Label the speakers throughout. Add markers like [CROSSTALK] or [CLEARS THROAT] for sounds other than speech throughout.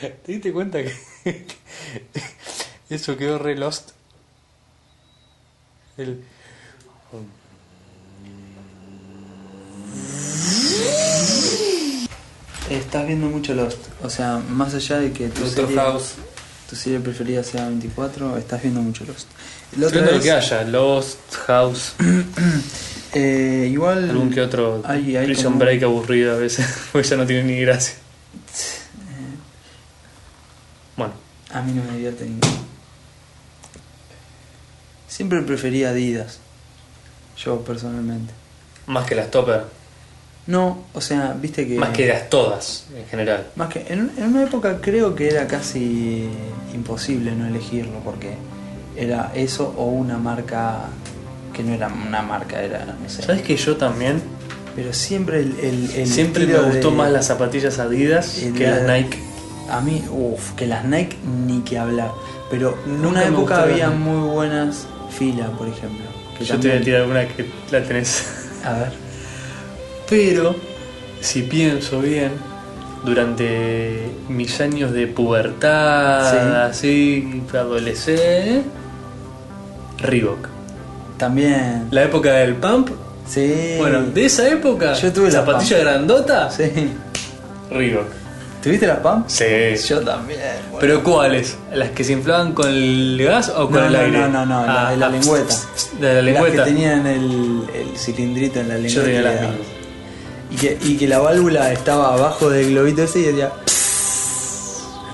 Speaker 1: ¿Te diste cuenta que [LAUGHS] eso quedó re lost? El...
Speaker 2: Estás viendo mucho Lost. O sea, más allá de que tu
Speaker 1: Doctor
Speaker 2: serie,
Speaker 1: House.
Speaker 2: tu serie preferida sea 24, estás viendo mucho Lost. La otra
Speaker 1: Depende de lo
Speaker 2: vez,
Speaker 1: que haya. Lost, House,
Speaker 2: [CLEARS THROAT] eh, igual.
Speaker 1: algún que otro
Speaker 2: Hay- hay
Speaker 1: Prison
Speaker 2: como-
Speaker 1: Break aburrido a veces. [LAUGHS] Porque ya no tiene ni gracia. Bueno,
Speaker 2: A mí no me divierte ninguno. Siempre prefería Adidas. Yo personalmente.
Speaker 1: más que las Topper.
Speaker 2: No, o sea, viste que.
Speaker 1: Más que las todas en general.
Speaker 2: Más que en, en una época creo que era casi imposible no elegirlo porque era eso o una marca que no era una marca, era no sé.
Speaker 1: ¿Sabes que yo también?
Speaker 2: Pero siempre el, el- el
Speaker 1: Siempre me
Speaker 2: estilo
Speaker 1: gustó
Speaker 2: de-
Speaker 1: más las zapatillas Adidas
Speaker 2: el-
Speaker 1: que las Nike.
Speaker 2: A mí, uff, que las Nike ni que hablar. Pero en
Speaker 1: Nunca
Speaker 2: una
Speaker 1: me
Speaker 2: época
Speaker 1: gustaron
Speaker 2: había
Speaker 1: las Nike.
Speaker 2: muy buenas filas, por ejemplo. que
Speaker 1: Yo te voy a
Speaker 2: también-
Speaker 1: tirar alguna que la tenés.
Speaker 2: A ver,
Speaker 1: Pero, si pienso bien, durante mis años de pubertad, así, adolescente, Reebok.
Speaker 2: también.
Speaker 1: La época del pump.
Speaker 2: Sí.
Speaker 1: Bueno, de esa época,
Speaker 2: Eh, Yo tuve la
Speaker 1: zapatilla grandota,
Speaker 2: Sí.
Speaker 1: Reebok.
Speaker 2: ¿Tuviste las pumps?
Speaker 1: Sí.
Speaker 2: Yo también. boludo.
Speaker 1: ¿Pero cuáles? ¿Las que se inflaban con el gas o con
Speaker 2: No,
Speaker 1: el
Speaker 2: no,
Speaker 1: aire?
Speaker 2: no, no, no, la de la lengüeta.
Speaker 1: De la lengüeta.
Speaker 2: Las que tenían el, el cilindrito en la lengua.
Speaker 1: Yo tenía las mismas.
Speaker 2: y que, y que la válvula estaba abajo del globito ese y decía.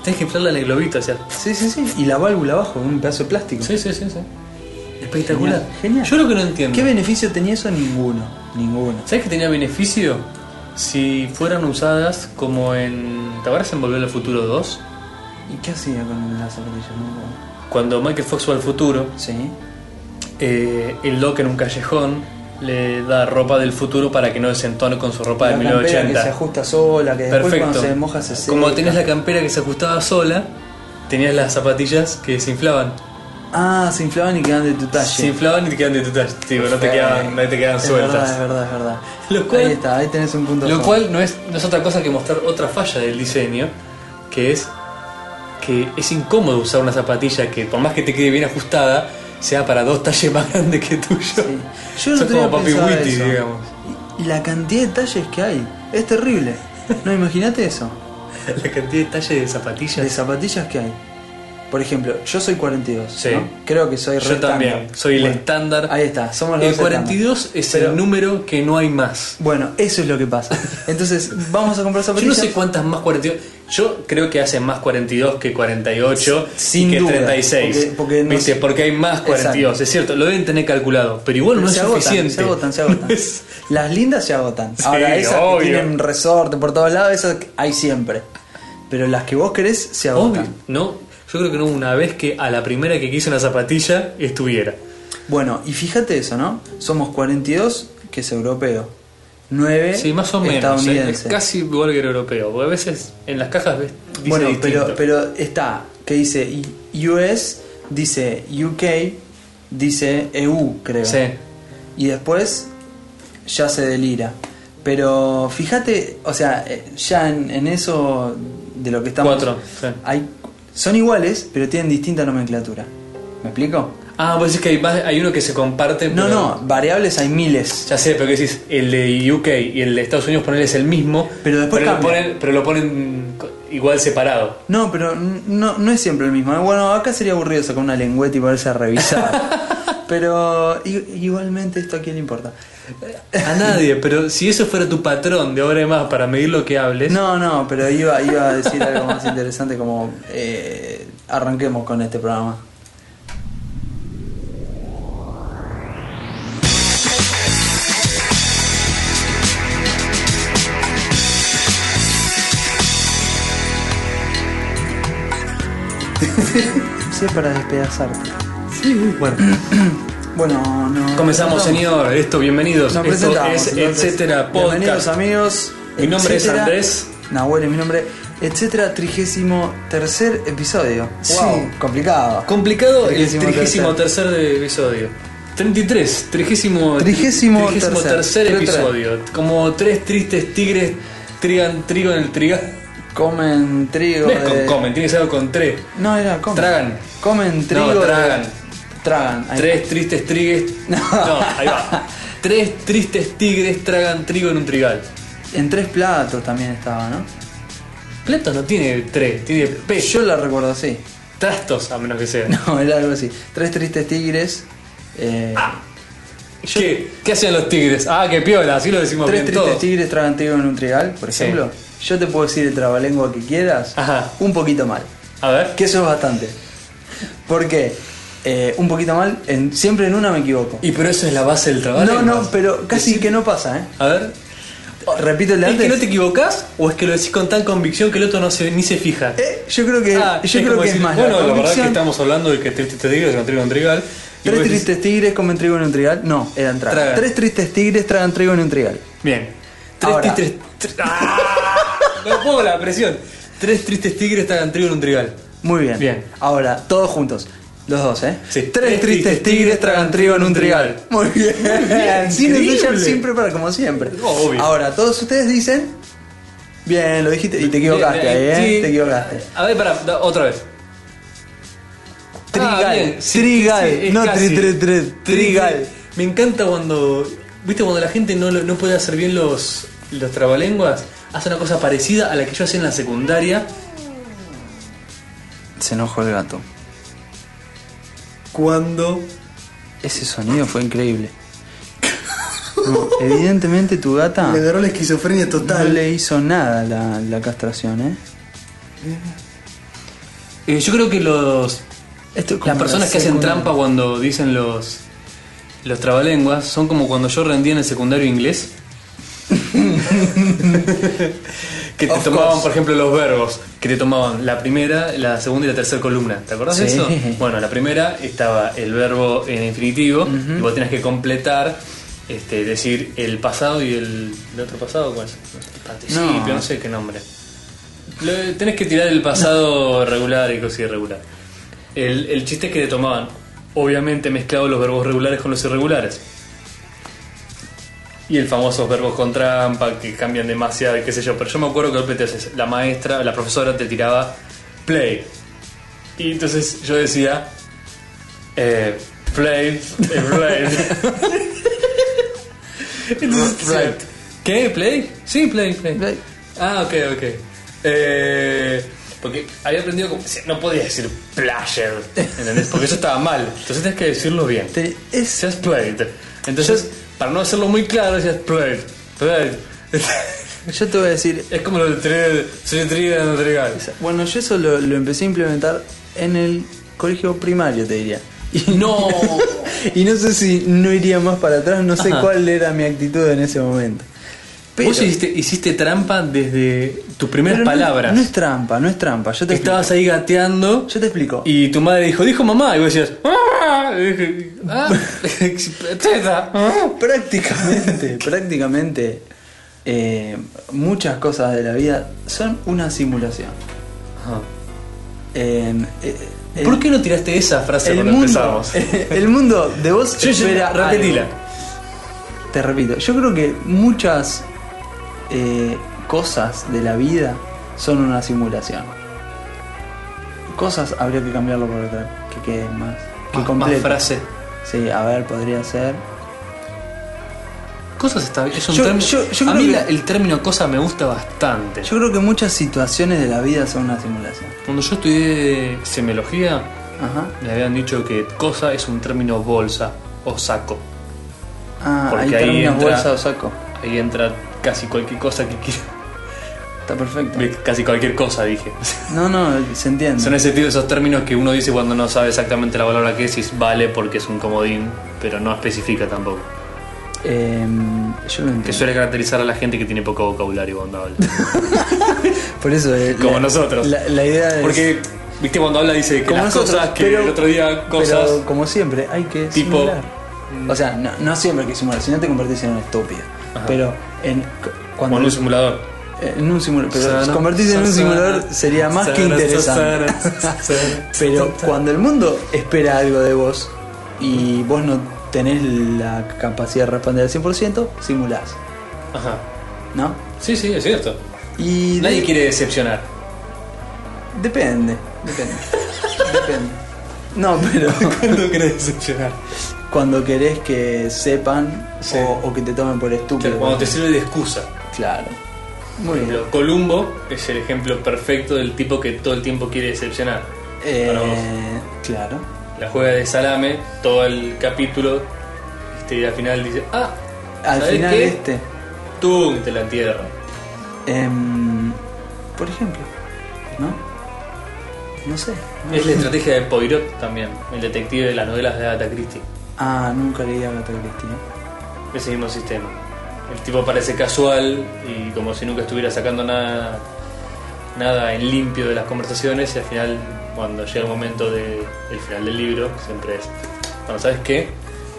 Speaker 1: Tenés que inflarla en el globito, o sea.
Speaker 2: Sí, sí, sí. Y la válvula abajo, un pedazo de plástico.
Speaker 1: Sí, sí, sí, sí. Espectacular.
Speaker 2: Genial, genial.
Speaker 1: Yo lo que no entiendo.
Speaker 2: ¿Qué beneficio tenía eso? Ninguno. Ninguno.
Speaker 1: ¿Sabes que tenía beneficio? Si fueran usadas como en. ¿Te acuerdas en Volver al Futuro 2?
Speaker 2: ¿Y qué hacía con las zapatillas? No me acuerdo.
Speaker 1: Cuando Michael Fox va al futuro,
Speaker 2: Sí.
Speaker 1: eh, el Doc en un callejón le da ropa del futuro para que no desentone con su ropa de
Speaker 2: la campera que se
Speaker 1: 1980.
Speaker 2: ajusta sola, que después
Speaker 1: Perfecto.
Speaker 2: cuando se moja se seca.
Speaker 1: Como tenías la campera que se ajustaba sola, tenías las zapatillas que se inflaban.
Speaker 2: Ah, se inflaban y quedaban de tu talle.
Speaker 1: Se inflaban y te quedan de tu talla, tipo, no te
Speaker 2: Eh,
Speaker 1: quedaban, no te quedan
Speaker 2: es
Speaker 1: sueltas.
Speaker 2: Verdad, es verdad, es verdad.
Speaker 1: Lo cual-
Speaker 2: ahí está, ahí tenés un punto. a
Speaker 1: Lo
Speaker 2: favor.
Speaker 1: cual no es, no es otra cosa que mostrar otra falla del diseño, que es que es incómodo usar una zapatilla que por más que te quede bien ajustada, sea para dos talles [LAUGHS] más grandes que tuyo.
Speaker 2: Sí. Yo no
Speaker 1: Son como papi
Speaker 2: pensaba
Speaker 1: Witty,
Speaker 2: eso.
Speaker 1: digamos.
Speaker 2: Y la cantidad de talles que hay es terrible. No, imagínate eso.
Speaker 1: La cantidad de talles de zapatillas.
Speaker 2: De zapatillas que hay. Por ejemplo, yo soy 42.
Speaker 1: Sí.
Speaker 2: ¿no? Creo que soy
Speaker 1: Yo
Speaker 2: re
Speaker 1: también,
Speaker 2: estándar.
Speaker 1: soy el estándar.
Speaker 2: Ahí está, somos los
Speaker 1: el
Speaker 2: dos
Speaker 1: 42
Speaker 2: estándar.
Speaker 1: es
Speaker 2: Pero,
Speaker 1: el número que no hay más.
Speaker 2: Bueno, eso es lo que
Speaker 1: [LAUGHS]
Speaker 2: pasa. Entonces, vamos a comprar
Speaker 1: Yo no
Speaker 2: zapatillas.
Speaker 1: sé cuántas más 42. Yo creo que hacen más 42 que 48
Speaker 2: Sin
Speaker 1: y que
Speaker 2: duda,
Speaker 1: 36.
Speaker 2: porque- porque no
Speaker 1: ¿Viste?
Speaker 2: sé.
Speaker 1: porque hay más 42, es cierto, lo deben tener calculado, pero igual no es
Speaker 2: se agotan,
Speaker 1: suficiente.
Speaker 2: se agotan, se agotan.
Speaker 1: No [LAUGHS] es-
Speaker 2: Las lindas se agotan.
Speaker 1: Sí,
Speaker 2: Ahora, esas
Speaker 1: obvio.
Speaker 2: que tienen resorte por todos lados, esas hay siempre. Pero las que vos querés se agotan.
Speaker 1: Obvio, no. Yo creo que no hubo una vez que a la primera que quise una zapatilla estuviera.
Speaker 2: Bueno, y fíjate eso, ¿no? Somos 42, que es europeo. 9
Speaker 1: Sí, más o menos. ¿eh? Es
Speaker 2: estadounidense.
Speaker 1: casi igual que el europeo. Porque a veces en las cajas ves. Dice
Speaker 2: bueno, pero,
Speaker 1: distinto.
Speaker 2: pero está, que dice US, dice UK, dice EU, creo.
Speaker 1: Sí.
Speaker 2: Y después ya se delira. Pero fíjate, o sea, eh, ya en, en eso de lo que estamos.
Speaker 1: Cuatro, sí.
Speaker 2: hay, son iguales, pero tienen distinta nomenclatura. ¿Me explico?
Speaker 1: Ah, vos decís que hay, más- hay uno que se comparte.
Speaker 2: No,
Speaker 1: pero-
Speaker 2: no, variables hay miles.
Speaker 1: Ya sé, pero que decís, el de UK y el de Estados Unidos poner es el mismo.
Speaker 2: Pero después
Speaker 1: pero lo,
Speaker 2: cambia.
Speaker 1: ponen, pero lo ponen co- igual separado.
Speaker 2: No, pero n- no, no es siempre el mismo. ¿eh? Bueno, acá sería aburrido sacar una lengüeta y ponerse a revisar. pero i- igualmente esto a quién le importa.
Speaker 1: A nadie, pero si eso fuera tu patrón de ahora en más para medir lo que hables.
Speaker 2: No, no, pero iba, iba a decir algo más interesante como eh, arranquemos con este programa. Sí, para despedazarte.
Speaker 1: Bueno,
Speaker 2: Bueno, no.
Speaker 1: comenzamos,
Speaker 2: no,
Speaker 1: señor. Esto, bienvenidos.
Speaker 2: Nos
Speaker 1: Esto
Speaker 2: presentamos,
Speaker 1: es
Speaker 2: entonces.
Speaker 1: etcétera podcast.
Speaker 2: Bienvenidos amigos
Speaker 1: Mi nombre es
Speaker 2: etcétera.
Speaker 1: Andrés.
Speaker 2: Nahuel es mi nombre. Etcétera, trigésimo tercer episodio. Wow,
Speaker 1: Sí.
Speaker 2: complicado.
Speaker 1: Complicado el
Speaker 2: Trigésimo
Speaker 1: trigésimo tercer de episodio. 33, trigésimo,
Speaker 2: Trigésimo
Speaker 1: trigésimo
Speaker 2: tercer.
Speaker 1: tercer,
Speaker 2: Tre- tre-
Speaker 1: episodio. Como tres tristes tigres trigan trigo en el trigal.
Speaker 2: Comen trigo.
Speaker 1: No es
Speaker 2: de-
Speaker 1: con comen, tiene que ser algo con tres.
Speaker 2: No, era comen.
Speaker 1: Tragan.
Speaker 2: Comen trigo. de-
Speaker 1: tragan.
Speaker 2: Tragan. ahí.
Speaker 1: Tres tristes
Speaker 2: [LAUGHS]
Speaker 1: trigues. No. ahí va. Tres tristes tigres tragan trigo en un trigal.
Speaker 2: En tres platos también estaba, ¿no?
Speaker 1: Platos no tiene tres, tiene P.
Speaker 2: Yo la recuerdo así. [LAUGHS]
Speaker 1: Trastos, a menos que sea.
Speaker 2: No, era algo así. Tres tristes tigres. eh,
Speaker 1: Ah. ¿Qué? ¿Qué hacían los tigres? Ah, qué piola, así lo decimos
Speaker 2: tres
Speaker 1: bien
Speaker 2: tristes
Speaker 1: todos.
Speaker 2: tigres tragan trigo en un trigal, por
Speaker 1: Sí.
Speaker 2: ejemplo. Yo te puedo decir el trabalengua que quieras,
Speaker 1: Ajá.
Speaker 2: un poquito mal.
Speaker 1: A ver.
Speaker 2: Que eso es bastante. Porque eh, un poquito mal, en- siempre en una me equivoco.
Speaker 1: Y pero eso es la base del trabajo.
Speaker 2: No, no, pero casi que no pasa, ¿eh?
Speaker 1: A ver.
Speaker 2: Repito el de
Speaker 1: Oh, ¿Es
Speaker 2: antes.
Speaker 1: que no te equivocás o es que lo decís con tan convicción que el otro no se, ni se fija?
Speaker 2: Eh, yo creo que,
Speaker 1: Ah,
Speaker 2: yo creo
Speaker 1: como
Speaker 2: que es
Speaker 1: decir,
Speaker 2: más
Speaker 1: Bueno,
Speaker 2: la
Speaker 1: la, verdad es
Speaker 2: convicción.
Speaker 1: que estamos hablando de que tres tristes tigres con trigo en trigal. y
Speaker 2: Tres
Speaker 1: vos decís-
Speaker 2: tristes tigres comen trigo en un trigal. No, eran tragan.
Speaker 1: Tragan.
Speaker 2: Tres tristes tigres tragan trigo en un trigal.
Speaker 1: Bien. Tres
Speaker 2: Ahora.
Speaker 1: tristes. tr- ¡Ah! No puedo la presión. Tres tristes tigres tragan trigo en un trigal.
Speaker 2: Muy bien.
Speaker 1: Bien.
Speaker 2: Ahora, todos juntos. Los dos, ¿eh?
Speaker 1: Sí.
Speaker 2: Tres, tristes tigres tragan trigo en un trigal. Muy bien. [LAUGHS] Sin
Speaker 1: Increíble.
Speaker 2: ensayar, sin preparar, como siempre.
Speaker 1: Obvio.
Speaker 2: Ahora, todos ustedes dicen. Bien, lo dijiste. Y te equivocaste
Speaker 1: Bien,
Speaker 2: ahí,
Speaker 1: bien,
Speaker 2: ¿eh?
Speaker 1: sí.
Speaker 2: Te equivocaste.
Speaker 1: A ver, pará, da- otra vez.
Speaker 2: Trigal.
Speaker 1: Ah, bien, sí,
Speaker 2: trigal.
Speaker 1: sí, es
Speaker 2: no
Speaker 1: casi.
Speaker 2: tri, tri, tri, trigal.
Speaker 1: Me encanta cuando. ¿Viste cuando la gente no, lo- no puede hacer bien los, los trabalenguas? Hace una cosa parecida a la que yo hacía en la secundaria.
Speaker 2: Se enojó el gato.
Speaker 1: Cuando.
Speaker 2: Ese sonido fue increíble. No, evidentemente tu gata
Speaker 3: Le agarró la esquizofrenia
Speaker 2: Ah. no
Speaker 3: total.
Speaker 2: le hizo nada la, la castración, ¿eh?
Speaker 1: Eh, yo creo que los.
Speaker 2: Esto es como
Speaker 1: Las personas
Speaker 2: la
Speaker 1: que hacen
Speaker 2: secundaria.
Speaker 1: trampa cuando dicen los. Los trabalenguas son como cuando yo rendía en el
Speaker 2: [LAUGHS]
Speaker 1: secundario inglés. que te
Speaker 2: Of
Speaker 1: tomaban,
Speaker 2: course.
Speaker 1: por ejemplo, los verbos. Que te tomaban la primera, la segunda y la tercera columna. ¿Te acordás de
Speaker 2: Sí. [LAUGHS]
Speaker 1: eso? Bueno, la primera estaba el verbo en infinitivo. Y vos tenías que completar, este, decir el pasado y el, el otro pasado. ¿Cuál es? El Participio,
Speaker 2: No.
Speaker 1: no. sé qué nombre. Lo- tenés que tirar el pasado regular y cosas irregular. El, el chiste es que te tomaban, obviamente mezclado los verbos regulares con los irregulares. Y el famosos verbos con trampa que cambian demasiado y qué sé yo. Pero yo me acuerdo que de golpe te haces- la maestra, la profesora te tiraba play. Y entonces yo decía eh, play, eh, play. [LAUGHS] entonces,
Speaker 2: Right.
Speaker 1: ¿Qué? ¿Play? Sí, play, play.
Speaker 2: Play.
Speaker 1: Ah, ok, ok. Eh, porque había aprendido como. No podías decir player, ¿entendés? Porque eso estaba mal. Entonces tienes que decirlo bien.
Speaker 2: Te- es-
Speaker 1: [LAUGHS] Decías played. Entonces, para no hacerlo muy claro, decías played, played.
Speaker 2: yo te voy a decir,
Speaker 1: [LAUGHS] es como lo de tri- soy triga, no trigal.
Speaker 2: bueno, yo eso lo, lo empecé a implementar en el colegio primario, te diría. Y
Speaker 1: [LAUGHS] No.
Speaker 2: y no sé si no iría más para atrás, no sé
Speaker 1: Ajá.
Speaker 2: cuál era mi actitud en ese momento. Pero,
Speaker 1: Vos hiciste, hiciste trampa desde tus primeras
Speaker 2: pero no-
Speaker 1: palabras.
Speaker 2: No, es trampa, no es trampa. Yo te
Speaker 1: Estabas ahí
Speaker 2: explico.
Speaker 1: gateando.
Speaker 2: Yo te explico.
Speaker 1: Y tu madre dijo, dijo mamá, y vos decías, "Ah", y dije, [LAUGHS] "Ah", teta, "Ah".
Speaker 2: Prácticamente, [LAUGHS] prácticamente eh, muchas cosas de la vida son una simulación. Eh, eh, el-
Speaker 1: ¿Por qué no tiraste esa frase
Speaker 2: el
Speaker 1: cuando
Speaker 2: mundo, [LAUGHS]
Speaker 1: empezamos?
Speaker 2: el mundo de vos
Speaker 1: Yo, yo-
Speaker 2: espera algo.
Speaker 1: repetila.
Speaker 2: Te repito, yo creo que muchas eh, cosas de la vida son una simulación. Cosas habría que cambiarlo por otra, que quede más, que
Speaker 1: Más-
Speaker 2: complete.
Speaker 1: Ah, Más frase.
Speaker 2: Sí, a ver, podría ser.
Speaker 1: Cosas está bien. Es un
Speaker 2: Yo-
Speaker 1: término.
Speaker 2: yo- yo
Speaker 1: a
Speaker 2: creo
Speaker 1: mí
Speaker 2: que-
Speaker 1: la- el término cosa me gusta bastante.
Speaker 2: Yo creo que muchas situaciones de la vida son una simulación.
Speaker 1: Cuando yo estudié semiología,
Speaker 2: Ajá.
Speaker 1: me habían dicho que cosa es un término bolsa o saco.
Speaker 2: Ah,
Speaker 1: Porque
Speaker 2: ahí
Speaker 1: ahí
Speaker 2: terminas
Speaker 1: entra-
Speaker 2: bolsa o saco.
Speaker 1: Ahí entra casi cualquier cosa
Speaker 2: [LAUGHS]
Speaker 1: que quiera.
Speaker 2: Está perfecto.
Speaker 1: Casi cualquier cosa, dije. [LAUGHS]
Speaker 2: No, no, se entiende.
Speaker 1: Son ese tipo de esos términos que uno dice cuando no sabe exactamente la palabra que es y vale porque es un comodín, pero no especifica tampoco.
Speaker 2: Eh, yo lo
Speaker 1: Que
Speaker 2: entiendo.
Speaker 1: suele caracterizar a la gente que tiene poco vocabulario cuando habla.
Speaker 2: Por eso. eh,
Speaker 1: Como nosotros.
Speaker 2: La, la idea [LAUGHS] es.
Speaker 1: Porque, viste, cuando habla dice que
Speaker 2: como
Speaker 1: las
Speaker 2: nosotros,
Speaker 1: cosas, que
Speaker 2: pero-
Speaker 1: el otro día cosas.
Speaker 2: Pero como siempre, hay que
Speaker 1: Tipo-
Speaker 2: simular. O sea, no, no siempre hay que simular, si no te convertís en un estúpido. Pero en,
Speaker 1: Como en un simulador.
Speaker 2: Eh, En un simulador, pero
Speaker 1: Sana,
Speaker 2: convertirse en un
Speaker 1: sana,
Speaker 2: simulador sería más que
Speaker 1: sana,
Speaker 2: interesante. [LAUGHS]
Speaker 1: sana, sana,
Speaker 2: Pero
Speaker 1: sana.
Speaker 2: cuando el mundo espera algo de vos y vos no tenés la capacidad de responder al 100%, simulás,
Speaker 1: Ajá.
Speaker 2: ¿no?
Speaker 1: Sí, sí, es cierto.
Speaker 2: Y
Speaker 1: Nadie
Speaker 2: de-
Speaker 1: quiere
Speaker 2: [LAUGHS]
Speaker 1: decepcionar.
Speaker 2: depende,
Speaker 1: [LAUGHS]
Speaker 2: depende. depende. No, pero
Speaker 1: ¿Cuándo quiere decepcionar?
Speaker 2: cuando querés que sepan
Speaker 1: Sí.
Speaker 2: o, o que te tomen por estúpido.
Speaker 1: cuando te sirve de excusa.
Speaker 2: Claro. Muy
Speaker 1: Por
Speaker 2: bien.
Speaker 1: ejemplo, Columbo es el ejemplo perfecto del tipo que todo el tiempo quiere decepcionar. Para vos.
Speaker 2: Eh, claro.
Speaker 1: La juega de salame, todo el capítulo, este, y al final dice, ah,
Speaker 2: Al
Speaker 1: ¿sabés
Speaker 2: final
Speaker 1: qué?
Speaker 2: este,
Speaker 1: Tú te la tierra.
Speaker 2: Ah. em, por ejemplo, ¿no? No sé.
Speaker 1: Es la estrategia de Poirot también, el detective de las novelas de Agatha Christie.
Speaker 2: Ah, nunca leí a Agatha Christie. ¿eh?
Speaker 1: Ese mismo sistema. El tipo parece casual y como si nunca estuviera sacando nada, nada en limpio de las conversaciones y al final, cuando llega el momento de- del final del libro, siempre es... Bueno, ¿sabes qué?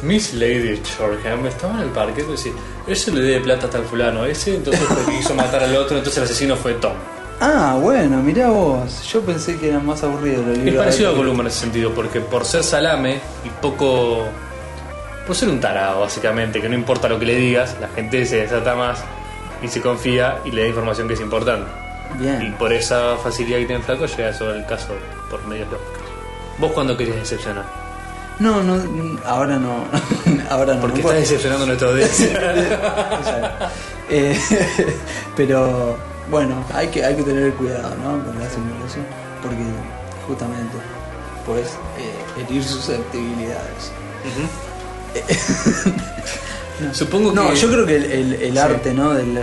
Speaker 1: Miss Lady Shoreham estaba en el parque, es decir, ese le de plata hasta el fulano, ese entonces fue que hizo matar al otro, entonces el asesino fue Tom.
Speaker 2: Ah, bueno, mirá vos. Yo pensé que eran más aburridos los libros.
Speaker 1: Es
Speaker 2: de
Speaker 1: parecido a
Speaker 2: Agatha
Speaker 1: Columbo en ese sentido, porque por ser salame y poco. por ser un tarado, básicamente, que no importa lo que le digas, la gente se desata más y se confía y le da información que es importante.
Speaker 2: Christie.
Speaker 1: Y
Speaker 2: Bien.
Speaker 1: por esa facilidad que tiene el Flaco, llega sobre el caso por medios lógicos. ¿Vos cuándo querés decepcionar?
Speaker 2: No, no, mm, ahora no. [LAUGHS] ahora no. no
Speaker 1: Porque
Speaker 2: puedo.
Speaker 1: estás decepcionando a nuestra
Speaker 2: [LAUGHS]
Speaker 1: audiencia.
Speaker 2: Exacto. Eh, [LAUGHS] pero bueno, hay que, hay que tener cuidado ¿no? con la simulación, porque justamente puedes eh, herir susceptibilidades. No.
Speaker 1: Supongo
Speaker 2: [LAUGHS]
Speaker 1: que.
Speaker 2: No, yo creo que el, el- el
Speaker 1: Sí.
Speaker 2: arte ¿no? de, la,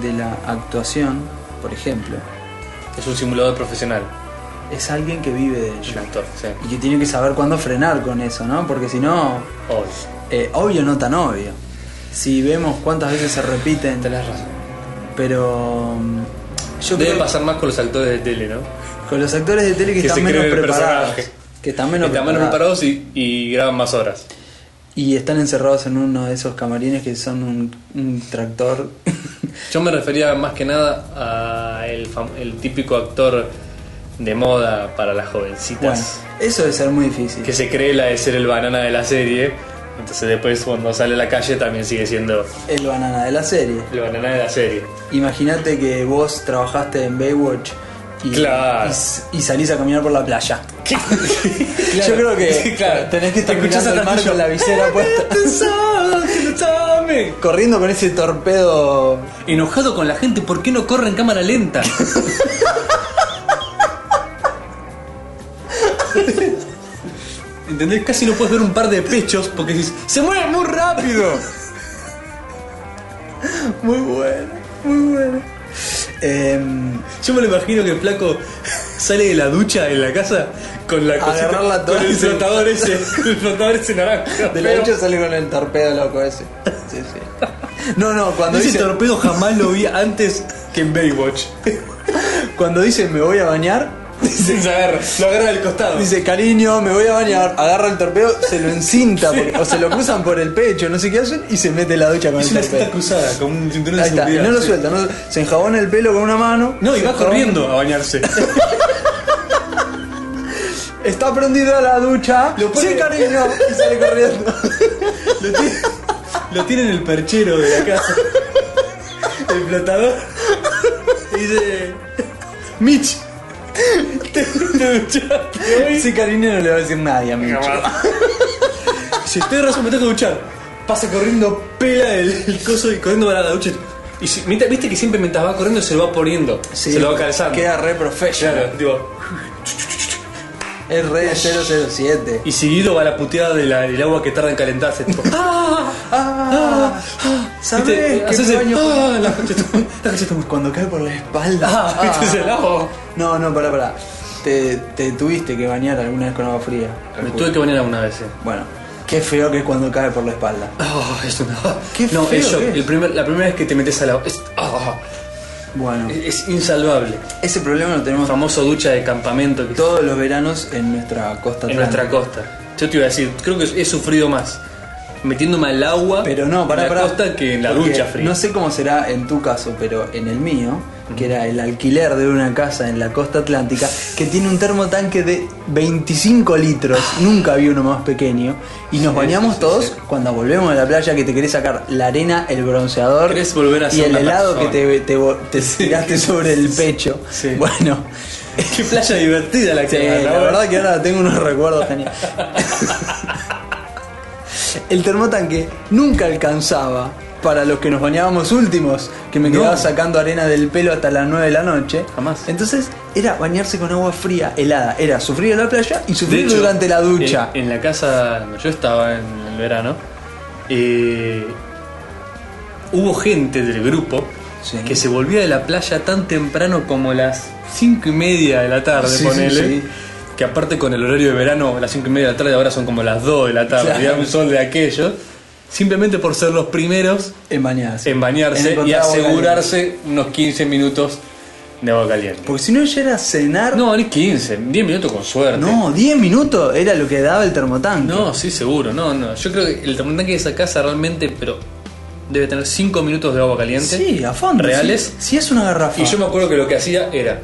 Speaker 2: de la actuación, por ejemplo,
Speaker 1: Es un simulador profesional,
Speaker 2: es alguien que vive de ello
Speaker 1: el actor, sí.
Speaker 2: y que tiene que saber cuándo frenar con eso, ¿no? porque si no,
Speaker 1: Oh,
Speaker 2: eh, obvio no tan obvio. Si vemos cuántas veces se repiten,
Speaker 1: tenés razón.
Speaker 2: pero mm, yo
Speaker 1: Debe
Speaker 2: creo
Speaker 1: pasar más con los actores de tele, ¿no?
Speaker 2: Con los actores de tele que,
Speaker 1: Que se
Speaker 2: están menos
Speaker 1: creen el
Speaker 2: preparados.
Speaker 1: personaje.
Speaker 2: Que están menos
Speaker 1: Están menos
Speaker 2: preparados.
Speaker 1: preparados y, y graban más horas.
Speaker 2: Y están encerrados en uno de esos camarines que son un, un tractor. [LAUGHS]
Speaker 1: Yo me refería más que nada a el, fam- el típico actor de moda para las
Speaker 2: bueno,
Speaker 1: jovencitas.
Speaker 2: eso debe ser muy difícil.
Speaker 1: Que se cree la de ser el banana de la serie. Entonces después cuando sale a la calle también sigue siendo
Speaker 2: El banana de la serie.
Speaker 1: el banana de la serie.
Speaker 2: Imagínate que vos trabajaste en Baywatch y,
Speaker 1: Claro.
Speaker 2: y s- y salís a caminar por la playa. [LAUGHS] Yo creo que
Speaker 1: Claro.
Speaker 2: tenés que estar
Speaker 1: Te escuchás
Speaker 2: mirando al
Speaker 1: atrás
Speaker 2: mar
Speaker 1: tuyo.
Speaker 2: con la
Speaker 1: [LAUGHS]
Speaker 2: visera puesta.
Speaker 1: ¡Tome!
Speaker 2: Corriendo con ese torpedo.
Speaker 1: Enojado con la gente, ¿por qué no corre en
Speaker 2: [LAUGHS]
Speaker 1: cámara lenta? ¿Entendés? Casi no puedes ver un par de pechos porque dices, se mueve muy rápido.
Speaker 2: Muy bueno, muy bueno. Em,
Speaker 1: Yo me lo imagino que el flaco sale de la ducha en la casa con la cosita-
Speaker 2: Agarrar la
Speaker 1: con el
Speaker 2: toalla.
Speaker 1: flotador ese, el flotador ese naranja.
Speaker 2: De la
Speaker 1: feo.
Speaker 2: ducha sale con el torpedo loco ese. Sí, sí. No, no, cuando
Speaker 1: Ese
Speaker 2: dice,
Speaker 1: torpedo jamás lo vi antes que en Baywatch.
Speaker 2: cuando dice me voy a bañar,
Speaker 1: Sin saber, lo agarra del costado.
Speaker 2: dice cariño, me voy a bañar, agarra el torpedo, se lo encinta porque- o se lo cruzan por el pecho, no sé qué hacen, y se mete en la ducha con
Speaker 1: Es
Speaker 2: el
Speaker 1: una cinta
Speaker 2: torpedo.
Speaker 1: cruzada, con un cinturón de
Speaker 2: Ahí está, y
Speaker 1: seguridad.
Speaker 2: no lo
Speaker 1: sí.
Speaker 2: suelta, no lo- se enjabona el pelo con una mano.
Speaker 1: No, y
Speaker 2: se
Speaker 1: va
Speaker 2: enjabona-
Speaker 1: corriendo a [LAUGHS] bañarse.
Speaker 2: Está prendida la ducha.
Speaker 1: Lo pone-
Speaker 2: Sí, cariño, y
Speaker 1: [LAUGHS]
Speaker 2: sale corriendo.
Speaker 1: Lo tiene, lo tiene en el perchero de la casa. El flotador. Y dice. Mitch, te, te duchaste hoy.
Speaker 2: Sí, cariño, no le va a decir nadie a mí.
Speaker 1: Si estoy razón, me tengo que duchar. Pasa corriendo, pela el, el coso y corriendo para la ducha. Y si- mientras- viste que siempre mientras va corriendo se lo va poniendo,
Speaker 2: Sí,
Speaker 1: se lo va calzando.
Speaker 2: Queda re profesional.
Speaker 1: Claro, digo,
Speaker 2: Es re 007.
Speaker 1: y seguido va la puteada de la- del agua que tarda en calentarse. tipo, ¡Ah!
Speaker 2: Ah,
Speaker 1: ¿Viste?
Speaker 2: ¿Sabes?
Speaker 1: Haces el, ¡Ah! La cachetón, la cachetón.
Speaker 2: Cuando cae por la espalda.
Speaker 1: Ah,
Speaker 2: [LAUGHS]
Speaker 1: viste ese lado.
Speaker 2: No, no, pará, pará. Te, te tuviste que bañar alguna vez con agua fría.
Speaker 1: Me tuve que bañar alguna vez. eh.
Speaker 2: Bueno, qué feo que es cuando cae por la espalda.
Speaker 1: Ah, es una.
Speaker 2: Qué
Speaker 1: no,
Speaker 2: feo
Speaker 1: es shock.
Speaker 2: que es.
Speaker 1: El primer- la primera vez que te metes a la. Es, ah,
Speaker 2: Bueno,
Speaker 1: es insalvable.
Speaker 2: ese problema lo
Speaker 1: El
Speaker 2: tenemos
Speaker 1: famoso ducha de campamento que
Speaker 2: todos los veranos en nuestra costa
Speaker 1: en
Speaker 2: atlántica.
Speaker 1: nuestra costa. Yo te iba a decir, creo que he sufrido más metiéndome al agua
Speaker 2: Pero no, para,
Speaker 1: en la
Speaker 2: para.
Speaker 1: costa que en la ducha fría.
Speaker 2: No sé cómo será en tu caso, pero en el mío, que era el alquiler de una casa en la costa atlántica, que tiene un termotanque de 25 litros, nunca vi uno más pequeño, y nos bañamos
Speaker 1: Ah. sí,
Speaker 2: todos
Speaker 1: sí.
Speaker 2: cuando volvemos a la playa, que te querés sacar la arena, el bronceador
Speaker 1: Querés volver a
Speaker 2: y
Speaker 1: ser
Speaker 2: el
Speaker 1: una
Speaker 2: helado
Speaker 1: persona.
Speaker 2: que te, te, bo-
Speaker 1: [LAUGHS]
Speaker 2: te tiraste sobre el pecho.
Speaker 1: sí. [LAUGHS]
Speaker 2: Bueno.
Speaker 1: [LAUGHS] Qué playa divertida la que
Speaker 2: Sí,
Speaker 1: van,
Speaker 2: la
Speaker 1: Ah, ¿no?
Speaker 2: verdad que ahora tengo unos recuerdos
Speaker 1: [LAUGHS]
Speaker 2: geniales. El termotanque nunca alcanzaba para los que nos bañábamos últimos, que me
Speaker 1: No.
Speaker 2: quedaba sacando arena del pelo hasta las 9 de la noche.
Speaker 1: Jamás.
Speaker 2: Entonces era bañarse con agua fría, helada. Era sufrir en la playa y
Speaker 1: De
Speaker 2: sufrir
Speaker 1: hecho, eh,
Speaker 2: durante la ducha.
Speaker 1: En, en la casa donde yo estaba en el verano, eh, hubo gente del grupo
Speaker 2: Sí.
Speaker 1: que se volvía de la playa tan temprano como las cinco y media de la tarde,
Speaker 2: Sí,
Speaker 1: ponele.
Speaker 2: sí, sí.
Speaker 1: Que aparte con el horario de verano, las cinco y media de la tarde ahora son como las 2 de la tarde,
Speaker 2: Claro.
Speaker 1: había un sol de aquellos. Simplemente por ser los primeros
Speaker 2: en bañarse.
Speaker 1: en bañarse
Speaker 2: encontrar
Speaker 1: y
Speaker 2: agua caliente.
Speaker 1: asegurarse unos 15 minutos de agua caliente.
Speaker 2: Porque si no ya era cenar.
Speaker 1: No, ni 15, 10 minutos con suerte.
Speaker 2: No, 10 minutos era lo que daba el termotanque.
Speaker 1: No, sí, seguro, no, no. Yo creo que el termotanque de esa casa realmente, pero debe tener 5 minutos de agua caliente.
Speaker 2: Sí, ah. a fondo.
Speaker 1: Reales.
Speaker 2: Si es una garrafa.
Speaker 1: Y yo me acuerdo que lo que hacía era.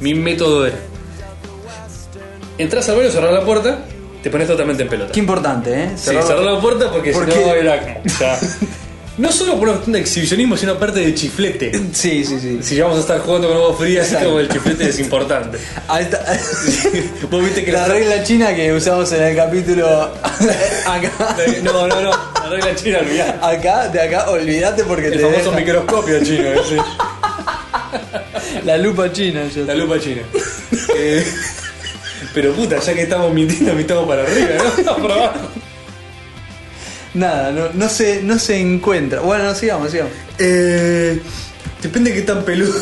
Speaker 1: Mi método era. Entras al baño, cerrar la puerta, te pones totalmente en pelota.
Speaker 2: Qué importante, ¿eh?
Speaker 1: Sí, cerrar la puerta porque
Speaker 2: ¿Por
Speaker 1: si no
Speaker 2: qué?
Speaker 1: era como.
Speaker 2: [LAUGHS]
Speaker 1: ya. No solo por una cuestión de exhibicionismo, sino aparte de chiflete.
Speaker 2: Sí, sí, sí.
Speaker 1: Si vamos a estar jugando con agua fría, así
Speaker 2: Exacto.
Speaker 1: como el chiflete es
Speaker 2: [LAUGHS]
Speaker 1: importante.
Speaker 2: Ahí está.
Speaker 1: Vos [LAUGHS] viste que
Speaker 2: la
Speaker 1: la-
Speaker 2: regla china que usamos en el
Speaker 1: [LAUGHS]
Speaker 2: capítulo acá,
Speaker 1: No, no, no. La regla china,
Speaker 2: [LAUGHS]
Speaker 1: olvidá.
Speaker 2: acá, de acá, olvídate porque
Speaker 1: El
Speaker 2: te
Speaker 1: famoso
Speaker 2: deja.
Speaker 1: microscopio chino, ese.
Speaker 2: la lupa china. yo
Speaker 1: La lupa china. [LAUGHS] Eh, pero puta, ya que estamos mintiendo, mitamos para arriba, ¿no? [LAUGHS] Para abajo.
Speaker 2: Nada, no, no se, no se encuentra. Bueno, no, sigamos, sigamos.
Speaker 1: Eh, depende de qué tan peludo.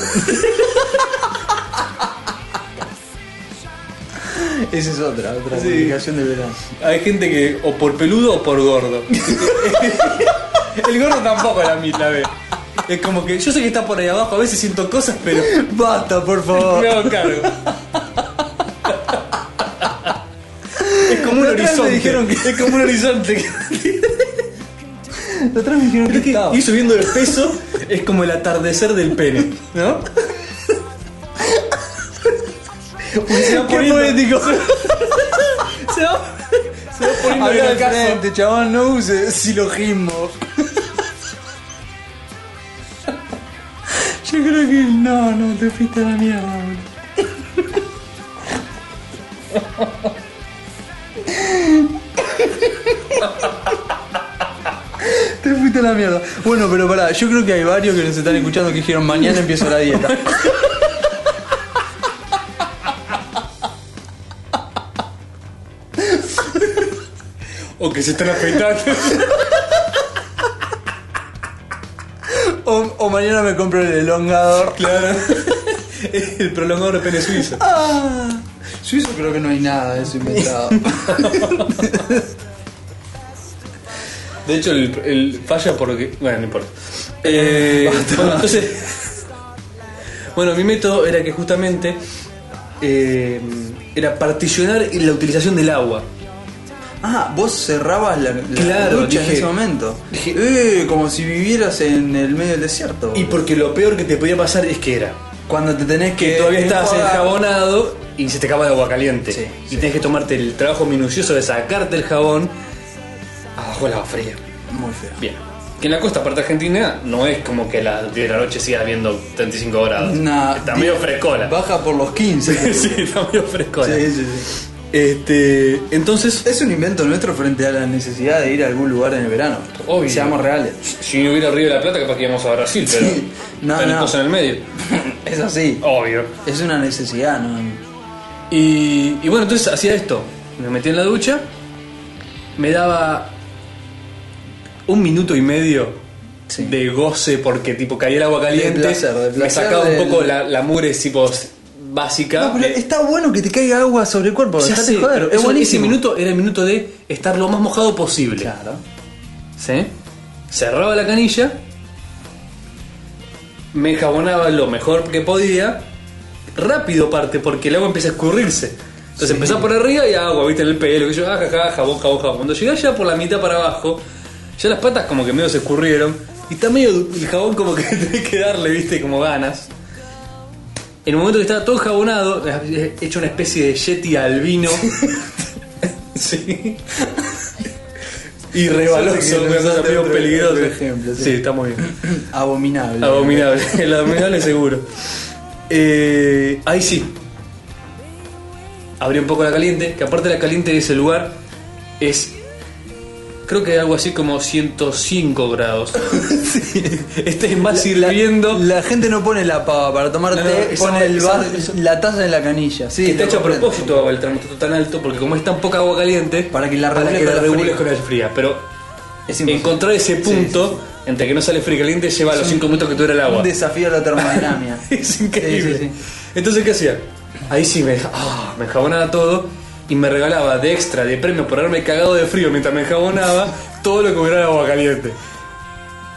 Speaker 2: Esa es otra, otra
Speaker 1: Sí.
Speaker 2: complicación del verano.
Speaker 1: Hay gente que o por peludo o por gordo. [LAUGHS] El gordo tampoco la mitad, la ve. Es como que yo sé que está por ahí abajo, a veces siento cosas, pero
Speaker 2: Basta, por favor.
Speaker 1: me hago cargo. Es como un
Speaker 2: La otra vez me
Speaker 1: horizonte.
Speaker 2: dijeron
Speaker 1: Es como un horizonte.
Speaker 2: La otra vez me dijeron que, estaba.
Speaker 1: Ir subiendo de peso es como el atardecer del pene,
Speaker 2: [LAUGHS]
Speaker 1: ¿no? Porque se va
Speaker 2: Qué
Speaker 1: poniendo-
Speaker 2: poético.
Speaker 1: Se va, se va poniendo
Speaker 2: Habla al
Speaker 1: graso.
Speaker 2: frente, chabón, no uses silogismo. Yo creo que no, no, te fuiste a la mierda. boludo. Te fuiste a la mierda. Bueno, pero pará, yo creo que hay varios que nos están escuchando que dijeron mañana empiezo la dieta.
Speaker 1: O que se están afeitando.
Speaker 2: O, o mañana me compro el elongador.
Speaker 1: [LAUGHS] Claro. [LAUGHS] El prolongador de pene suizo.
Speaker 2: Ah, suizo creo que no hay nada de eso inventado.
Speaker 1: De hecho, el, el falla porque. Bueno, no importa. [LAUGHS] Eh, bueno, entonces. Bueno, mi método era que justamente. eh, era particionar la utilización del agua.
Speaker 2: Ah, vos cerrabas la, la
Speaker 1: Claro,
Speaker 2: ducha en
Speaker 1: dije-
Speaker 2: ese momento.
Speaker 1: dije-
Speaker 2: eh, como si vivieras en el medio del desierto.
Speaker 1: Y porque lo peor que te podía pasar es que era.
Speaker 2: cuando te tenés que.
Speaker 1: Todavía estabas
Speaker 2: enjuagar-
Speaker 1: enjabonado y se te acaba de agua caliente.
Speaker 2: Sí,
Speaker 1: y tenés que tomarte el trabajo minucioso de sacarte el jabón abajo del agua fría.
Speaker 2: Muy feo.
Speaker 1: Bien. Que en la costa, aparte argentina, no es como que a las 10 de la noche sigas viendo 35 grados.
Speaker 2: Nah,
Speaker 1: está medio
Speaker 2: di-
Speaker 1: frescola.
Speaker 2: Baja por los 15. sí,
Speaker 1: [LAUGHS] sí, está medio frescola.
Speaker 2: sí, sí.
Speaker 1: Este, entonces,
Speaker 2: Es un invento nuestro frente a la necesidad de ir a algún lugar en el verano.
Speaker 1: Obvio.
Speaker 2: Seamos reales.
Speaker 1: si no hubiera Río de la Plata, capaz que íbamos a Brasil, pero.
Speaker 2: Sí. No,
Speaker 1: están las
Speaker 2: no.
Speaker 1: cosas en el medio.
Speaker 2: es así.
Speaker 1: Obvio.
Speaker 2: Es una necesidad, ¿no?
Speaker 1: Y, y bueno, entonces hacía esto. Me metía en la ducha. Me daba un minuto y medio
Speaker 2: Sí.
Speaker 1: de goce porque tipo caía el agua caliente.
Speaker 2: placer, de
Speaker 1: me
Speaker 2: placer
Speaker 1: sacaba
Speaker 2: del-
Speaker 1: un poco la, la mugre tipo básica.
Speaker 2: No, pero
Speaker 1: Eh,
Speaker 2: está bueno que te caiga agua sobre el cuerpo.
Speaker 1: ya
Speaker 2: dejate
Speaker 1: sé,
Speaker 2: joder,
Speaker 1: pero
Speaker 2: es
Speaker 1: eso-
Speaker 2: buenísimo.
Speaker 1: Ese minuto era el minuto de estar lo más mojado posible.
Speaker 2: Claro. [CLEARS THROAT]
Speaker 1: ¿Sí? Cerraba la canilla, me jabonaba lo mejor que podía, rápido parte, porque el agua empieza a escurrirse. Entonces empezás por arriba y agua, viste, en el pelo, que yo, ah, jaja, jabón, jabón, jabón. Cuando llegás ya por la mitad para abajo, ya las patas como que medio se escurrieron. Y está medio du- el jabón como que [LAUGHS] tenés que darle, viste, como ganas. En el momento que estaba todo jabonado, he hecho una especie de yeti albino. [LAUGHS] sí. Y rebaloso,
Speaker 2: Suerte que
Speaker 1: una cosa
Speaker 2: usaste
Speaker 1: medio
Speaker 2: otro-
Speaker 1: peligrosa.
Speaker 2: otro ejemplo, sí.
Speaker 1: sí, está muy bien.
Speaker 2: Abominable.
Speaker 1: Abominable, [LAUGHS] el abominable seguro. Eh, ahí sí. Abrí un poco la caliente, que aparte la caliente de ese lugar es. Creo que algo así como
Speaker 2: [LAUGHS]
Speaker 1: 105 grados. Este es más
Speaker 2: La-
Speaker 1: sirviendo.
Speaker 2: La, gente no pone la pava para tomar
Speaker 1: No, no,
Speaker 2: té,
Speaker 1: esa-
Speaker 2: pone el
Speaker 1: esa-
Speaker 2: vaso- la taza en la canilla. Sí,
Speaker 1: que está
Speaker 2: lo
Speaker 1: hecho a
Speaker 2: comprendo.
Speaker 1: propósito el termostato tan alto, porque como es tan poca agua caliente,
Speaker 2: Para que la regule
Speaker 1: que
Speaker 2: con
Speaker 1: la
Speaker 2: la
Speaker 1: regule
Speaker 2: fría.
Speaker 1: con la fría. Pero
Speaker 2: Es imposible.
Speaker 1: encontrar ese
Speaker 2: sí,
Speaker 1: punto entre que no sale frío y caliente lleva los 5 minutos que dura el agua.
Speaker 2: Un desafío a la
Speaker 1: [LAUGHS]
Speaker 2: termodinámica.
Speaker 1: es increíble.
Speaker 2: Sí, sí,
Speaker 1: Entonces, ¿qué hacía? Ahí sí me, ah, me enjabonaba todo y me regalaba de extra, de premio por haberme cagado de frío mientras me [LAUGHS] enjabonaba todo lo que hubiera de agua caliente.
Speaker 2: sí.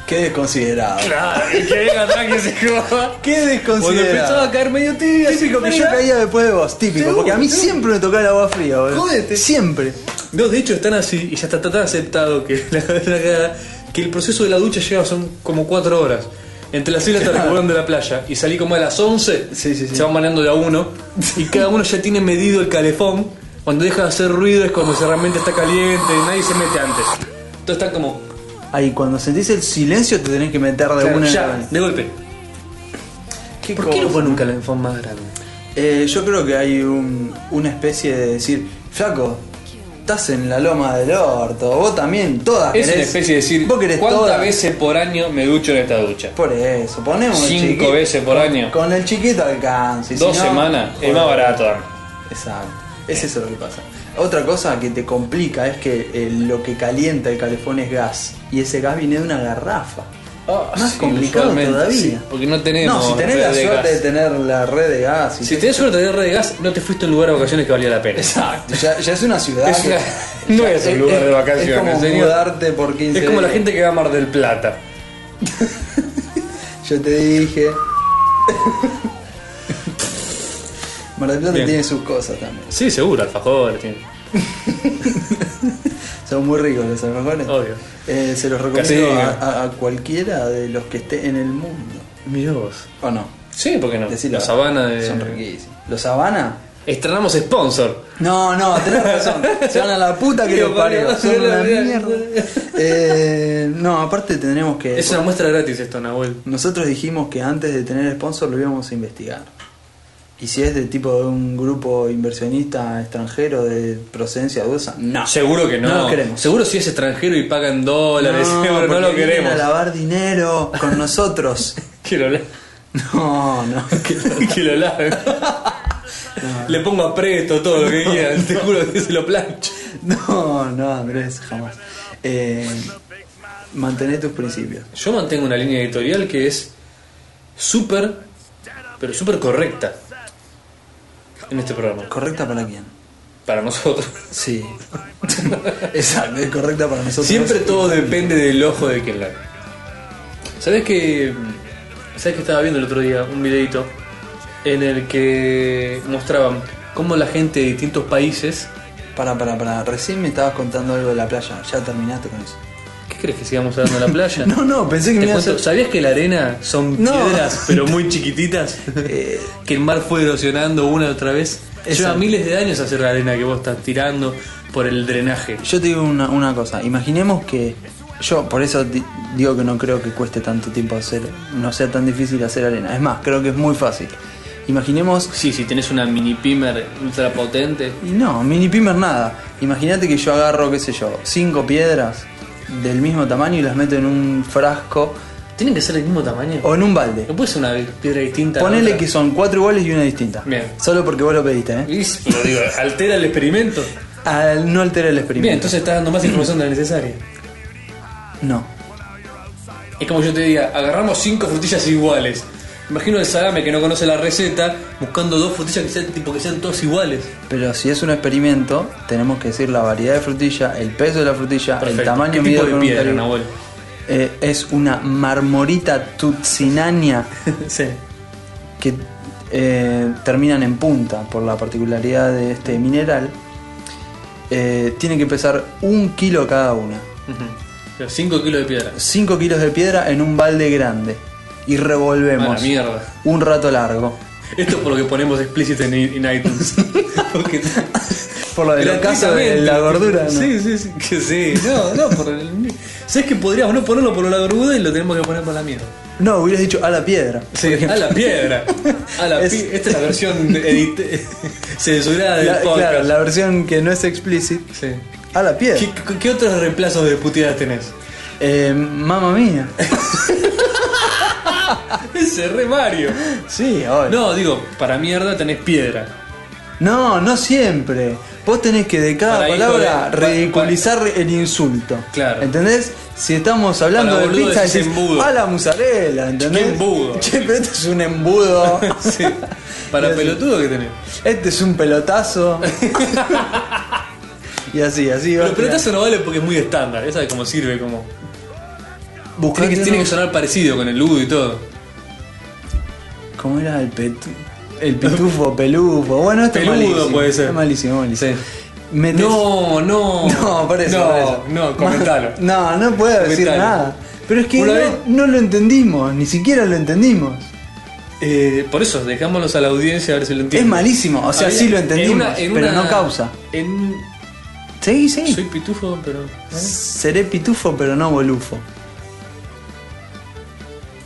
Speaker 2: Qué desconsiderado.
Speaker 1: Claro, y que venga atrás que se joda.
Speaker 2: Qué
Speaker 1: Cuando empezaba
Speaker 2: desconsiderado.
Speaker 1: a caer medio tibia,
Speaker 2: Típico que
Speaker 1: así,
Speaker 2: yo
Speaker 1: verga.
Speaker 2: caía después de vos, típico,
Speaker 1: Seguro,
Speaker 2: porque a mí
Speaker 1: seguro.
Speaker 2: siempre me tocaba el agua fría, boludo.
Speaker 1: Jódete.
Speaker 2: Siempre.
Speaker 1: No, de hecho están así y ya está, está tan aceptado que, [LAUGHS] la, la cagada, que el proceso de la ducha lleva son como 4 horas. Entre las 6 y la tarde volvieron de la playa y salí como a las 11,
Speaker 2: Sí, sí, sí.
Speaker 1: se van manejando de a uno y cada uno ya tiene medido el calefón. Cuando deja de hacer ruido es cuando se realmente está caliente, nadie se mete antes. Entonces está como
Speaker 2: Ahí cuando sentís el silencio te tenés que meter de
Speaker 1: claro,
Speaker 2: una en
Speaker 1: ya,
Speaker 2: la-
Speaker 1: de golpe.
Speaker 2: ¿Qué
Speaker 1: ¿Por qué no
Speaker 2: cosa?
Speaker 1: ponen un calefón más grande?
Speaker 2: Eh, yo creo que hay un- una especie de decir, flaco, estás en la loma del orto, vos también, todas
Speaker 1: Es una
Speaker 2: querés-
Speaker 1: especie de decir,
Speaker 2: vos querés
Speaker 1: ¿cuántas
Speaker 2: todas".
Speaker 1: veces por año me ducho en esta ducha?
Speaker 2: Por eso, ponemos el
Speaker 1: Cinco
Speaker 2: chiquito.
Speaker 1: veces por año.
Speaker 2: Con el chiquito alcanza. y si
Speaker 1: Dos
Speaker 2: no,
Speaker 1: semanas, es
Speaker 2: joder.
Speaker 1: más barato. dame.
Speaker 2: Exacto, es eso lo que pasa. Otra cosa que te complica es que eh, lo que calienta el calefón es gas, y ese gas viene de una garrafa.
Speaker 1: Ah,
Speaker 2: Más
Speaker 1: sí,
Speaker 2: complicado
Speaker 1: usualmente,
Speaker 2: todavía.
Speaker 1: sí, porque no tenemos
Speaker 2: No, si tenés
Speaker 1: red
Speaker 2: la
Speaker 1: de
Speaker 2: suerte
Speaker 1: gas.
Speaker 2: de tener la red de gas. y
Speaker 1: Si
Speaker 2: te-
Speaker 1: tenés suerte de tener red de gas, no te fuiste a un lugar de vacaciones que valía la pena.
Speaker 2: Exacto, ya, ya es una ciudad.
Speaker 1: Es
Speaker 2: que-
Speaker 1: una-
Speaker 2: [LAUGHS]
Speaker 1: [LAUGHS] no es un lugar de vacaciones,
Speaker 2: Es como
Speaker 1: señor.
Speaker 2: mudarte por 15
Speaker 1: Es como la
Speaker 2: días.
Speaker 1: gente que va a Mar del Plata.
Speaker 2: Yo te
Speaker 1: [LAUGHS]
Speaker 2: dije. Mar del Plata
Speaker 1: Bien.
Speaker 2: tiene sus cosas también.
Speaker 1: Sí, seguro, alfajores, tiene.
Speaker 2: Son muy ricos los alfajores.
Speaker 1: Obvio.
Speaker 2: Eh, se los recomiendo
Speaker 1: Cacique.
Speaker 2: a, a- a cualquiera de los que esté en el mundo.
Speaker 1: Mirá vos.
Speaker 2: ¿O no?
Speaker 1: Sí, ¿por qué no?
Speaker 2: Decí
Speaker 1: la
Speaker 2: verdad.
Speaker 1: sabana de.
Speaker 2: Son riquísimos. ¿Los Habana?
Speaker 1: Estrenamos sponsor.
Speaker 2: No, no, tenés
Speaker 1: [LAUGHS]
Speaker 2: razón. Se van a la puta que
Speaker 1: Tío,
Speaker 2: los parió.
Speaker 1: Mario,
Speaker 2: Son
Speaker 1: no,
Speaker 2: una
Speaker 1: no,
Speaker 2: mierda. Eh, no, aparte tendremos que.
Speaker 1: Es una muestra gratis esto, Nahuel.
Speaker 2: Nosotros dijimos que antes de tener sponsor lo íbamos a investigar. Y si es de tipo de un grupo inversionista extranjero de procedencia dudosa, no.
Speaker 1: Seguro que no.
Speaker 2: No lo queremos.
Speaker 1: Seguro si es extranjero y pagan dólares, [LAUGHS] euros, no
Speaker 2: porque
Speaker 1: lo
Speaker 2: vienen
Speaker 1: queremos.
Speaker 2: a lavar dinero con nosotros. [LAUGHS]
Speaker 1: Que lo, la-
Speaker 2: No, no. [LAUGHS]
Speaker 1: que lo laven. Le pongo a presto todo lo que quieran. Te juro que se lo plancho.
Speaker 2: No, no, Andrés, jamás. Eh, mantener tus principios.
Speaker 1: Yo mantengo una línea editorial que es súper, pero súper correcta en este programa.
Speaker 2: ¿Correcta para quién?
Speaker 1: Para nosotros.
Speaker 2: Sí. [LAUGHS] Exacto, es correcta para nosotros.
Speaker 1: Siempre todo depende del ojo de quien la ve. ¿Sabes que ¿Sabes que estaba viendo el otro día un videito en el que mostraban cómo la gente de distintos países.
Speaker 2: Para, para, para. Recién me estabas contando algo de la playa. Ya terminaste con eso.
Speaker 1: ¿Qué crees que sigamos hablando en la playa?
Speaker 2: [LAUGHS] No, no, pensé que
Speaker 1: Te
Speaker 2: me ibas a
Speaker 1: cuento, ¿Sabías que la arena son
Speaker 2: No.
Speaker 1: piedras, pero muy chiquititas? [LAUGHS]
Speaker 2: Eh,
Speaker 1: que el mar fue erosionando una y otra vez. Lleva
Speaker 2: Exacto.
Speaker 1: miles de años hacer la arena que vos estás tirando por el drenaje.
Speaker 2: Yo te digo una, una cosa, imaginemos que yo, por eso di- digo que no creo que cueste tanto tiempo hacer, no sea tan difícil hacer arena, es más, creo que es muy fácil. Imaginemos,
Speaker 1: Sí, si tenés una mini pimer ultra potente.
Speaker 2: y no, mini pimer nada, imagínate que yo agarro, qué sé yo, cinco piedras del mismo tamaño y las meto en un frasco
Speaker 1: ¿Tienen que ser del mismo tamaño?
Speaker 2: o en un balde.
Speaker 1: ¿No puede ser una piedra distinta? a la
Speaker 2: Ponele
Speaker 1: otra?
Speaker 2: que son cuatro iguales y una distinta.
Speaker 1: Bien.
Speaker 2: Solo porque vos lo pediste, ¿eh?
Speaker 1: Is, Pero digo, altera el experimento.
Speaker 2: Al no alterar el experimento.
Speaker 1: Bien, entonces estás dando más información de la necesaria.
Speaker 2: No.
Speaker 1: Es como yo te diga, agarramos cinco frutillas iguales. Imagino el salame que no conoce la receta buscando dos frutillas que sean tipo que sean todas iguales.
Speaker 2: Pero si es un experimento, tenemos que decir la variedad de frutilla, el peso de la frutilla,
Speaker 1: Perfecto.
Speaker 2: el tamaño
Speaker 1: ¿Qué
Speaker 2: medido
Speaker 1: tipo de
Speaker 2: con un
Speaker 1: piedra,
Speaker 2: calibre. [LAUGHS]
Speaker 1: Nahuel?
Speaker 2: Eh,
Speaker 1: [LAUGHS]
Speaker 2: es una marmorita tutsinania
Speaker 1: sí.
Speaker 2: que eh, terminan en punta por la particularidad de este mineral, eh, tiene que pesar un kilo cada una.
Speaker 1: 5 kilos de piedra.
Speaker 2: 5 kilos de piedra en un balde grande. Y
Speaker 1: A la
Speaker 2: revolvemos
Speaker 1: mierda.
Speaker 2: un rato largo.
Speaker 1: Esto es por lo que ponemos explícito en, i- en
Speaker 2: [LAUGHS]
Speaker 1: iTunes. Porque
Speaker 2: Por lo del ocaso de
Speaker 1: Gratuitamente.
Speaker 2: la gordura. ¿no?
Speaker 1: Sí, sí, sí. Que sí. No, no, por el. ¿Sabes que podríamos no ponerlo por la gordura y lo tenemos que poner por la mierda?
Speaker 2: No, hubieras dicho a la piedra. por ejemplo.
Speaker 1: a la piedra. A la
Speaker 2: Es-
Speaker 1: pi- Esta es la versión edit- [LAUGHS] censurada del
Speaker 2: La-
Speaker 1: podcast.
Speaker 2: claro, la versión que no es explícita.
Speaker 1: Sí.
Speaker 2: A la piedra.
Speaker 1: ¿Qué, qué- qué otros reemplazos de
Speaker 2: [LAUGHS]
Speaker 1: puteadas tenés?
Speaker 2: Eh, mamma mía.
Speaker 1: Ese re Mario.
Speaker 2: [LAUGHS] Sí, hoy.
Speaker 1: No, digo, para mierda tenés piedra.
Speaker 2: No, no siempre. Vos tenés que de cada
Speaker 1: Para hijo
Speaker 2: palabra
Speaker 1: de- pa- pa-
Speaker 2: ridiculizar el insulto.
Speaker 1: Claro.
Speaker 2: ¿Entendés? Si estamos hablando
Speaker 1: Para
Speaker 2: de
Speaker 1: boludo
Speaker 2: pizza,
Speaker 1: decís
Speaker 2: decís
Speaker 1: embudo.
Speaker 2: a la mozzarella, ¿entendés?
Speaker 1: Qué
Speaker 2: [LAUGHS]
Speaker 1: embudo.
Speaker 2: Che, pero este es un
Speaker 1: [LAUGHS]
Speaker 2: embudo.
Speaker 1: Sí. Para
Speaker 2: Y así,
Speaker 1: pelotudo que tenés.
Speaker 2: Este es un
Speaker 1: [LAUGHS]
Speaker 2: pelotazo. y así, así va.
Speaker 1: Pero pelotazo no vale porque es muy estándar. Esa es como sirve, como.
Speaker 2: Buscate
Speaker 1: Tiene que, tiene que
Speaker 2: uno-
Speaker 1: sonar parecido con el ludo y todo.
Speaker 2: ¿Cómo era el petu- El pitufo, [LAUGHS] pelufo. Bueno, este
Speaker 1: Peludo
Speaker 2: es malísimo.
Speaker 1: puede ser.
Speaker 2: Es malísimo, malísimo. Metes-
Speaker 1: No, no.
Speaker 2: No, por eso.
Speaker 1: No,
Speaker 2: por eso.
Speaker 1: no, comentalo.
Speaker 2: [LAUGHS] No, no puedo decir
Speaker 1: Comentalo.
Speaker 2: nada. Pero es que
Speaker 1: Una
Speaker 2: no,
Speaker 1: vez-
Speaker 2: no lo entendimos, ni siquiera lo entendimos.
Speaker 1: Eh, por eso, dejámoslos a la audiencia a ver si lo
Speaker 2: Es
Speaker 1: entienden.
Speaker 2: malísimo, o sea,
Speaker 1: Había-
Speaker 2: sí lo
Speaker 1: en
Speaker 2: entendimos,
Speaker 1: una- en
Speaker 2: pero
Speaker 1: una-
Speaker 2: no causa.
Speaker 1: En,
Speaker 2: Sí, sí.
Speaker 1: Soy pitufo, pero. ¿no?
Speaker 2: Seré pitufo, pero no bolufo.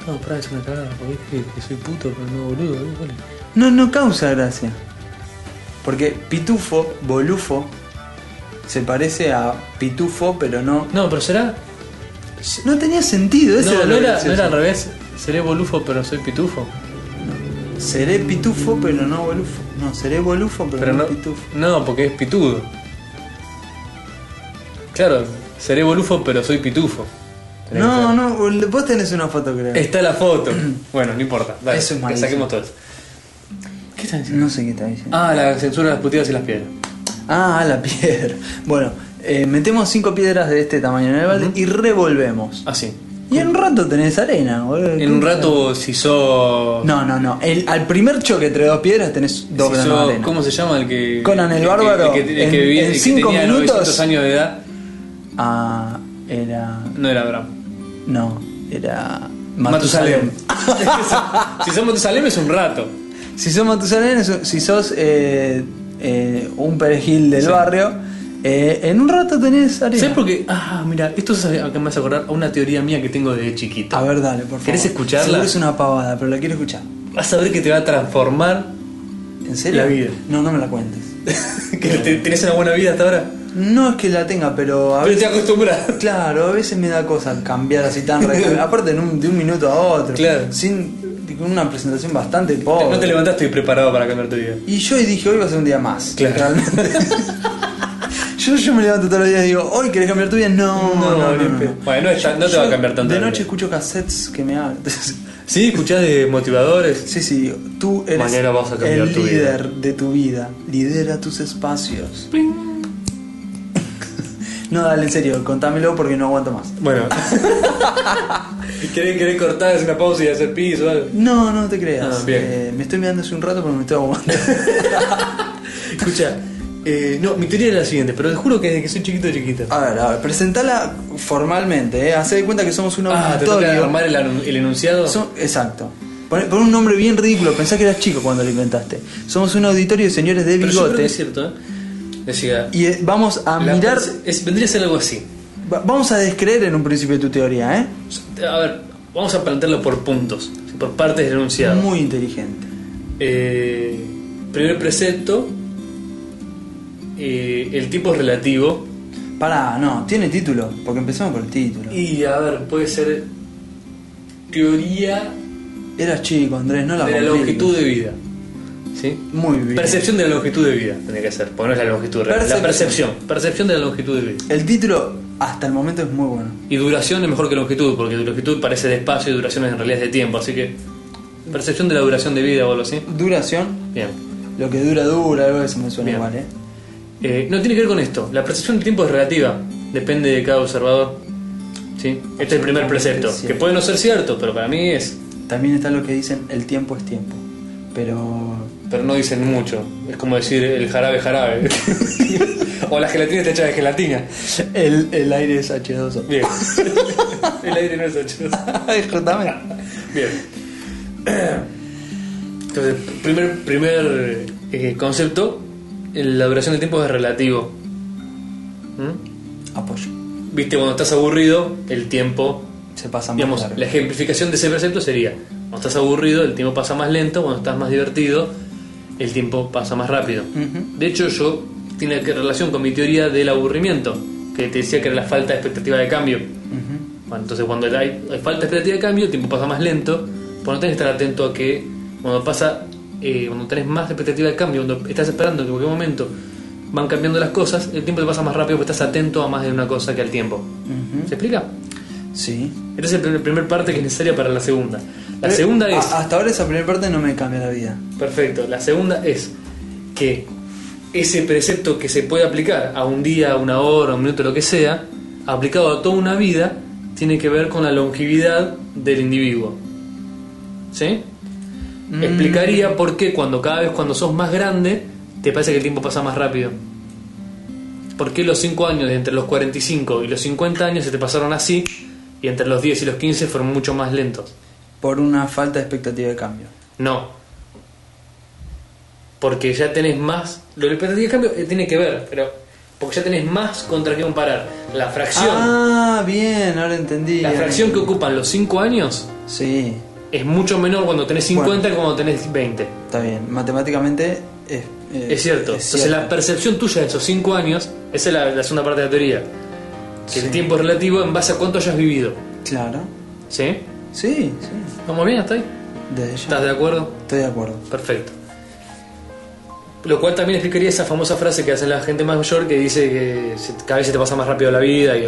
Speaker 1: No, pará, es una cagada, porque es que, que soy puto, pero no boludo. ¿eh? Vale.
Speaker 2: No, no causa gracia. Porque pitufo, bolufo, se parece a pitufo, pero no.
Speaker 1: No, pero será.
Speaker 2: No tenía sentido, eso
Speaker 1: No,
Speaker 2: era
Speaker 1: no
Speaker 2: lo
Speaker 1: era, no
Speaker 2: gracioso.
Speaker 1: era al revés. Seré bolufo, pero soy pitufo.
Speaker 2: Seré pitufo, pero no bolufo. No, seré bolufo, pero,
Speaker 1: Pero
Speaker 2: no,
Speaker 1: no.
Speaker 2: pitufo.
Speaker 1: No, porque es pitudo. Claro, seré bolufo, pero soy pitufo. Tenés que Eh,
Speaker 2: No,
Speaker 1: ser.
Speaker 2: no, vos tenés una foto, creo.
Speaker 1: Está
Speaker 2: [CLEARS THROAT]
Speaker 1: la foto. bueno, no importa. Dale,
Speaker 2: Eso es
Speaker 1: que
Speaker 2: malísimo.
Speaker 1: saquemos todos. ¿Qué están diciendo?
Speaker 2: No sé qué está diciendo.
Speaker 1: Ah, la censura de las puteadas y las piedras.
Speaker 2: Ah, la piedra. Bueno, eh, metemos cinco piedras de este tamaño en el balde y revolvemos.
Speaker 1: Así.
Speaker 2: Y en un rato tenés arena, boludo.
Speaker 1: Ah, En un rato, si sos.
Speaker 2: No, no, no. El- al primer choque entre dos piedras tenés
Speaker 1: si
Speaker 2: dos granos de
Speaker 1: sos-
Speaker 2: arena.
Speaker 1: ¿Cómo se llama el que.
Speaker 2: Conan el
Speaker 1: que-
Speaker 2: Bárbaro,
Speaker 1: El que, el que,
Speaker 2: en-
Speaker 1: vivía-
Speaker 2: en
Speaker 1: el que
Speaker 2: cinco
Speaker 1: tenía
Speaker 2: minutos.
Speaker 1: 900 años de edad.
Speaker 2: Ah, era.
Speaker 1: No era Abraham.
Speaker 2: No, era.
Speaker 1: Matusalem.
Speaker 2: [LAUGHS]
Speaker 1: si sos Matusalem es un rato.
Speaker 2: Si sos Matusalén, es- si sos eh, eh, un perejil del barrio, eh, en un rato tenés arena.
Speaker 1: ¿Sabes por qué? Ah, mira, esto es a- que me hace acordar a una teoría mía que tengo desde chiquito.
Speaker 2: A ver, dale, por favor.
Speaker 1: ¿Querés escucharla?
Speaker 2: Seguro es una pavada, pero la quiero escuchar.
Speaker 1: Vas a ver que te va a transformar. [LAUGHS]
Speaker 2: ¿En serio?
Speaker 1: La vida.
Speaker 2: No, no me la cuentes.
Speaker 1: que te- tenés una buena vida hasta ahora.
Speaker 2: No es que la tenga, pero a
Speaker 1: Pero te
Speaker 2: veces.
Speaker 1: acostumbras.
Speaker 2: Claro, a veces me da cosa cambiar así
Speaker 1: [LAUGHS]
Speaker 2: tan radical. Aparte, en un- de un minuto a otro.
Speaker 1: Claro.
Speaker 2: Sin, con una presentación bastante pobre.
Speaker 1: No te levantaste preparado para cambiar tu vida.
Speaker 2: Y yo dije, hoy va a ser un día más.
Speaker 1: Claro.
Speaker 2: Realmente.
Speaker 1: [LAUGHS]
Speaker 2: yo, yo me levanto todos los días y digo, hoy querés cambiar tu vida. No, no, no.
Speaker 1: ni
Speaker 2: no,
Speaker 1: pedo.
Speaker 2: no.
Speaker 1: Bueno, no, es tan- no te va a
Speaker 2: Yo
Speaker 1: cambiar tanto.
Speaker 2: De
Speaker 1: la
Speaker 2: noche
Speaker 1: vida.
Speaker 2: escucho cassettes que me hablan. Entonces,
Speaker 1: Sí, escuchás de motivadores.
Speaker 2: [LAUGHS] Sí, sí, digo, tú eres
Speaker 1: Mañana vas a cambiar
Speaker 2: el
Speaker 1: tu vida.
Speaker 2: líder de tu vida. Lidera tus espacios. [LAUGHS] no, dale, en serio, contámelo porque no aguanto más. [LAUGHS]
Speaker 1: Bueno. ¿Querés, querés cortar, hacer una pausa y hacer piso o algo?
Speaker 2: No, no te creas.
Speaker 1: Ah, bien.
Speaker 2: Eh, me estoy mirando hace un rato, pero me estoy aguantando.
Speaker 1: [LAUGHS] Escucha, eh, no, mi teoría es la siguiente, pero te juro que desde que soy chiquito, chiquita.
Speaker 2: a ver, a ver, presentala formalmente, ¿eh? Hacé de cuenta que somos un
Speaker 1: Ah, ¿te toca
Speaker 2: auditorio.
Speaker 1: armar el, anun- el enunciado?
Speaker 2: So- exacto. Pon, pon un nombre bien ridículo, pensá que eras chico cuando lo inventaste. Somos un auditorio de señores de
Speaker 1: Pero yo creo que
Speaker 2: bigotes.
Speaker 1: es cierto, ¿eh? Decía,
Speaker 2: Y eh, vamos a
Speaker 1: la
Speaker 2: mirar.
Speaker 1: pers- es- vendría a ser algo así.
Speaker 2: va- Vamos a descreer en un principio tu teoría, ¿eh?
Speaker 1: A ver, vamos a plantearlo por puntos, por partes del enunciado.
Speaker 2: Muy inteligente.
Speaker 1: Eh, primer precepto, eh, el tipo es relativo.
Speaker 2: Pará, no, tiene título, porque empezamos por el título.
Speaker 1: Y a ver, puede ser teoría
Speaker 2: Eras chico, Andrés, no la
Speaker 1: de la
Speaker 2: compliques.
Speaker 1: longitud de vida. ¿Sí?
Speaker 2: Muy bien.
Speaker 1: Percepción de la longitud de vida tendría que ser, porque no es la longitud real,
Speaker 2: Percepción.
Speaker 1: la percepción. Percepción de la longitud de vida.
Speaker 2: el título hasta el momento es muy bueno.
Speaker 1: Y duración es mejor que longitud, porque longitud parece de espacio y duración en realidad es de tiempo, así que. Percepción de la duración de vida o algo así.
Speaker 2: Duración,
Speaker 1: Bien.
Speaker 2: lo que dura, dura, algo de eso me suena
Speaker 1: Bien.
Speaker 2: igual, ¿eh?
Speaker 1: Eh, no tiene que ver con esto. La percepción del tiempo es relativa, depende de cada observador. ¿Sí? Este es el primer precepto,
Speaker 2: cierto.
Speaker 1: que puede no ser cierto, pero para mí es.
Speaker 2: También está lo que dicen, el tiempo es tiempo. Pero
Speaker 1: [LAUGHS] Pero no dicen mucho. Es como decir el jarabe jarabe. [LAUGHS] o la gelatina está hecha de gelatina.
Speaker 2: el, el aire es H2O.
Speaker 1: Bien. [LAUGHS] el aire no es ocho.
Speaker 2: [LAUGHS] Exactamente.
Speaker 1: Bien. Entonces, primer, primer eh, concepto, la duración del tiempo es relativo. ¿Mm?
Speaker 2: Apoyo.
Speaker 1: Viste, cuando estás aburrido, el tiempo...
Speaker 2: Se pasa más
Speaker 1: Digamos,
Speaker 2: largo.
Speaker 1: la ejemplificación de ese precepto sería, cuando estás aburrido, el tiempo pasa más lento, cuando estás más divertido, el tiempo pasa más rápido.
Speaker 2: Ujú.
Speaker 1: De hecho, yo tiene que- relación con mi teoría del aburrimiento, que te decía que era la falta de expectativa de cambio.
Speaker 2: Ujú.
Speaker 1: Bueno, entonces cuando hay, hay falta de expectativa de cambio, el tiempo pasa más lento, pues no tenés que estar atento a que cuando pasa, eh, cuando tenés más expectativa de cambio, cuando estás esperando que en cualquier momento van cambiando las cosas, el tiempo te pasa más rápido porque estás atento a más de una cosa que al tiempo.
Speaker 2: Ujú.
Speaker 1: ¿Se explica?
Speaker 2: Sí.
Speaker 1: Esta Este es la primer, primer parte que es necesaria para la segunda. La
Speaker 2: Pero,
Speaker 1: segunda
Speaker 2: a-
Speaker 1: es...
Speaker 2: hasta ahora esa primera parte no me cambia la vida.
Speaker 1: Perfecto. La segunda es que ese precepto que se puede aplicar a un día, a una hora, a un minuto, lo que sea, aplicado a toda una vida, tiene que ver con la longevidad del individuo. ¿Sí?
Speaker 2: Mm.
Speaker 1: Explicaría por qué cuando cada vez cuando sos más grande, te parece que el tiempo pasa más rápido. ¿Por qué los 5 años de entre los 45 y los 50 años se te pasaron así y entre los 10 y los 15 fueron mucho más lentos?
Speaker 2: Por una falta de expectativa de cambio.
Speaker 1: No. Porque ya tenés más. Lo de la expectativa de cambio eh, tiene que ver, pero. Porque ya tenés más contra qué comparar. La fracción.
Speaker 2: Ah, bien, ahora entendí.
Speaker 1: la fracción que ocupan los 5 años
Speaker 2: Sí,
Speaker 1: es mucho menor cuando tenés 50 que cuando tenés 20.
Speaker 2: está bien. Matemáticamente es. eh,
Speaker 1: Es cierto.
Speaker 2: es
Speaker 1: Entonces la
Speaker 2: cierto.
Speaker 1: percepción tuya de esos 5 años, esa es la, la segunda parte de la teoría. Que
Speaker 2: Sí.
Speaker 1: el tiempo es relativo en base a cuánto hayas vivido.
Speaker 2: Claro.
Speaker 1: ¿Sí?
Speaker 2: Sí, sí.
Speaker 1: ¿Vamos bien hasta ahí?
Speaker 2: De ella.
Speaker 1: ¿Estás de acuerdo?
Speaker 2: Estoy de acuerdo.
Speaker 1: Perfecto. Lo cual también explicaría esa famosa frase que hace la gente mayor que dice que se- cada vez se te pasa más rápido la vida. Y,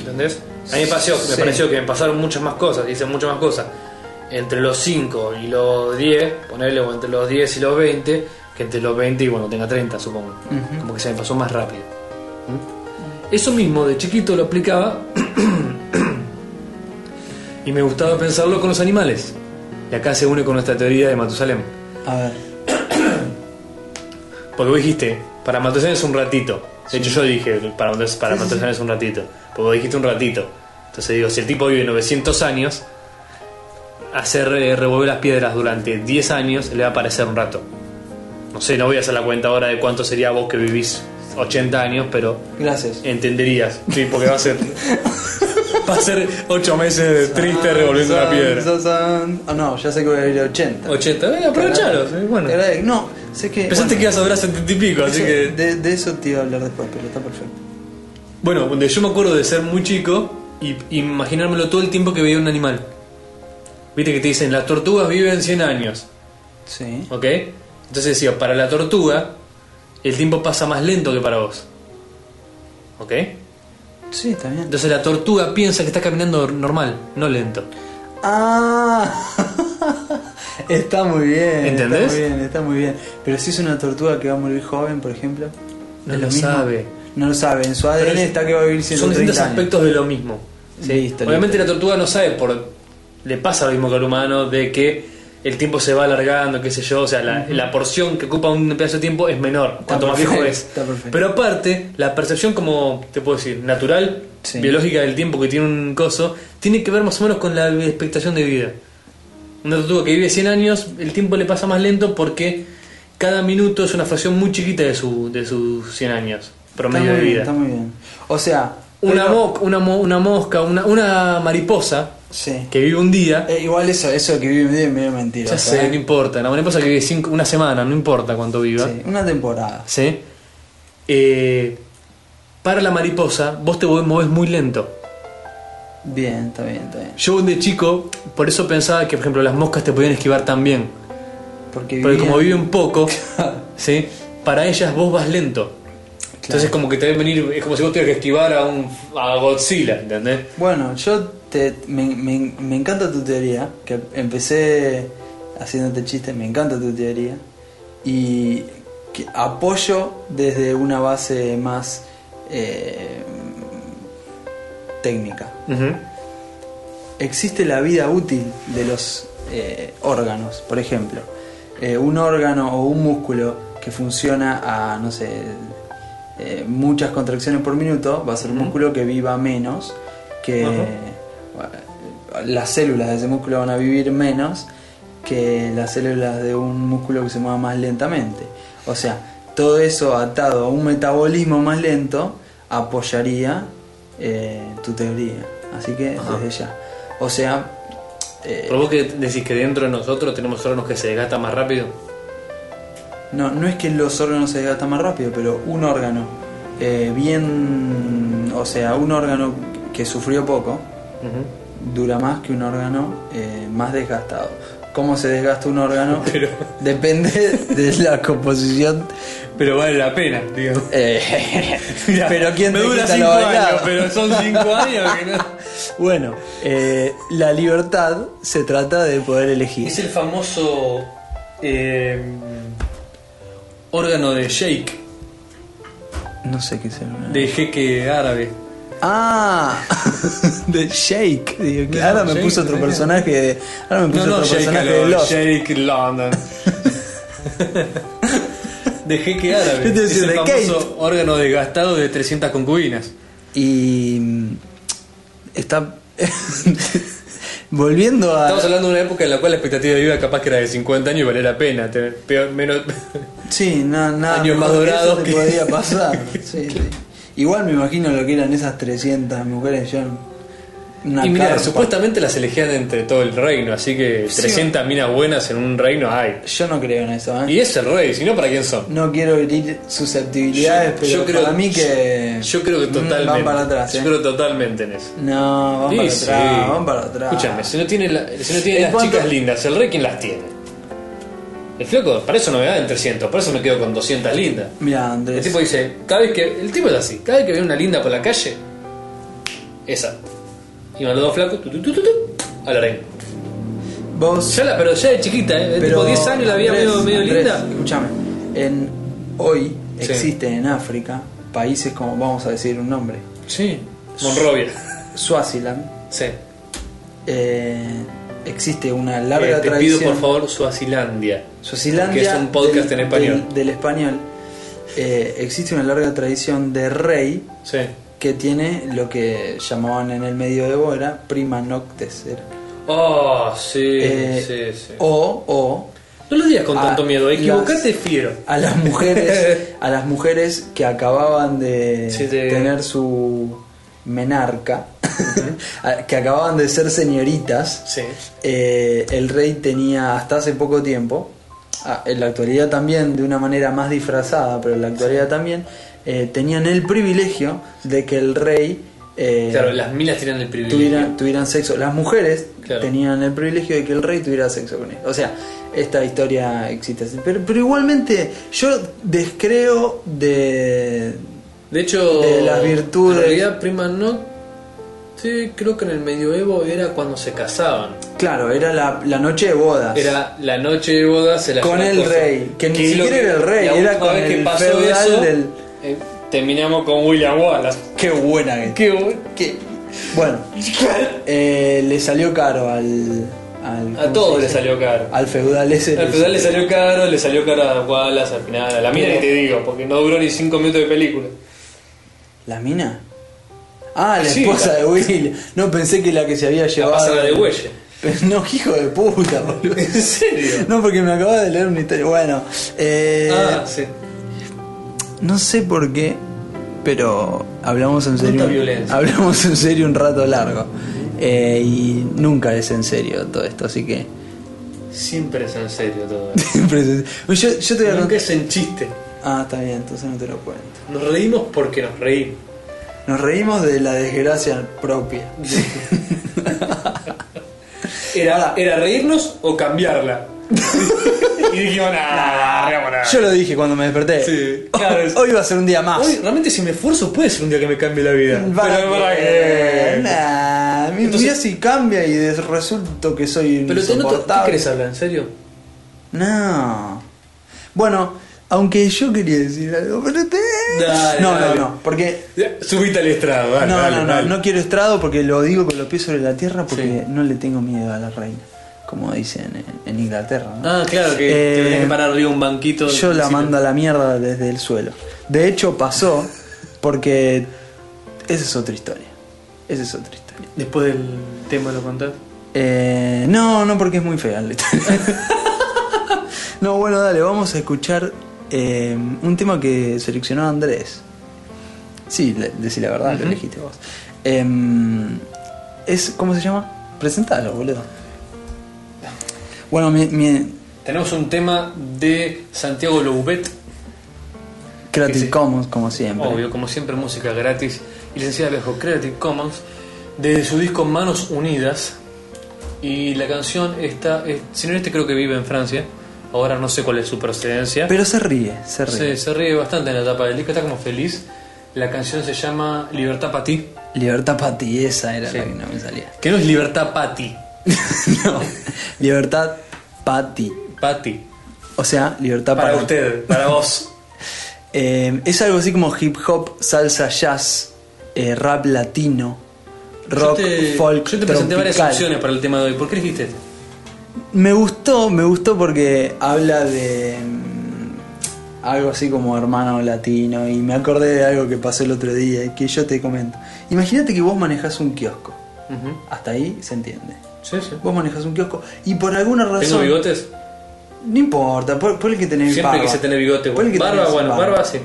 Speaker 1: ¿Entendés? A mí me, pareció, me
Speaker 2: Sí.
Speaker 1: pareció que me pasaron muchas más cosas, dicen muchas más cosas. Entre los 5 y los 10, ponerle o entre los 10 y los 20, que entre los 20 y cuando tenga 30, supongo.
Speaker 2: Ujú.
Speaker 1: Como que se me pasó más rápido. ¿Mm? Eso mismo de chiquito lo aplicaba [CLEARS THROAT] y me gustaba pensarlo con los animales. Y acá se une con nuestra teoría de Matusalem.
Speaker 2: A ver.
Speaker 1: Porque vos dijiste, para Matusalén es un ratito. De hecho, yo dije, para, Matus- para Matusalén es un ratito. Porque vos dijiste un ratito. Entonces digo, si el tipo vive 900 años, hacer eh, revolver las piedras durante 10 años le va a parecer un rato. No sé, no voy a hacer la cuenta ahora de cuánto sería vos que vivís 80 años, pero
Speaker 2: Gracias.
Speaker 1: entenderías. Sí, porque va
Speaker 2: [LAUGHS]
Speaker 1: a ser. va a ser 8 meses de triste revolviendo la
Speaker 2: San,
Speaker 1: piedra.
Speaker 2: san, san. Ah, no, ya sé que voy a ir a 80.
Speaker 1: 80, eh, aprovecharos. eh, Bueno,
Speaker 2: Era- No, sé que.
Speaker 1: pensaste
Speaker 2: bueno,
Speaker 1: que ibas a durar 70 y pico, así
Speaker 2: eso-
Speaker 1: que.
Speaker 2: De, de eso te iba a hablar después, pero está perfecto.
Speaker 1: Bueno, donde yo me acuerdo de ser muy chico y imaginármelo todo el tiempo que veía un animal. Viste que te dicen, las tortugas viven 100 años,
Speaker 2: Sí.
Speaker 1: ¿ok? Entonces decía, para la tortuga, el tiempo pasa más lento que para vos. ¿Ok?
Speaker 2: Sí, está bien.
Speaker 1: Entonces la tortuga piensa que está caminando normal, no lento.
Speaker 2: Ah, [LAUGHS] está muy bien. Está
Speaker 1: ¿Entendés?
Speaker 2: muy bien, está muy bien. Pero si es una tortuga que va a morir joven, por ejemplo.
Speaker 1: No
Speaker 2: ¿es
Speaker 1: lo sabe.
Speaker 2: No lo sabe. En su
Speaker 1: Pero
Speaker 2: ADN
Speaker 1: es-
Speaker 2: está que va a vivir
Speaker 1: Son
Speaker 2: 130
Speaker 1: distintos
Speaker 2: años.
Speaker 1: aspectos de lo mismo. ¿sí?
Speaker 2: Listo,
Speaker 1: Obviamente la tortuga no sabe por... Le pasa lo mismo que al humano de que el tiempo se va alargando, qué sé yo, o sea, la, la porción que ocupa un pedazo de tiempo es menor, cuanto más viejo
Speaker 2: perfecto,
Speaker 1: es.
Speaker 2: está perfecto.
Speaker 1: Pero aparte, la percepción como, te puedo decir, natural,
Speaker 2: Sí.
Speaker 1: biológica del tiempo que tiene un coso, tiene que ver más o menos con la expectación de vida. Una tortuga que vive 100 años, el tiempo le pasa más lento porque cada minuto es una fracción muy chiquita de, su, de sus 100 años,
Speaker 2: Está
Speaker 1: promedio
Speaker 2: muy
Speaker 1: de
Speaker 2: bien,
Speaker 1: vida.
Speaker 2: está muy bien. O sea,
Speaker 1: Una,
Speaker 2: pero-
Speaker 1: mo- una, mo- una mosca, una, una mariposa
Speaker 2: Sí.
Speaker 1: que vive un día.
Speaker 2: Eh, igual eso, eso que vive medio, medio mentira.
Speaker 1: ya sé, no importa. Una mariposa que vive cinco- una semana, no importa cuánto viva. Sí.
Speaker 2: una temporada.
Speaker 1: Eh, para la mariposa, vos te mueves muy lento.
Speaker 2: Bien, está bien, está bien.
Speaker 1: Yo de chico, por eso pensaba que, por ejemplo, las moscas te podían esquivar tan bien.
Speaker 2: Porque
Speaker 1: Porque como
Speaker 2: vivían-
Speaker 1: viven [LAUGHS] poco, ¿sí? para ellas vos vas lento. Entonces como que te deben venir, es como si vos tuvieras que esquivar a un a Godzilla, ¿entendés?
Speaker 2: Bueno, yo te, me, me- me encanta tu teoría, que empecé haciéndote chistes, me encanta tu teoría, y que apoyo desde una base más eh, técnica.
Speaker 1: Ujú.
Speaker 2: Existe la vida útil de los eh, órganos, por ejemplo. eh, un órgano o un músculo que funciona a, no sé, eh, muchas contracciones por minuto, va a ser un músculo que viva menos, que
Speaker 1: Ujú.
Speaker 2: bueno, las células de ese músculo van a vivir menos que las células de un músculo que se mueva más lentamente. O sea, todo eso atado a un metabolismo más lento apoyaría eh, tu teoría. Así que
Speaker 1: Ajá.
Speaker 2: desde ya. O sea, eh,
Speaker 1: ¿Pero vos que decís que dentro de nosotros tenemos órganos que se desgastan más rápido?
Speaker 2: No, no es que los órganos se desgastan más rápido, pero un órgano eh, bien, o sea, un órgano que sufrió poco
Speaker 1: Ujú.
Speaker 2: dura más que un órgano eh, más desgastado. ¿Cómo se desgasta un órgano?
Speaker 1: [LAUGHS] Pero-
Speaker 2: Depende de la composición.
Speaker 1: Pero vale la pena, digamos. [LAUGHS]
Speaker 2: eh,
Speaker 1: Mirá,
Speaker 2: pero quién
Speaker 1: me
Speaker 2: te
Speaker 1: dura
Speaker 2: quita
Speaker 1: 5
Speaker 2: lo bailado?
Speaker 1: años, pero son
Speaker 2: [LAUGHS]
Speaker 1: 5 años que no.
Speaker 2: Bueno, eh, la libertad se trata de poder elegir.
Speaker 1: Es el famoso eh, órgano de Sheikh,
Speaker 2: No sé qué es el-
Speaker 1: de jeque árabe.
Speaker 2: Ah, [LAUGHS] de Shake. Digo, que
Speaker 1: No,
Speaker 2: ahora me
Speaker 1: Jake,
Speaker 2: puso otro
Speaker 1: ¿no?
Speaker 2: personaje de. Ahora me
Speaker 1: No,
Speaker 2: puso
Speaker 1: no,
Speaker 2: otro
Speaker 1: Sheikh
Speaker 2: personaje de
Speaker 1: árabe,
Speaker 2: Lost.
Speaker 1: Sheikh
Speaker 2: [LAUGHS]
Speaker 1: London. de jeque
Speaker 2: Yo
Speaker 1: árabe.
Speaker 2: te iba a
Speaker 1: Es
Speaker 2: decir,
Speaker 1: el
Speaker 2: Este de
Speaker 1: famoso
Speaker 2: Kate.
Speaker 1: órgano desgastado de 300 concubinas.
Speaker 2: Y. mm, Está. [LAUGHS] volviendo a.
Speaker 1: Estamos hablando de una época en la cual la expectativa de vida capaz que era de 50 años y valía la pena. tener peor- menos...
Speaker 2: Sí, na- nada.
Speaker 1: Años más
Speaker 2: mejor que eso
Speaker 1: dorados
Speaker 2: te
Speaker 1: que-
Speaker 2: podía pasar. Sí, sí. Igual me imagino lo que eran esas 300 mujeres. Yo. Una
Speaker 1: [LAUGHS] y mira,
Speaker 2: carpa.
Speaker 1: supuestamente las elegían entre todo el reino, así que
Speaker 2: Sí.
Speaker 1: 300 minas buenas en un reino hay.
Speaker 2: Yo no creo en eso, ¿eh?
Speaker 1: Y es el rey, si no, ¿para quién son?
Speaker 2: No quiero herir susceptibilidades, pero para mí que.
Speaker 1: Yo creo que
Speaker 2: Mm,
Speaker 1: totalmente.
Speaker 2: Van para atrás,
Speaker 1: Yo
Speaker 2: ¿eh?
Speaker 1: creo totalmente en eso.
Speaker 2: No, van
Speaker 1: Sí,
Speaker 2: para
Speaker 1: sí.
Speaker 2: atrás, van para atrás.
Speaker 1: Escúchame, si no tiene, la- si no tiene
Speaker 2: ¿En
Speaker 1: las
Speaker 2: cuánto-
Speaker 1: chicas lindas, ¿el rey quién las tiene? El flaco, para eso no me da en 300, por eso me quedo con 200 lindas.
Speaker 2: Mira,
Speaker 1: El
Speaker 2: Andrés.
Speaker 1: tipo dice, cada vez que. El tipo es así, cada vez que ve una linda por la calle, esa. Y van los dos flacos, tu, tu, tu, tu, tu, al rey.
Speaker 2: Vos.
Speaker 1: Ya la, pero ya de chiquita, ¿eh? El tipo 10 años la había
Speaker 2: Andrés,
Speaker 1: medio, medio
Speaker 2: Andrés,
Speaker 1: linda.
Speaker 2: Escúchame. En, hoy
Speaker 1: Sí.
Speaker 2: existen en África países como, vamos a decir un nombre,
Speaker 1: Sí. Monrovia.
Speaker 2: Swaziland.
Speaker 1: Sí.
Speaker 2: eh, existe una larga
Speaker 1: Eh, te
Speaker 2: tradición.
Speaker 1: pido por favor Suazilandia.
Speaker 2: Suazilandia,
Speaker 1: Que es un podcast
Speaker 2: del-
Speaker 1: en español.
Speaker 2: Del, del español. Eh, existe una larga tradición de rey
Speaker 1: Sí.
Speaker 2: que tiene lo que llamaban en el medio de Bora prima noctes. era.
Speaker 1: Oh, sí,
Speaker 2: Eh,
Speaker 1: sí, sí.
Speaker 2: O, o
Speaker 1: No lo digas con
Speaker 2: Ah,
Speaker 1: tanto miedo, equivocate
Speaker 2: las-
Speaker 1: fiero.
Speaker 2: a las
Speaker 1: [LAUGHS]
Speaker 2: mujeres a las mujeres que acababan de
Speaker 1: Sí, de-
Speaker 2: tener su menarca [LAUGHS] a- que acababan de ser señoritas
Speaker 1: Sí.
Speaker 2: eh, el rey tenía hasta hace poco tiempo ah, en la actualidad también de una manera más disfrazada pero en la actualidad también eh, tenían el privilegio de que el rey eh,
Speaker 1: Claro, las minas tienen el privilegio.
Speaker 2: tuvieran, tuvieran sexo. Las mujeres
Speaker 1: Claro.
Speaker 2: tenían el privilegio de que el rey tuviera sexo con ellos. O sea, esta historia existe. así. Pero, pero igualmente, yo descreo de.
Speaker 1: De hecho,
Speaker 2: de las virtudes.
Speaker 1: En realidad, prima no. Sí, creo que en el medioevo era cuando se casaban.
Speaker 2: Claro, era la, la noche de bodas.
Speaker 1: Era la noche de bodas se la
Speaker 2: Con
Speaker 1: llevó
Speaker 2: el
Speaker 1: cosa.
Speaker 2: rey, que ni
Speaker 1: es lo
Speaker 2: siquiera era el rey,
Speaker 1: la
Speaker 2: era
Speaker 1: última
Speaker 2: con
Speaker 1: vez
Speaker 2: el feudal del-
Speaker 1: eh, terminamos con William Wallace.
Speaker 2: Qué buena que.
Speaker 1: Qué bueno.
Speaker 2: qué-
Speaker 1: [LAUGHS]
Speaker 2: Bueno, eh, le salió caro al. al-
Speaker 1: A
Speaker 2: ¿cómo
Speaker 1: todos
Speaker 2: se
Speaker 1: le
Speaker 2: dice?
Speaker 1: salió caro.
Speaker 2: Al feudal ese.
Speaker 1: Al final le salió caro, le salió caro a Wallace al final, a la mina que te digo, porque no duró ni 5 minutos de película.
Speaker 2: ¿La mina? Ah, la
Speaker 1: Sí,
Speaker 2: esposa
Speaker 1: la-
Speaker 2: de Will. No pensé que la que se había llevado.
Speaker 1: pasada de Güelle.
Speaker 2: Pero [LAUGHS] No, hijo de
Speaker 1: [LAUGHS]
Speaker 2: puta, boludo.
Speaker 1: ¿En serio?
Speaker 2: No, porque me acabas de leer una historia. Bueno, eh,
Speaker 1: ah, sí.
Speaker 2: no sé por qué, pero hablamos en serio.
Speaker 1: Tanta violencia.
Speaker 2: Hablamos en serio un rato largo. Eh, y nunca es en serio todo esto, así que. [LAUGHS]
Speaker 1: Siempre es en serio todo. esto.
Speaker 2: siempre es en- yo, yo te voy a
Speaker 1: Nunca
Speaker 2: contar.
Speaker 1: es en chiste.
Speaker 2: Ah, está bien, entonces no te lo cuento.
Speaker 1: Nos reímos porque nos reímos.
Speaker 2: Nos reímos de la desgracia propia.
Speaker 1: Era,
Speaker 2: Ahora-
Speaker 1: era reírnos o cambiarla. y dijimos, nada, no hagamos nada.
Speaker 2: Yo lo dije cuando me desperté.
Speaker 1: Sí, claro, es-
Speaker 2: Hoy va a ser un día más.
Speaker 1: Hoy, realmente si me esfuerzo puede ser un día que me cambie la vida.
Speaker 2: ¿Para
Speaker 1: Pero
Speaker 2: qué?
Speaker 1: para qué.
Speaker 2: Nah, mi
Speaker 1: Entonces-
Speaker 2: vida sí cambia y de- resulto que soy
Speaker 1: Pero te noto, ¿qué
Speaker 2: insoportable.
Speaker 1: querés hablar? ¿En serio?
Speaker 2: No. Bueno, aunque yo quería decir algo, pero te...
Speaker 1: Dale,
Speaker 2: no,
Speaker 1: dale.
Speaker 2: no, no, porque...
Speaker 1: Subite al estrado, dale,
Speaker 2: no,
Speaker 1: dale,
Speaker 2: no, no,
Speaker 1: dale.
Speaker 2: no quiero estrado porque lo digo con los pies sobre la tierra porque
Speaker 1: Sí.
Speaker 2: no le tengo miedo a la reina. como dicen en- en Inglaterra. ¿no?
Speaker 3: Ah, claro, que
Speaker 2: Eh,
Speaker 3: te tenías que parar arriba de un banquito.
Speaker 2: Yo la
Speaker 3: Sí,
Speaker 2: mando a la mierda desde el suelo. De hecho, pasó porque. Esa es otra historia. Esa es otra historia.
Speaker 3: Después del tema lo contás.
Speaker 2: Eh, no, no, porque es muy fea la historia. [LAUGHS] no, bueno, dale, vamos a escuchar eh, un tema que seleccionó Andrés. Sí, le- decí la verdad, lo
Speaker 3: Ujú.
Speaker 2: elegiste vos. Em, es, ¿Cómo se llama? Presentalo, boludo. Bueno, mi, mi
Speaker 3: Tenemos un tema de Santiago Loubet.
Speaker 2: Creative
Speaker 3: Sí, sí.
Speaker 2: Commons, como siempre.
Speaker 3: Obvio, como siempre, música gratis y licenciada bajo Creative Commons, de su disco Manos Unidas. Y la canción está, es- si no este creo que vive en Francia, ahora no sé cuál es su procedencia.
Speaker 2: Pero se ríe, se ríe.
Speaker 3: se, se ríe bastante en la tapa del disco, está como feliz. La canción se llama Libertad para ti,
Speaker 2: Libertad para ti, esa era
Speaker 3: Sí.
Speaker 2: la que no me salía. [LAUGHS]
Speaker 3: que no es Libertad para ti,
Speaker 2: no, libertad para ti.
Speaker 3: para ti,
Speaker 2: O sea, libertad
Speaker 3: para
Speaker 2: para
Speaker 3: usted, para vos.
Speaker 2: Eh, es algo así como hip hop, salsa, jazz, eh, rap latino, [LAUGHS] rock,
Speaker 3: yo te,
Speaker 2: folk,
Speaker 3: yo te presenté varias
Speaker 2: tropical.
Speaker 3: opciones para el tema de hoy. ¿Por qué elegiste este?
Speaker 2: Me gustó, me gustó porque habla de mm, algo así como hermano latino y me acordé de algo que pasó el otro día y que yo te comento. Imagínate que vos manejás un kiosco.
Speaker 3: Ujú.
Speaker 2: Hasta ahí se entiende.
Speaker 3: Sí, sí.
Speaker 2: Vos manejás un kiosco y por alguna razón...
Speaker 3: ¿Tengo bigotes?
Speaker 2: No importa, pon- ponle que tenés
Speaker 3: Siempre
Speaker 2: barba.
Speaker 3: quise tener bigote.
Speaker 2: Ponle que
Speaker 3: Barba,
Speaker 2: tenés
Speaker 3: bueno, barba sí.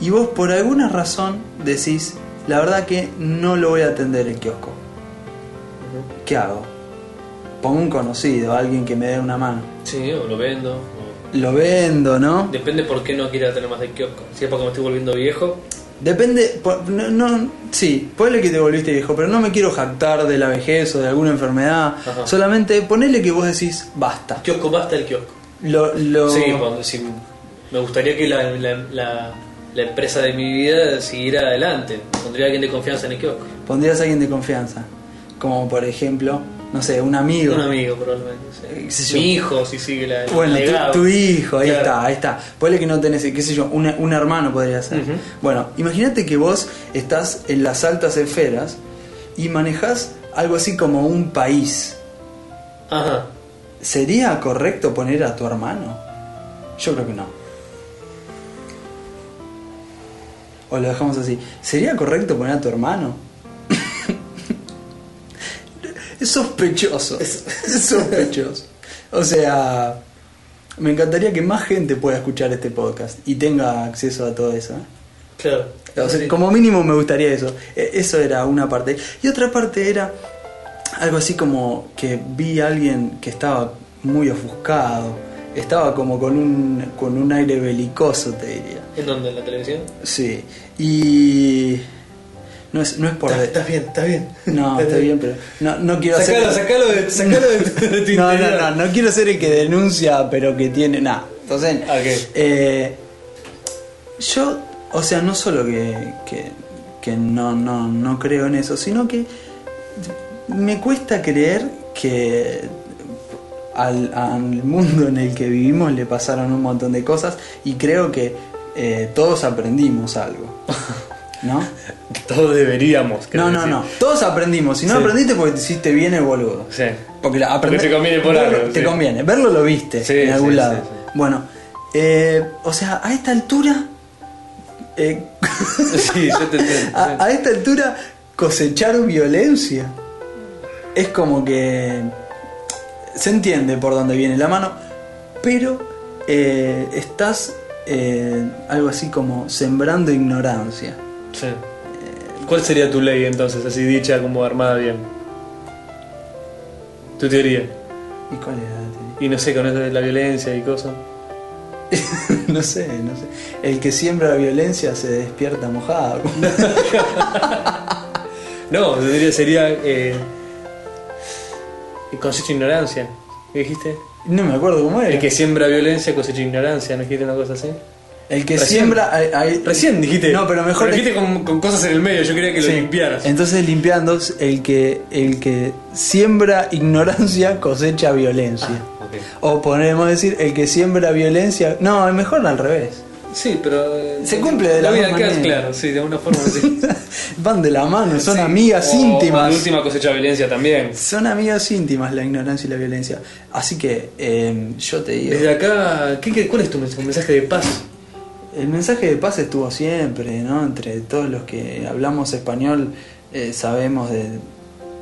Speaker 2: Y vos por alguna razón decís, la verdad que no lo voy a atender el kiosco. ¿Qué hago? Pongo un conocido, alguien que me dé una mano.
Speaker 3: Sí, o lo vendo. o-
Speaker 2: Lo vendo, ¿no?
Speaker 3: Depende por qué no quiera tener más de kiosco. Si es porque me estoy volviendo viejo.
Speaker 2: Depende, po- no, no- sí, ponele que te volviste viejo, pero no me quiero jactar de la vejez o de alguna enfermedad.
Speaker 3: Ajá.
Speaker 2: Solamente ponele que vos decís, basta.
Speaker 3: Kiosco basta el kiosco.
Speaker 2: Lo, lo-
Speaker 3: Sí, po- sí, me gustaría que la, la- la- la empresa de mi vida siguiera adelante. Pondría a alguien de confianza en el kiosco.
Speaker 2: pondrías a alguien de confianza. Como por ejemplo, no sé, un amigo.
Speaker 3: Un amigo probablemente. sí.
Speaker 2: Eh, qué sé yo.
Speaker 3: Mi hijo, si sigue la, el
Speaker 2: Bueno,
Speaker 3: legado.
Speaker 2: tu, tu hijo, ahí
Speaker 3: Claro.
Speaker 2: está, ahí está. Ponle que no tenés, qué sé yo, una- un hermano podría ser.
Speaker 3: Ujú.
Speaker 2: Bueno, imagínate que vos estás en las altas esferas y manejás algo así como un país.
Speaker 3: Ajá.
Speaker 2: ¿Sería correcto poner a tu hermano? Yo creo que no. O lo dejamos así. ¿Sería correcto poner a tu hermano? [LAUGHS] es sospechoso. [LAUGHS] Es sospechoso. O sea, me encantaría que más gente pueda escuchar este podcast y tenga acceso a todo eso. ¿eh?
Speaker 3: Claro.
Speaker 2: O sea,
Speaker 3: Sí.
Speaker 2: Como mínimo me gustaría eso. E- Eso era una parte. Y otra parte era algo así como que vi a alguien que estaba muy ofuscado. Estaba como con un, con un aire belicoso, te diría.
Speaker 3: ¿En dónde? ¿En la televisión?
Speaker 2: Sí. Y... No es, no es por... de-
Speaker 3: bien, está bien.
Speaker 2: No, está bien, pero... No, no quiero hacer...
Speaker 3: Sacalo, sacalo de, sacalo
Speaker 2: [LAUGHS]
Speaker 3: [LAUGHS] de, de tu
Speaker 2: no,
Speaker 3: interior.
Speaker 2: no, no, no quiero ser el que denuncia, pero que tiene nada. Entonces,
Speaker 3: Ok.
Speaker 2: eh, yo, o sea, no solo que, que, que no, no, no creo en eso, sino que me cuesta creer que al, al mundo en el que vivimos le pasaron un montón de cosas y creo que eh, todos aprendimos algo. ¿No?
Speaker 3: Todos deberíamos. [LAUGHS]
Speaker 2: No,
Speaker 3: creo que
Speaker 2: no,
Speaker 3: sí.
Speaker 2: no. Todos aprendimos. Si no
Speaker 3: Sí.
Speaker 2: aprendiste porque te hiciste bien el boludo.
Speaker 3: Sí.
Speaker 2: Porque la
Speaker 3: Porque te conviene por
Speaker 2: verlo-
Speaker 3: algo,
Speaker 2: Te
Speaker 3: sí.
Speaker 2: conviene. Verlo lo viste
Speaker 3: Sí,
Speaker 2: en algún
Speaker 3: sí,
Speaker 2: lado.
Speaker 3: sí, sí.
Speaker 2: Bueno, eh, o sea, a esta altura. eh,
Speaker 3: Sí, [LAUGHS] yo te entiendo.
Speaker 2: a, a esta altura, cosechar violencia es como que. Se entiende por dónde viene la mano, pero eh, estás eh, algo así como sembrando ignorancia.
Speaker 3: Sí. ¿Cuál sería tu ley entonces, así dicha como armada bien? Tu teoría.
Speaker 2: ¿Y cuál era la teoría?
Speaker 3: Y no sé, con esto de la violencia y cosas.
Speaker 2: [LAUGHS] no sé, no sé. El que siembra violencia se despierta mojado. [LAUGHS]
Speaker 3: No, yo diría sería. Eh, cosecha ignorancia. ¿Qué dijiste?
Speaker 2: No me acuerdo cómo era.
Speaker 3: El que siembra violencia cosecha ignorancia, ¿no dijiste una cosa así?
Speaker 2: El que
Speaker 3: Recién.
Speaker 2: siembra. ay, ay-
Speaker 3: Recién dijiste.
Speaker 2: No, pero mejor.
Speaker 3: dijiste con, con cosas en el medio, yo quería que lo
Speaker 2: Sí.
Speaker 3: limpiaras.
Speaker 2: Entonces limpiando, el que, el que siembra ignorancia cosecha violencia.
Speaker 3: Ah, ok.
Speaker 2: O podemos decir, el que siembra violencia. No, es mejor al revés.
Speaker 3: Sí, pero. eh,
Speaker 2: Se cumple de la
Speaker 3: vida
Speaker 2: misma
Speaker 3: queda-
Speaker 2: manera.
Speaker 3: Claro, sí, de alguna forma sí.
Speaker 2: Van de la mano, [LAUGHS] son
Speaker 3: Sí.
Speaker 2: amigas
Speaker 3: O
Speaker 2: íntimas.
Speaker 3: La última cosecha de violencia también.
Speaker 2: Son amigas íntimas la ignorancia y la violencia. Así que eh, yo te digo,
Speaker 3: Desde acá, ¿qué- qué- ¿cuál es tu mensaje, un mensaje de paz?
Speaker 2: el mensaje de paz estuvo siempre, ¿no? Entre todos los que hablamos español eh, sabemos de...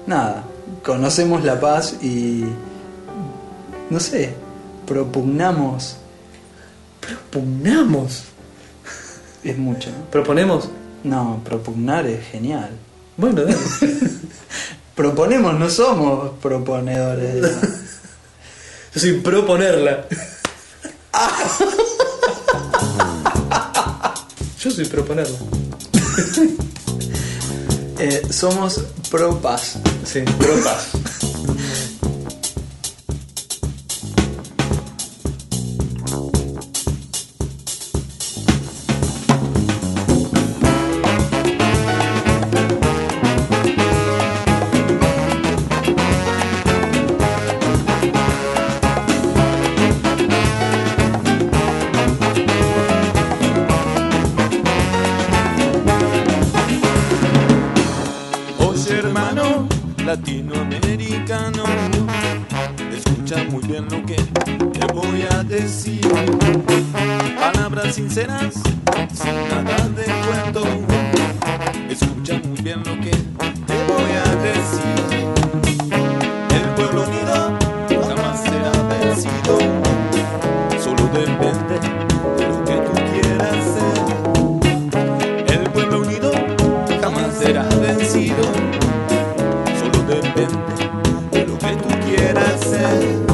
Speaker 2: Nada, conocemos la paz y... No sé, propugnamos...
Speaker 3: Proponamos.
Speaker 2: Es mucho. ¿no?
Speaker 3: ¿Proponemos?
Speaker 2: No, propugnar es genial.
Speaker 3: Bueno,
Speaker 2: [LAUGHS]
Speaker 3: dale.
Speaker 2: Proponemos, no somos proponedores. de nada.
Speaker 3: [LAUGHS] Yo soy
Speaker 2: [LAUGHS]
Speaker 3: proponerla. Yo soy proponerla.
Speaker 2: Eh, somos pro paz.
Speaker 3: Sí, pro paz.
Speaker 4: Oye hermano latinoamericano, escucha muy bien lo que te voy a decir. Palabras sinceras, sin nada de cuento. Escucha muy bien lo que te voy a decir. El pueblo unido jamás será vencido. Solo depende de lo que tú quieras ser. El pueblo unido jamás será vencido. Solo depende de lo que tú quieras ser.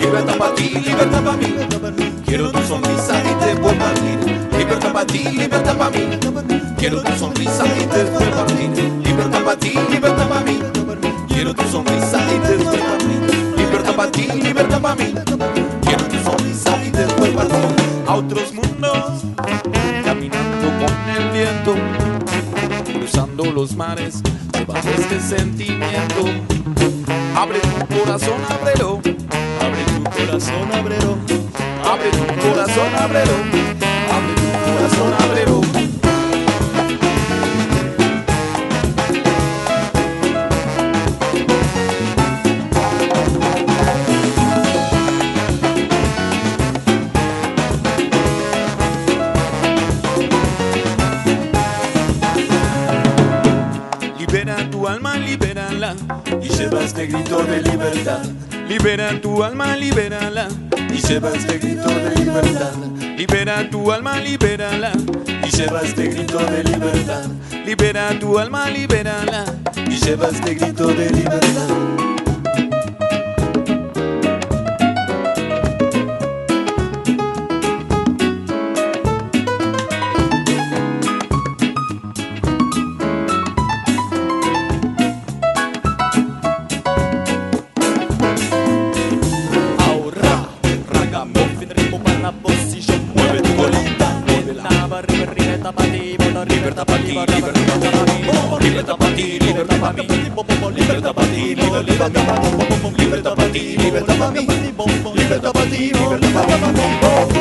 Speaker 4: Libertad para ti, libertad para mí. Quiero tu sonrisa y te voy a partir. Libertad para ti, libertad para mí. Quiero tu sonrisa y te voy a partir. Libertad para ti, libertad para mí. Quiero tu sonrisa y te voy a partir. Libertad para ti, libertad para mí. Quiero tu sonrisa y te voy a partir. A otros mundos caminando con el viento, cruzando los mares debajo de este sentimiento. Abre tu corazón, ábrelo. Abre tu corazón, ábrelo. Abre tu corazón, ábrelo. Abre tu corazón, ábrelo. Libera tu alma, libérala y lleva este grito de libertad. Libera tu alma, libérala y lleva este grito de libertad. Libera tu alma, libérala y lleva este grito de libertad. Libera tu alma, libérala y lleva este grito de libertad. Ahora, ragamuffin, ritmo para vos y yo Mueve tu colita, muévela
Speaker 5: Libertad para ti,
Speaker 4: Libertad para ti, libertad para mí Libertad para ti, libertad para mí Libertad para ti, libertad para mí Libertad para ti, libertad para mí Libertad para ti, libertad para mí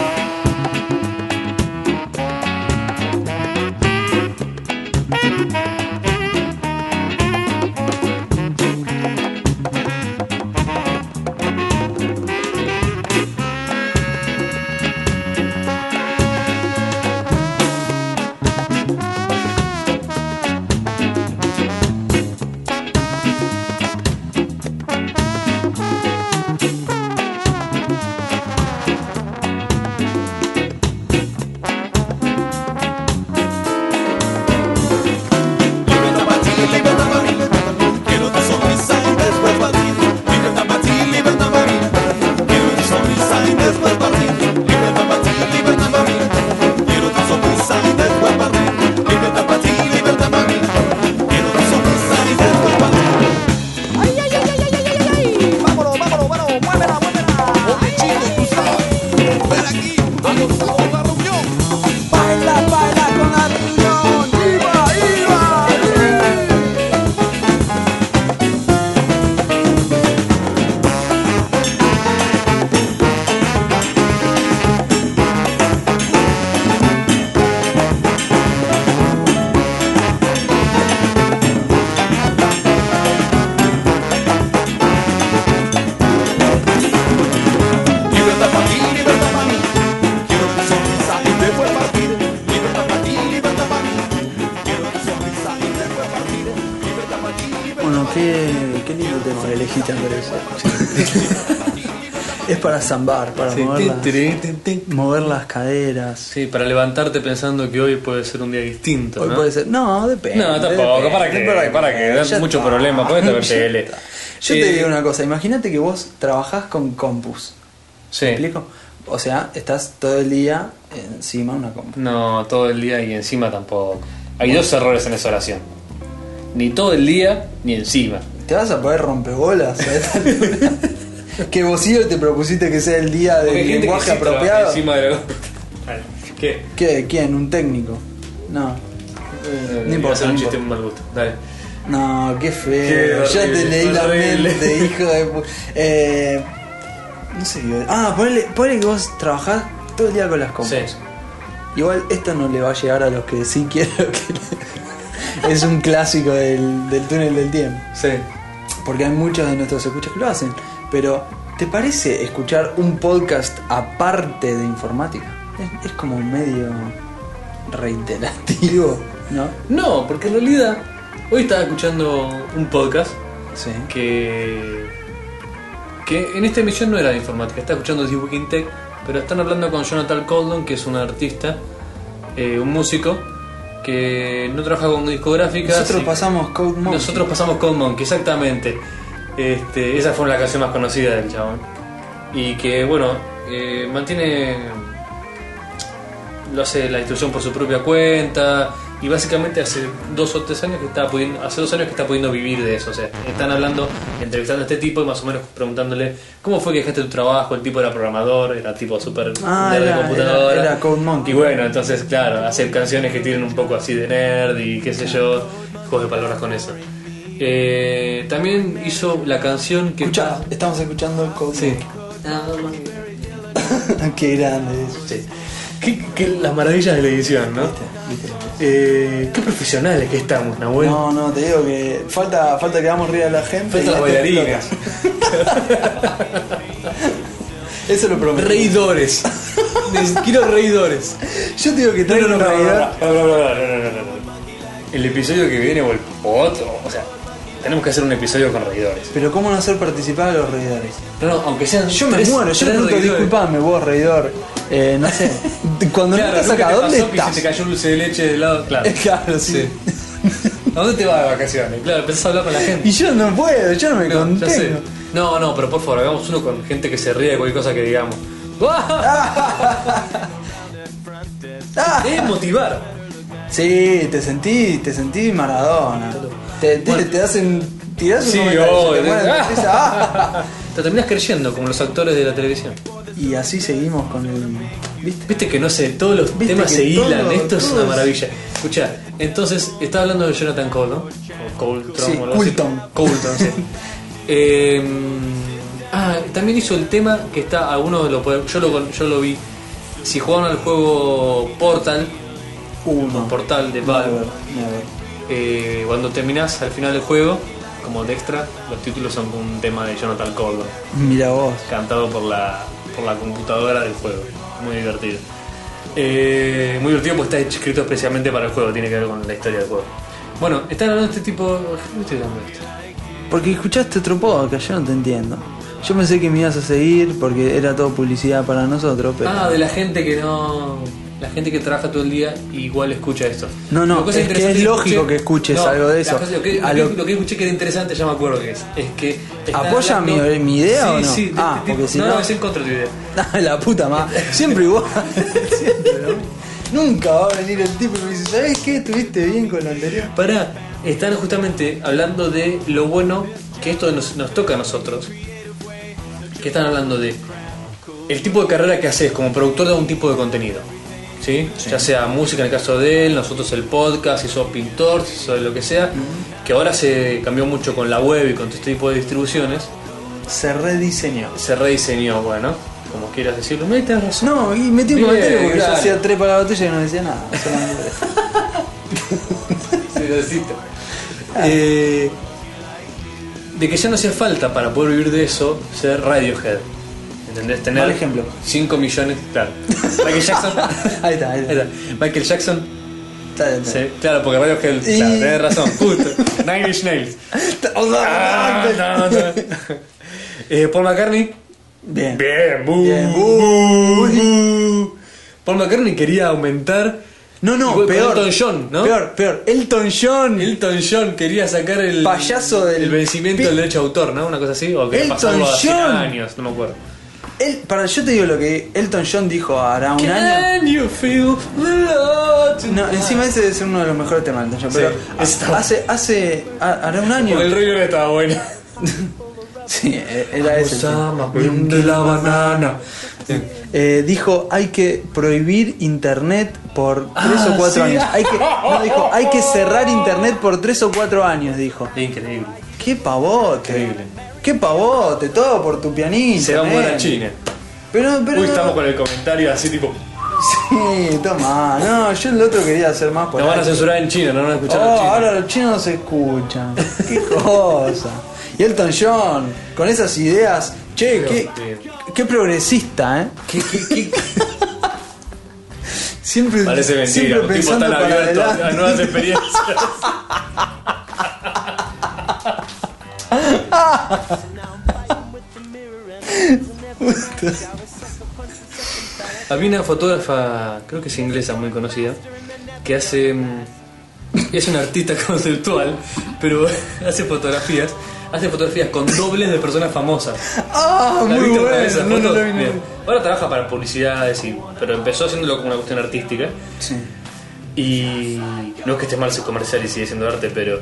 Speaker 4: Libertad para ti, libertad para mí Quiero tu sonrisa y después partir Libertad para ti, libertad para mí Quiero tu sonrisa y después partir Libertad para ti, libertad para mí Quiero tu sonrisa y después partir Libertad para ti, libertad para mí Quiero tu sonrisa y después partir
Speaker 5: ¡Ay, ay, ay, ay, ay, ay, ay, ay! ¡Vámonos, vámonos, vámonos! ¡Muévela, muévela!
Speaker 4: Ponte chido, tú sabes Ven aquí, vamos a una reunión
Speaker 5: ¡Baila, baila con la reunión! ¡Iba, iba!
Speaker 2: orejita, pero
Speaker 3: [LAUGHS]
Speaker 2: eso. sí. es para zambar, para
Speaker 3: Sí,
Speaker 2: mover,
Speaker 3: tin,
Speaker 2: las-
Speaker 3: tirín, tin, tin.
Speaker 2: mover las caderas.
Speaker 3: Sí, para levantarte pensando que hoy puede ser un día distinto.
Speaker 2: Hoy
Speaker 3: ¿no?
Speaker 2: puede ser. No, depende.
Speaker 3: No, tampoco,
Speaker 2: depende,
Speaker 3: ¿para qué?
Speaker 2: depende,
Speaker 3: ¿Para qué? Da
Speaker 2: ya
Speaker 3: mucho
Speaker 2: está.
Speaker 3: problema, podés
Speaker 2: [LAUGHS]
Speaker 3: ver
Speaker 2: Ya
Speaker 3: tele.
Speaker 2: está. Yo
Speaker 3: Eh,
Speaker 2: te digo una cosa, imagínate que vos trabajás con compus.
Speaker 3: Sí.
Speaker 2: ¿Me explico? O sea, estás todo el día encima de una compu.
Speaker 3: No, todo el día y encima tampoco. Hay dos errores en esa oración. Ni todo el día, ni encima.
Speaker 2: Te vas a poder rompebolas. a esta altura? [LAUGHS] que vos sí te propusiste que sea el día
Speaker 3: Porque hay
Speaker 2: del
Speaker 3: gente que
Speaker 2: lenguaje
Speaker 3: sí trabaja
Speaker 2: apropiado.
Speaker 3: Encima [LAUGHS] de la... ¿Qué?
Speaker 2: ¿Qué? ¿Quién? ¿Un técnico? No.
Speaker 3: Iba a
Speaker 2: importa,
Speaker 3: hacer Eh, un
Speaker 2: no importa.
Speaker 3: chiste un mal gusto. Dale.
Speaker 2: No, qué feo.
Speaker 3: Qué
Speaker 2: ya
Speaker 3: horrible,
Speaker 2: te leí la
Speaker 3: horrible.
Speaker 2: mente, hijo de pu- Eh, no sé qué. Ah, ponele, ponele que vos trabajás todo el día con las compus.
Speaker 3: Sí.
Speaker 2: Igual esto no le va a llegar a los que sí quieren. que- [LAUGHS] es un clásico del, del túnel del tiempo.
Speaker 3: Sí.
Speaker 2: Porque hay muchos de nuestros escuchas que lo hacen. Pero, ¿te parece escuchar un podcast aparte de informática? Es, es como medio reiterativo, ¿no?
Speaker 3: No, porque en realidad hoy estaba escuchando un podcast
Speaker 2: Sí.
Speaker 3: que que en esta emisión no era de informática, estaba escuchando The Booking Tech, pero están hablando con Jonathan Coldon, que es un artista, eh, un músico que no trabaja con discográficas.
Speaker 2: Nosotros
Speaker 3: y-
Speaker 2: pasamos Code Monkey.
Speaker 3: Nosotros pasamos con Monkey, exactamente. Este, esa fue la canción más conocida del chabón. Y que, bueno, eh, mantiene. Lo hace la distribución por su propia cuenta. Y básicamente hace dos o tres años que está pudiendo. Hace dos años que está pudiendo vivir de eso. O sea, están hablando, entrevistando a este tipo y más o menos preguntándole cómo fue que dejaste tu trabajo. El tipo era programador, era tipo súper
Speaker 2: Ah,
Speaker 3: nerd de
Speaker 2: era-
Speaker 3: computadora.
Speaker 2: era- era Code Monkey.
Speaker 3: Y bueno, entonces, claro, hacer canciones que tienen un poco así de nerd y qué sé yo, juegos de palabras con eso. Eh, también hizo la canción que.
Speaker 2: Escucha, estamos escuchando Code
Speaker 3: Sí.
Speaker 2: Monkey. [LAUGHS] Qué grande es.
Speaker 3: Sí. Qué- qué- las maravillas de la edición, ¿no? Eh, qué profesionales que estamos, Nahuel.
Speaker 2: No, no, te digo que falta, falta que vamos arriba de la gente.
Speaker 3: Faltan
Speaker 2: y
Speaker 3: las
Speaker 2: ya te
Speaker 3: bailarinas.
Speaker 2: toca. [LAUGHS] Eso lo prometí.
Speaker 3: [LAUGHS] Reidores. Quiero reidores.
Speaker 2: Yo te digo que traigo un reidor.
Speaker 3: no, no, no, no, no, no, no. El episodio que viene o el otro, o sea, tenemos que hacer un episodio con reidores.
Speaker 2: Pero ¿cómo no hacer participar a los reidores?
Speaker 3: No, no, aunque sean.
Speaker 2: Yo me
Speaker 3: tres-
Speaker 2: muero, yo
Speaker 3: tres
Speaker 2: me pregunto,
Speaker 3: reidores.
Speaker 2: disculpame vos, reidor. Eh, no sé. [LAUGHS] Cuando
Speaker 3: Claro,
Speaker 2: no estás
Speaker 3: nunca
Speaker 2: acá,
Speaker 3: te
Speaker 2: ¿dónde
Speaker 3: pasó
Speaker 2: estás?
Speaker 3: Que se te cayó el dulce de leche del lado. Claro.
Speaker 2: [LAUGHS] Claro, sí.
Speaker 3: ¿A dónde te vas de vacaciones? Claro, empezás a hablar con la
Speaker 2: Y
Speaker 3: gente.
Speaker 2: yo no puedo, yo no me
Speaker 3: No, ya sé.
Speaker 2: contengo.
Speaker 3: No, no, pero por favor, hagamos uno con gente que se ríe de cualquier cosa que [LAUGHS] digamos.
Speaker 2: Ah,
Speaker 3: Es motivar.
Speaker 2: sí, te sentí, te sentí Maradona. Te, te,
Speaker 3: Bueno.
Speaker 2: te hacen. Tirás un
Speaker 3: Sí,
Speaker 2: comentario, se
Speaker 3: obvio.
Speaker 2: te mueren
Speaker 3: [LAUGHS]
Speaker 2: de risa. Ah.
Speaker 3: Te terminás creyendo como los actores de la televisión.
Speaker 2: Y así seguimos con el. ¿Viste?
Speaker 3: Viste que no sé, todos los
Speaker 2: Viste
Speaker 3: temas
Speaker 2: que
Speaker 3: se
Speaker 2: todo-
Speaker 3: hilan, esto es
Speaker 2: todo
Speaker 3: una
Speaker 2: es-
Speaker 3: maravilla. Escucha, entonces está hablando de Jonathan Cole, ¿no? O Colton,
Speaker 2: Sí,
Speaker 3: o algo así.
Speaker 2: Coulton.
Speaker 3: Coulton, sí. [LAUGHS] Eh, ah, también hizo el tema que está, algunos lo pueden- yo lo, con- yo lo vi. Si jugaron al juego Portal,
Speaker 2: Uno.
Speaker 3: Portal de Valve, eh, cuando terminás al final del juego, como de extra, los títulos son un tema de Jonathan Cole
Speaker 2: Mira vos.
Speaker 3: cantado por la, por la computadora del juego. Muy divertido. Eh, muy divertido porque está escrito especialmente para el juego, tiene que ver con la historia del juego. Bueno, están hablando de este tipo. ¿Qué me estoy hablando de esto?
Speaker 2: Porque escuchaste otro podcast, yo no te entiendo. Yo pensé que me ibas a seguir porque era todo publicidad para nosotros, pero. [LAUGHS]
Speaker 3: Ah, de la gente que no. La gente que trabaja todo el día y igual escucha esto.
Speaker 2: No, no,
Speaker 3: La cosa
Speaker 2: es que
Speaker 3: interesante
Speaker 2: es lógico que escuches algo de
Speaker 3: la
Speaker 2: eso.
Speaker 3: cosa- lo, que,
Speaker 2: A
Speaker 3: lo que-
Speaker 2: lo-
Speaker 3: lo que escuché que era interesante, ya me acuerdo que es. Es que. están
Speaker 2: ¿Apoya
Speaker 3: hablando-
Speaker 2: mi- mi idea
Speaker 3: Sí,
Speaker 2: o no?
Speaker 3: Sí, de-
Speaker 2: Ah,
Speaker 3: de-
Speaker 2: porque si
Speaker 3: no,
Speaker 2: no-
Speaker 3: es en contra de tu idea.
Speaker 2: la puta madre. Siempre igual. [LAUGHS] Siempre lo mismo. Nunca va a venir el tipo y me dice, ¿sabes qué? Estuviste bien con lo anterior.
Speaker 3: Para estar justamente hablando de lo bueno que esto nos, nos toca a nosotros. Que están hablando de el tipo de carrera que haces como productor de un tipo de contenido. ¿sí? Ya sea música en el caso de él, nosotros el podcast, si sos pintor, si sos lo que sea. Que ahora se cambió mucho con la web y con todo este tipo de distribuciones.
Speaker 2: Se rediseñó.
Speaker 3: Se rediseñó, bueno, como quieras decirlo. Mira, tenés razón.
Speaker 2: No, y metí un
Speaker 3: Bien,
Speaker 2: comentario porque
Speaker 3: claro.
Speaker 2: yo hacía tres palabras tuyas y no decía nada.
Speaker 3: [LAUGHS]
Speaker 2: solamente-
Speaker 3: Sí, necesito.
Speaker 2: Ah.
Speaker 3: Eh, de que ya no hacía falta para poder vivir de eso ser Radiohead. ¿Entendés? Tener
Speaker 2: Mal ejemplo.
Speaker 3: 5 millones.
Speaker 2: [LAUGHS]
Speaker 3: Claro. Michael Jackson.
Speaker 2: ahí está, ahí
Speaker 3: Ahí
Speaker 2: está.
Speaker 3: está. Michael Jackson.
Speaker 2: Está bien, está bien.
Speaker 3: se- claro, porque Radiohead.
Speaker 2: Y- [LAUGHS]
Speaker 3: Claro, tenés razón. Justo. Nine Inch Nails. Ah, no, no. Eh, Paul McCartney.
Speaker 2: Bien.
Speaker 3: Bien, bu,
Speaker 2: Bien, bu,
Speaker 3: bu, bu. Paul McCartney quería aumentar.
Speaker 2: No, no,
Speaker 3: Igual con
Speaker 2: peor.
Speaker 3: Elton John, ¿no?
Speaker 2: Peor, peor. Elton John.
Speaker 3: Elton John quería sacar el
Speaker 2: Payaso del-
Speaker 3: el vencimiento del derecho de autor, ¿no? Una cosa así. O que
Speaker 2: Elton
Speaker 3: pasarlo hace
Speaker 2: John.
Speaker 3: años, no me acuerdo.
Speaker 2: El- para, yo te digo lo que Elton John dijo hará un año.
Speaker 3: Can you feel the love
Speaker 2: No, encima ese debe ser uno de los mejores temas de Elton John, pero
Speaker 3: Sí, está-
Speaker 2: hace, hace, ha- hará un año.
Speaker 3: Porque el rollo no estaba bueno.
Speaker 2: Sí, eh, era ese. sí.
Speaker 3: Osama bin de la banana. Sí.
Speaker 2: Eh, dijo hay que prohibir internet por
Speaker 3: Ah,
Speaker 2: tres o cuatro
Speaker 3: sí.
Speaker 2: años. Hay que, no, dijo, hay que cerrar internet por tres o cuatro años, dijo.
Speaker 3: Increíble.
Speaker 2: Qué pavote.
Speaker 3: Increíble.
Speaker 2: Qué pavote, todo por tu pianista.
Speaker 3: Se va a
Speaker 2: nen.
Speaker 3: a China.
Speaker 2: Pero, pero.
Speaker 3: Uy, estamos con el comentario así tipo.
Speaker 2: Sí, toma. No, yo el otro quería hacer más por
Speaker 3: Nos van a
Speaker 2: ahí.
Speaker 3: censurar en China, no van a escuchar
Speaker 2: Oh,
Speaker 3: en China.
Speaker 2: ahora los chinos no se escuchan. Qué cosa. Y Elton John, con esas ideas. Che,
Speaker 3: Dios
Speaker 2: qué,
Speaker 3: mío.
Speaker 2: qué progresista, ¿eh?
Speaker 3: ¿Qué, qué, qué?
Speaker 2: [LAUGHS] Siempre,
Speaker 3: Parece mentira,
Speaker 2: siempre
Speaker 3: un tipo
Speaker 2: pensando
Speaker 3: tan
Speaker 2: para
Speaker 3: abierto
Speaker 2: adelante.
Speaker 3: a
Speaker 2: [LAUGHS]
Speaker 3: nuevas experiencias. Había una fotógrafa, creo que es inglesa, muy conocida, que hace. mm, Es una artista [LAUGHS] conceptual, pero [LAUGHS] hace fotografías. Hace fotografías con dobles de personas famosas.
Speaker 2: Ah,
Speaker 3: ¿La
Speaker 2: muy
Speaker 3: viste alguna
Speaker 2: bueno.
Speaker 3: vez esa
Speaker 2: No, no
Speaker 3: foto?
Speaker 2: lo vi, no.
Speaker 3: Bien. Ahora trabaja para publicidades, y, pero empezó haciéndolo como una cuestión artística.
Speaker 2: Sí.
Speaker 3: Y no es que esté mal su comercial y sigue siendo arte, pero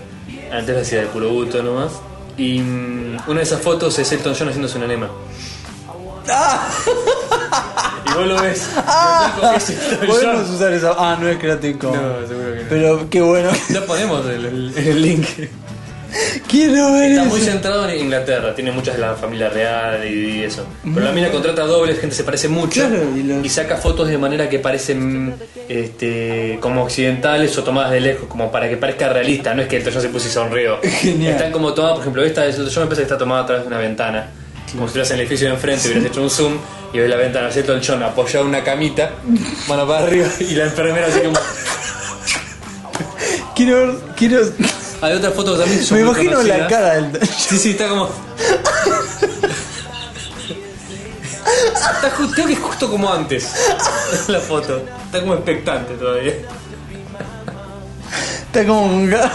Speaker 3: antes lo hacía de puro gusto nomás. Y mm, una de esas fotos es Elton John haciéndose un enema. [LAUGHS] Y vos lo ves. Es
Speaker 2: [LAUGHS]
Speaker 3: Elton
Speaker 2: Podemos
Speaker 3: John.
Speaker 2: usar esa. Ah, no es Creative Commons.
Speaker 3: No, seguro que no.
Speaker 2: Pero qué
Speaker 3: [LAUGHS]
Speaker 2: bueno.
Speaker 3: Ya ponemos el, el- el link.
Speaker 2: Quiero ver
Speaker 3: Está
Speaker 2: eso.
Speaker 3: muy centrado en Inglaterra, tiene muchas de la familia real y, y eso. Pero la mina contrata dobles, gente se parece mucho
Speaker 2: Claro, y los-
Speaker 3: y saca fotos de manera que parecen este, como occidentales o tomadas de lejos, como para que parezca realista. No es que el John se puso y sonrió.
Speaker 2: [LAUGHS] Genial.
Speaker 3: Están como tomadas, por ejemplo, esta yo me parece que está tomada a través de una ventana. Como si estuvieras en el edificio de enfrente, hubieras hecho un zoom y ves la ventana, ¿cierto? El John apoyado en una camita, mano para arriba y la enfermera así
Speaker 2: [LAUGHS]
Speaker 3: como.
Speaker 2: Quiero ver. Quiero.
Speaker 3: Hay otras fotos que también son
Speaker 2: Me
Speaker 3: muy
Speaker 2: imagino la
Speaker 3: conocidas.
Speaker 2: cara del.
Speaker 3: Sí, sí, está como. está ju- creo que es justo como antes [LAUGHS] la foto. Está como expectante todavía.
Speaker 2: Está como un gato.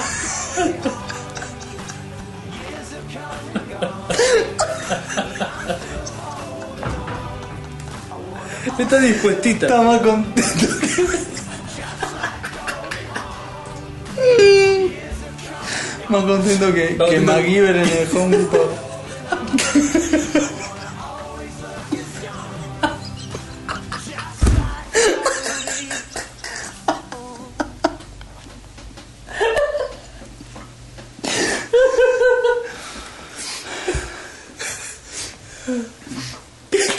Speaker 3: Está dispuestita.
Speaker 2: Está más contento. [LAUGHS] más contento que, que
Speaker 3: contento.
Speaker 2: MacGyver en el Home Depot.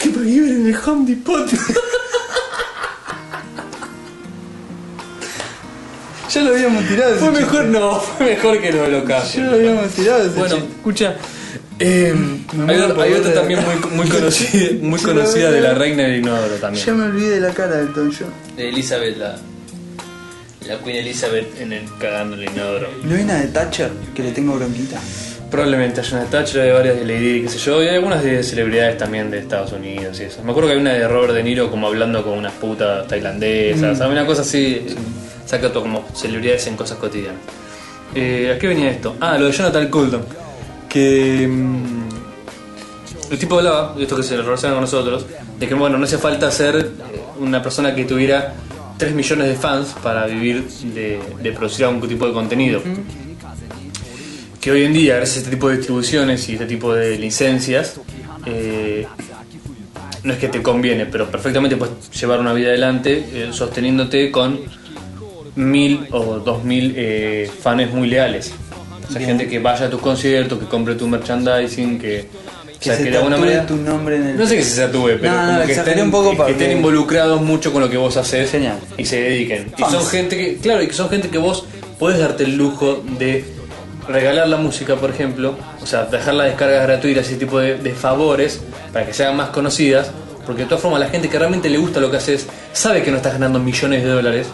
Speaker 3: que MacGyver en el Home Depot.
Speaker 2: Ya lo habíamos tirado.
Speaker 3: fue mejor, no, fue mejor que lo
Speaker 2: Yo
Speaker 3: holocausto.
Speaker 2: lo habíamos tirado. ese
Speaker 3: Bueno,
Speaker 2: chiste.
Speaker 3: escucha. eh,
Speaker 2: Me
Speaker 3: hay
Speaker 2: muero
Speaker 3: otra,
Speaker 2: por
Speaker 3: hay
Speaker 2: ver
Speaker 3: otra
Speaker 2: de-
Speaker 3: también muy,
Speaker 2: [LAUGHS]
Speaker 3: muy conocida, muy
Speaker 2: Yo la
Speaker 3: conocida
Speaker 2: veo.
Speaker 3: de la reina del inodoro también.
Speaker 2: ya me olvidé de la cara del Elton John.
Speaker 3: De Elizabeth, la, la Queen Elizabeth en el cagando el inodoro.
Speaker 2: ¿No hay una de Thatcher que le tengo bronquita?
Speaker 3: Probablemente haya una Thatcher, hay varias de Lady, Di, qué sé yo, y hay algunas de celebridades también de Estados Unidos y eso. Me acuerdo que hay una de Robert De Niro como hablando con unas putas tailandesas, ¿sabes? una cosa así, saca todo como celebridades en cosas cotidianas. Eh, ¿A qué venía esto? Ah, lo de Jonathan Coulton, que... mm, el tipo hablaba, de esto que se relaciona con nosotros, de que bueno, no hacía falta ser eh, una persona que tuviera 3 millones de fans para vivir de, de producir algún tipo de contenido. Que hoy en día, gracias a este tipo de distribuciones y este tipo de licencias, eh, no es que te conviene, pero perfectamente puedes llevar una vida adelante eh, sosteniéndote con mil o dos mil eh, fans muy leales. O sea, gente que vaya a tus conciertos, que compre tu merchandising, que, o sea, que de alguna
Speaker 2: tatúe
Speaker 3: manera...
Speaker 2: tu nombre en el.
Speaker 3: No sé que se tatúe, pero
Speaker 2: No, no,
Speaker 3: como
Speaker 2: no,
Speaker 3: que,
Speaker 2: exageré
Speaker 3: estén,
Speaker 2: un poco
Speaker 3: que
Speaker 2: para
Speaker 3: estén
Speaker 2: que-
Speaker 3: involucrados mucho con lo que vos haces
Speaker 2: Genial.
Speaker 3: y se dediquen. Y
Speaker 2: Fans.
Speaker 3: son gente que, claro, y que son gente que vos podés darte el lujo de regalar la música, por ejemplo, o sea, dejar las descargas gratuitas, ese tipo de, de favores, para que se hagan más conocidas, porque de todas formas la gente que realmente le gusta lo que haces sabe que no estás ganando millones de dólares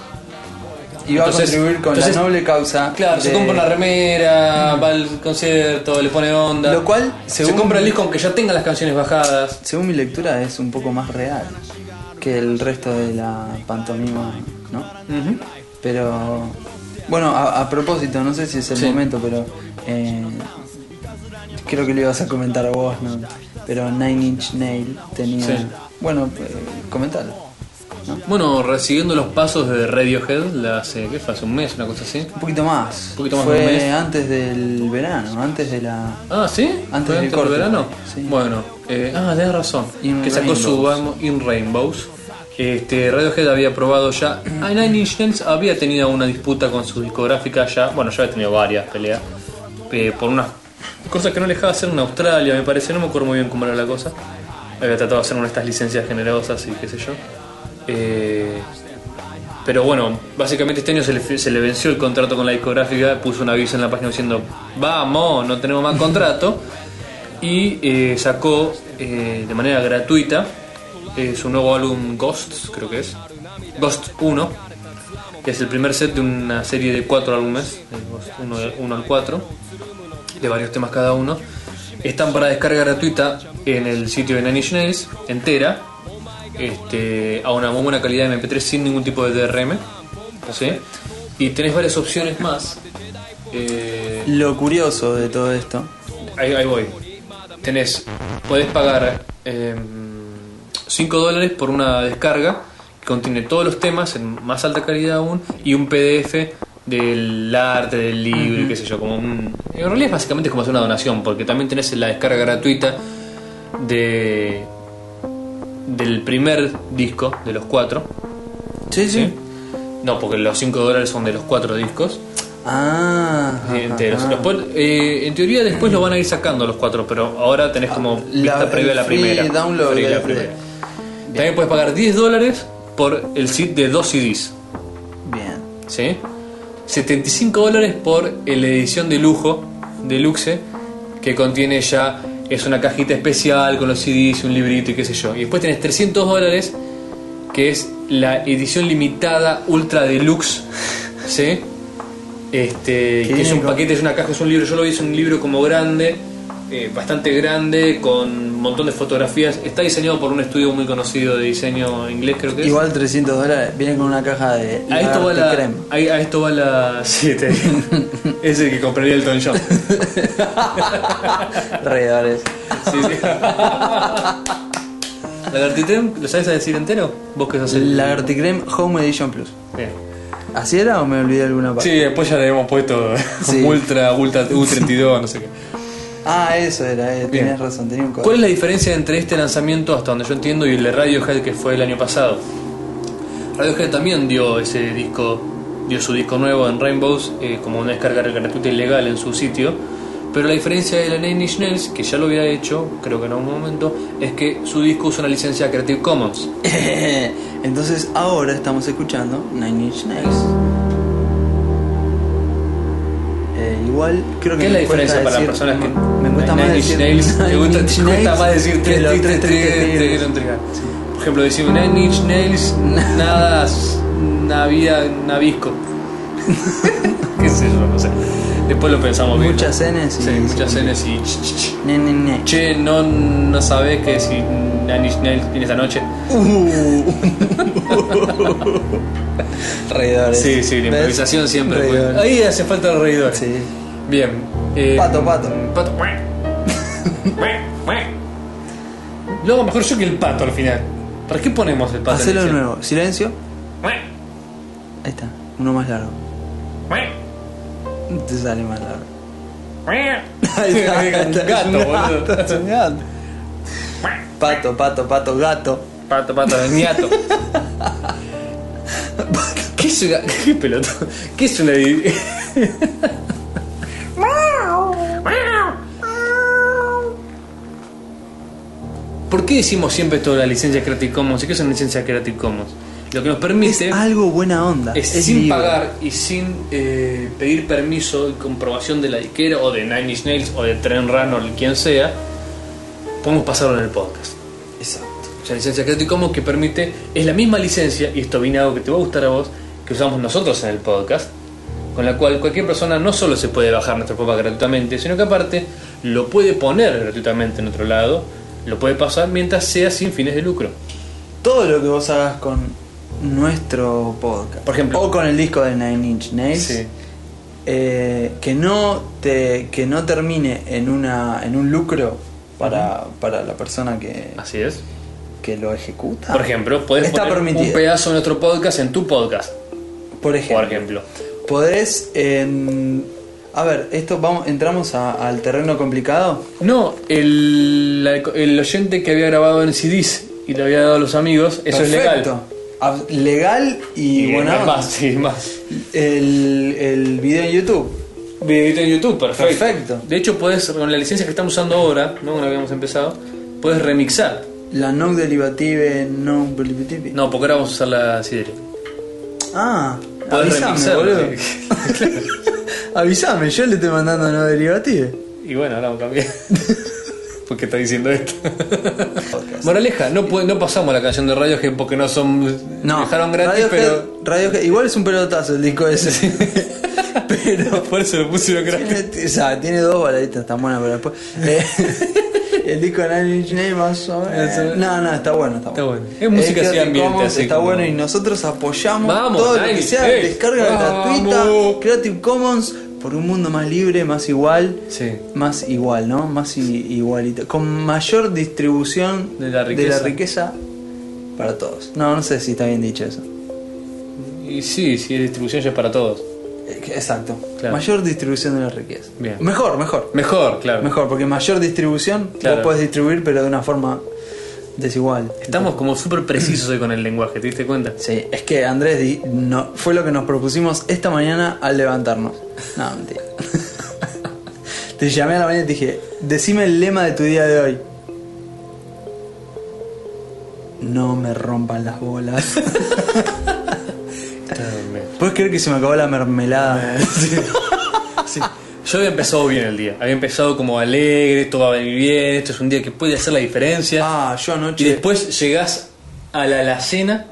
Speaker 3: y
Speaker 2: y va
Speaker 3: Entonces-
Speaker 2: a contribuir con
Speaker 3: entonces-
Speaker 2: la noble causa.
Speaker 3: Claro, se
Speaker 2: de-
Speaker 3: compra una remera, va al concierto, le pone onda.
Speaker 2: Mm. Lo cual,
Speaker 3: se
Speaker 2: según-
Speaker 3: compra el disco aunque ya tenga las canciones bajadas.
Speaker 2: Según mi lectura, es un poco más real que el resto de la pantomima, ¿no? Pero bueno, a, a propósito, no sé si es el
Speaker 3: Sí.
Speaker 2: momento, pero eh, creo que lo ibas a comentar a vos, ¿no? Pero Nine Inch Nail tenía.
Speaker 3: Sí.
Speaker 2: Bueno, eh, comentalo.
Speaker 3: Bueno, recibiendo los pasos de Radiohead, la hace, ¿qué fue? Hace un mes, una cosa así.
Speaker 2: Un poquito más.
Speaker 3: Un poquito más de un mes.
Speaker 2: Fue antes del verano, antes de la.
Speaker 3: Ah, ¿sí?
Speaker 2: Antes
Speaker 3: ¿Fue
Speaker 2: del corte.
Speaker 3: verano?
Speaker 2: Sí.
Speaker 3: Bueno, eh, ah, tenés razón.
Speaker 2: In
Speaker 3: que sacó su
Speaker 2: Rainbows.
Speaker 3: álbum In Rainbows. Este, Radiohead había probado ya. Ah, Nine Inch Nails había tenido una disputa con su discográfica ya. Bueno, ya había tenido varias peleas. eh, por unas cosas que no le dejaba hacer en Australia, me parece. No me acuerdo muy bien cómo era la cosa. Había tratado de hacer una de estas licencias generosas y qué sé yo. Eh, pero bueno, básicamente este año se le, se le venció el contrato con la discográfica, puso un aviso en la página diciendo, vamos, no tenemos más contrato. Y eh, sacó eh, de manera gratuita eh, su nuevo álbum Ghosts, creo que es. Ghost 1, que es el primer set de una serie de cuatro álbumes, de Ghost 1, de- 1 al 4, de varios temas cada uno. Están para descarga gratuita en el sitio de Nine Inch Nails, entera, este, a una muy buena calidad de MP3 sin ningún tipo de DRM. ¿sí? Y tenés varias opciones más. Eh,
Speaker 2: Lo curioso de todo esto.
Speaker 3: Ahí, ahí voy. Tenés, podés pagar 5 dólares por una descarga que contiene todos los temas en más alta calidad aún y un PDF del arte, del libro, y qué sé yo. Como un- en realidad es básicamente como hacer una donación, porque también tenés la descarga gratuita de del primer disco de los cuatro.
Speaker 2: Sí, sí.
Speaker 3: ¿sí? No, porque los 5 dólares son de los cuatro discos.
Speaker 2: Ah.
Speaker 3: Sí, enteros.
Speaker 2: ajá.
Speaker 3: Los pod- eh, en teoría después lo van a ir sacando los cuatro, pero ahora tenés como
Speaker 2: La-
Speaker 3: vista previa a la
Speaker 2: el free
Speaker 3: primera.
Speaker 2: download eh,
Speaker 3: Previa a la
Speaker 2: del-
Speaker 3: primera. También puedes pagar 10 dólares por el set de dos CDs.
Speaker 2: Bien.
Speaker 3: ¿sí? 75 dólares por eh, la edición de lujo, deluxe, que contiene ya, es una cajita especial con los CDs, un librito y qué sé yo. Y después tenés 300 dólares, que es la edición limitada ultra deluxe, [LAUGHS] ¿sí? Este, que es un
Speaker 2: lindo.
Speaker 3: paquete, es una caja, es un libro. Yo lo vi, es un libro como grande, eh, bastante grande, con un montón de fotografías. Está diseñado por un estudio muy conocido de diseño inglés, creo que es.
Speaker 2: Igual 300 dólares. Viene con una caja de.
Speaker 3: A esto, va
Speaker 2: lagarto
Speaker 3: la,
Speaker 2: creme.
Speaker 3: a, a esto va la. Sí, te digo. [LAUGHS] es el que compraría el Don John. Sí,
Speaker 2: Alrededores.
Speaker 3: sí. [LAUGHS] ¿Lagartitem? ¿Lo sabes a decir entero? Vos que sos el.
Speaker 2: Lagarticrem Home Edition Plus.
Speaker 3: Bien.
Speaker 2: ¿Así era o me olvidé alguna parte?
Speaker 3: Sí, después ya le habíamos puesto
Speaker 2: Sí.
Speaker 3: [LAUGHS] Ultra, Ultra
Speaker 2: [LAUGHS]
Speaker 3: U32, no sé qué.
Speaker 2: Ah, eso era, eh,
Speaker 3: Bien.
Speaker 2: tenías razón, tenía un
Speaker 3: ¿Cuál
Speaker 2: código.
Speaker 3: es la diferencia entre este lanzamiento, hasta donde yo entiendo, y el de Radiohead que fue el año pasado? Radiohead también dio ese disco, dio su disco nuevo en Rainbows eh, como una descarga gratuita y legal en su sitio. Pero la diferencia de la Nine Inch Nails, que ya lo había hecho, creo que en algún momento, es que su disco usa una licencia Creative Commons.
Speaker 2: [LAUGHS] Entonces ahora estamos escuchando Nine Inch Nails. Eh, igual creo que
Speaker 3: ¿Qué es la
Speaker 2: me cuesta
Speaker 3: diferencia para las
Speaker 2: decir-
Speaker 3: personas que
Speaker 2: me cuesta
Speaker 3: Nine
Speaker 2: más
Speaker 3: Inch
Speaker 2: decir
Speaker 3: Nails,
Speaker 2: Nine
Speaker 3: te gusta, te
Speaker 2: Inch
Speaker 3: cuesta
Speaker 2: Nails
Speaker 3: más decir
Speaker 2: que
Speaker 3: tres
Speaker 2: los tres
Speaker 3: tigres, tres
Speaker 2: tigres.
Speaker 3: tigres, un tigre. Por ejemplo, decime Nine Inch Nails, nada, navia, navisco. [LAUGHS] Qué sé yo, no sé. Después lo pensamos bien.
Speaker 2: Muchas Ns y-
Speaker 3: Sí, muchas Ns y ch, ch, ch.
Speaker 2: Ne, ne, ne.
Speaker 3: Che, no, no sabes que si Nine Inch Nails viene esta noche.
Speaker 2: Uh. Reidores.
Speaker 3: Sí, sí, la
Speaker 2: ¿Ves?
Speaker 3: improvisación siempre. fue-
Speaker 2: Reidores.
Speaker 3: Ahí hace falta el reidor.
Speaker 2: Sí.
Speaker 3: Bien. eh,
Speaker 2: Pato, pato.
Speaker 3: Pato. [LAUGHS] Lo hago mejor yo que el pato al final. ¿Para qué ponemos el pato? en
Speaker 2: Hacelo
Speaker 3: el
Speaker 2: de
Speaker 3: final?
Speaker 2: nuevo. Silencio. Ahí está. Uno más largo. Te sale más largo. Ahí está,
Speaker 3: [LAUGHS] Es un
Speaker 2: es
Speaker 3: gato,
Speaker 2: un
Speaker 3: boludo.
Speaker 2: gato, es un gato. Pato, pato, pato, gato.
Speaker 3: Pato, pato, es niato. ¿Qué es una. Qué pelotudo. ¿Qué es una. [LAUGHS] di- ¿Por qué decimos siempre esto de la licencia Creative Commons? ¿Y qué es una licencia Creative Commons? Lo que nos permite.
Speaker 2: Es algo buena onda.
Speaker 3: Este Es sin
Speaker 2: libre.
Speaker 3: pagar y sin eh, pedir permiso y comprobación de la disquera o de Nine Inch Nails o de Tren Run o de quien sea, podemos pasarlo en el podcast.
Speaker 2: Exacto.
Speaker 3: Es una licencia Creative Commons que permite, es la misma licencia, y esto vino algo que te va a gustar a vos, que usamos nosotros en el podcast, con la cual cualquier persona no solo se puede bajar nuestro podcast gratuitamente, sino que aparte lo puede poner gratuitamente en otro lado, lo puede pasar mientras sea sin fines de lucro.
Speaker 2: Todo lo que vos hagas con nuestro podcast,
Speaker 3: Por ejemplo.
Speaker 2: o con el disco de Nine Inch Nails,
Speaker 3: Sí.
Speaker 2: eh, que no te que no termine en una en un lucro para, para la persona que,
Speaker 3: Así es.
Speaker 2: que lo ejecuta.
Speaker 3: Por ejemplo, puedes
Speaker 2: está
Speaker 3: poner un
Speaker 2: permitido.
Speaker 3: pedazo de nuestro podcast en tu podcast,
Speaker 2: por ejemplo,
Speaker 3: por ejemplo.
Speaker 2: podés en- a ver, esto vamos entramos a- al terreno complicado.
Speaker 3: No, el, la- el oyente que había grabado en CDs y le había dado a los amigos, eso es legal.
Speaker 2: Perfecto. Ab- Legal y, buena
Speaker 3: es
Speaker 2: onda.
Speaker 3: más, sí, es más.
Speaker 2: El, el video en YouTube.
Speaker 3: Videito en YouTube, perfecto.
Speaker 2: Perfecto.
Speaker 3: De hecho, puedes, con la licencia que estamos usando ahora, no con la que habíamos empezado, puedes remixar.
Speaker 2: La no derivative, no derivative.
Speaker 3: No, porque ahora vamos a usar la sidera.
Speaker 2: Ah,
Speaker 3: Podés
Speaker 2: avísame,
Speaker 3: remixar,
Speaker 2: boludo.
Speaker 3: sí.
Speaker 2: [LAUGHS] avísame, yo le estoy mandando no derivative.
Speaker 3: Y bueno, ahora vamos a cambiar. [LAUGHS] porque está diciendo esto. Moraleja, no, pu- no pasamos la canción de Radiohead porque no son.
Speaker 2: No,
Speaker 3: Dejaron gratis,
Speaker 2: Radiohead-
Speaker 3: pero.
Speaker 2: Radiohead- igual es un pelotazo el disco
Speaker 3: [LAUGHS]
Speaker 2: ese. pero.
Speaker 3: Por eso lo pusieron gratis.
Speaker 2: Tiene, o sea, tiene dos baladitas tan buenas, pero después. eh, [LAUGHS] el disco de Nine Inch Nails más o menos. No, no, está bueno. Está,
Speaker 3: Está bueno. Es música así
Speaker 2: Creative
Speaker 3: ambiente,
Speaker 2: Commons,
Speaker 3: así
Speaker 2: Está
Speaker 3: como-
Speaker 2: bueno y nosotros apoyamos
Speaker 3: Vamos,
Speaker 2: todo lo
Speaker 3: Nine
Speaker 2: que
Speaker 3: Inch
Speaker 2: sea
Speaker 3: Nails.
Speaker 2: descarga
Speaker 3: Vamos.
Speaker 2: gratuita, Creative Commons, por un mundo más libre, más igual.
Speaker 3: Sí.
Speaker 2: Más igual, ¿no? Más i- igualito. Con mayor distribución
Speaker 3: De la riqueza.
Speaker 2: riqueza para todos. No, no sé si está bien dicho eso.
Speaker 3: Y sí, sí, distribución ya es para todos.
Speaker 2: Eh, Exacto.
Speaker 3: Claro.
Speaker 2: Mayor distribución de la riqueza.
Speaker 3: Bien.
Speaker 2: Mejor, mejor.
Speaker 3: Mejor, claro.
Speaker 2: Mejor, porque mayor distribución
Speaker 3: Claro.
Speaker 2: vos podés distribuir, pero de una forma desigual.
Speaker 3: Estamos como súper precisos hoy con el lenguaje, ¿te diste cuenta?
Speaker 2: Sí, es que Andrés di- no, fue lo que nos propusimos esta mañana al levantarnos. No,
Speaker 3: [LAUGHS]
Speaker 2: mentira. Te llamé a la mañana y te dije, decime el lema de tu día de hoy. No me rompan las bolas. [LAUGHS] ¿Puedes creer que se me acabó la mermelada?
Speaker 3: Sí. Yo había empezado bien el día. Había empezado como alegre, todo va a venir bien, esto es un día que puede hacer la diferencia.
Speaker 2: Ah, yo
Speaker 3: y
Speaker 2: anoche.
Speaker 3: después llegás a la alacena.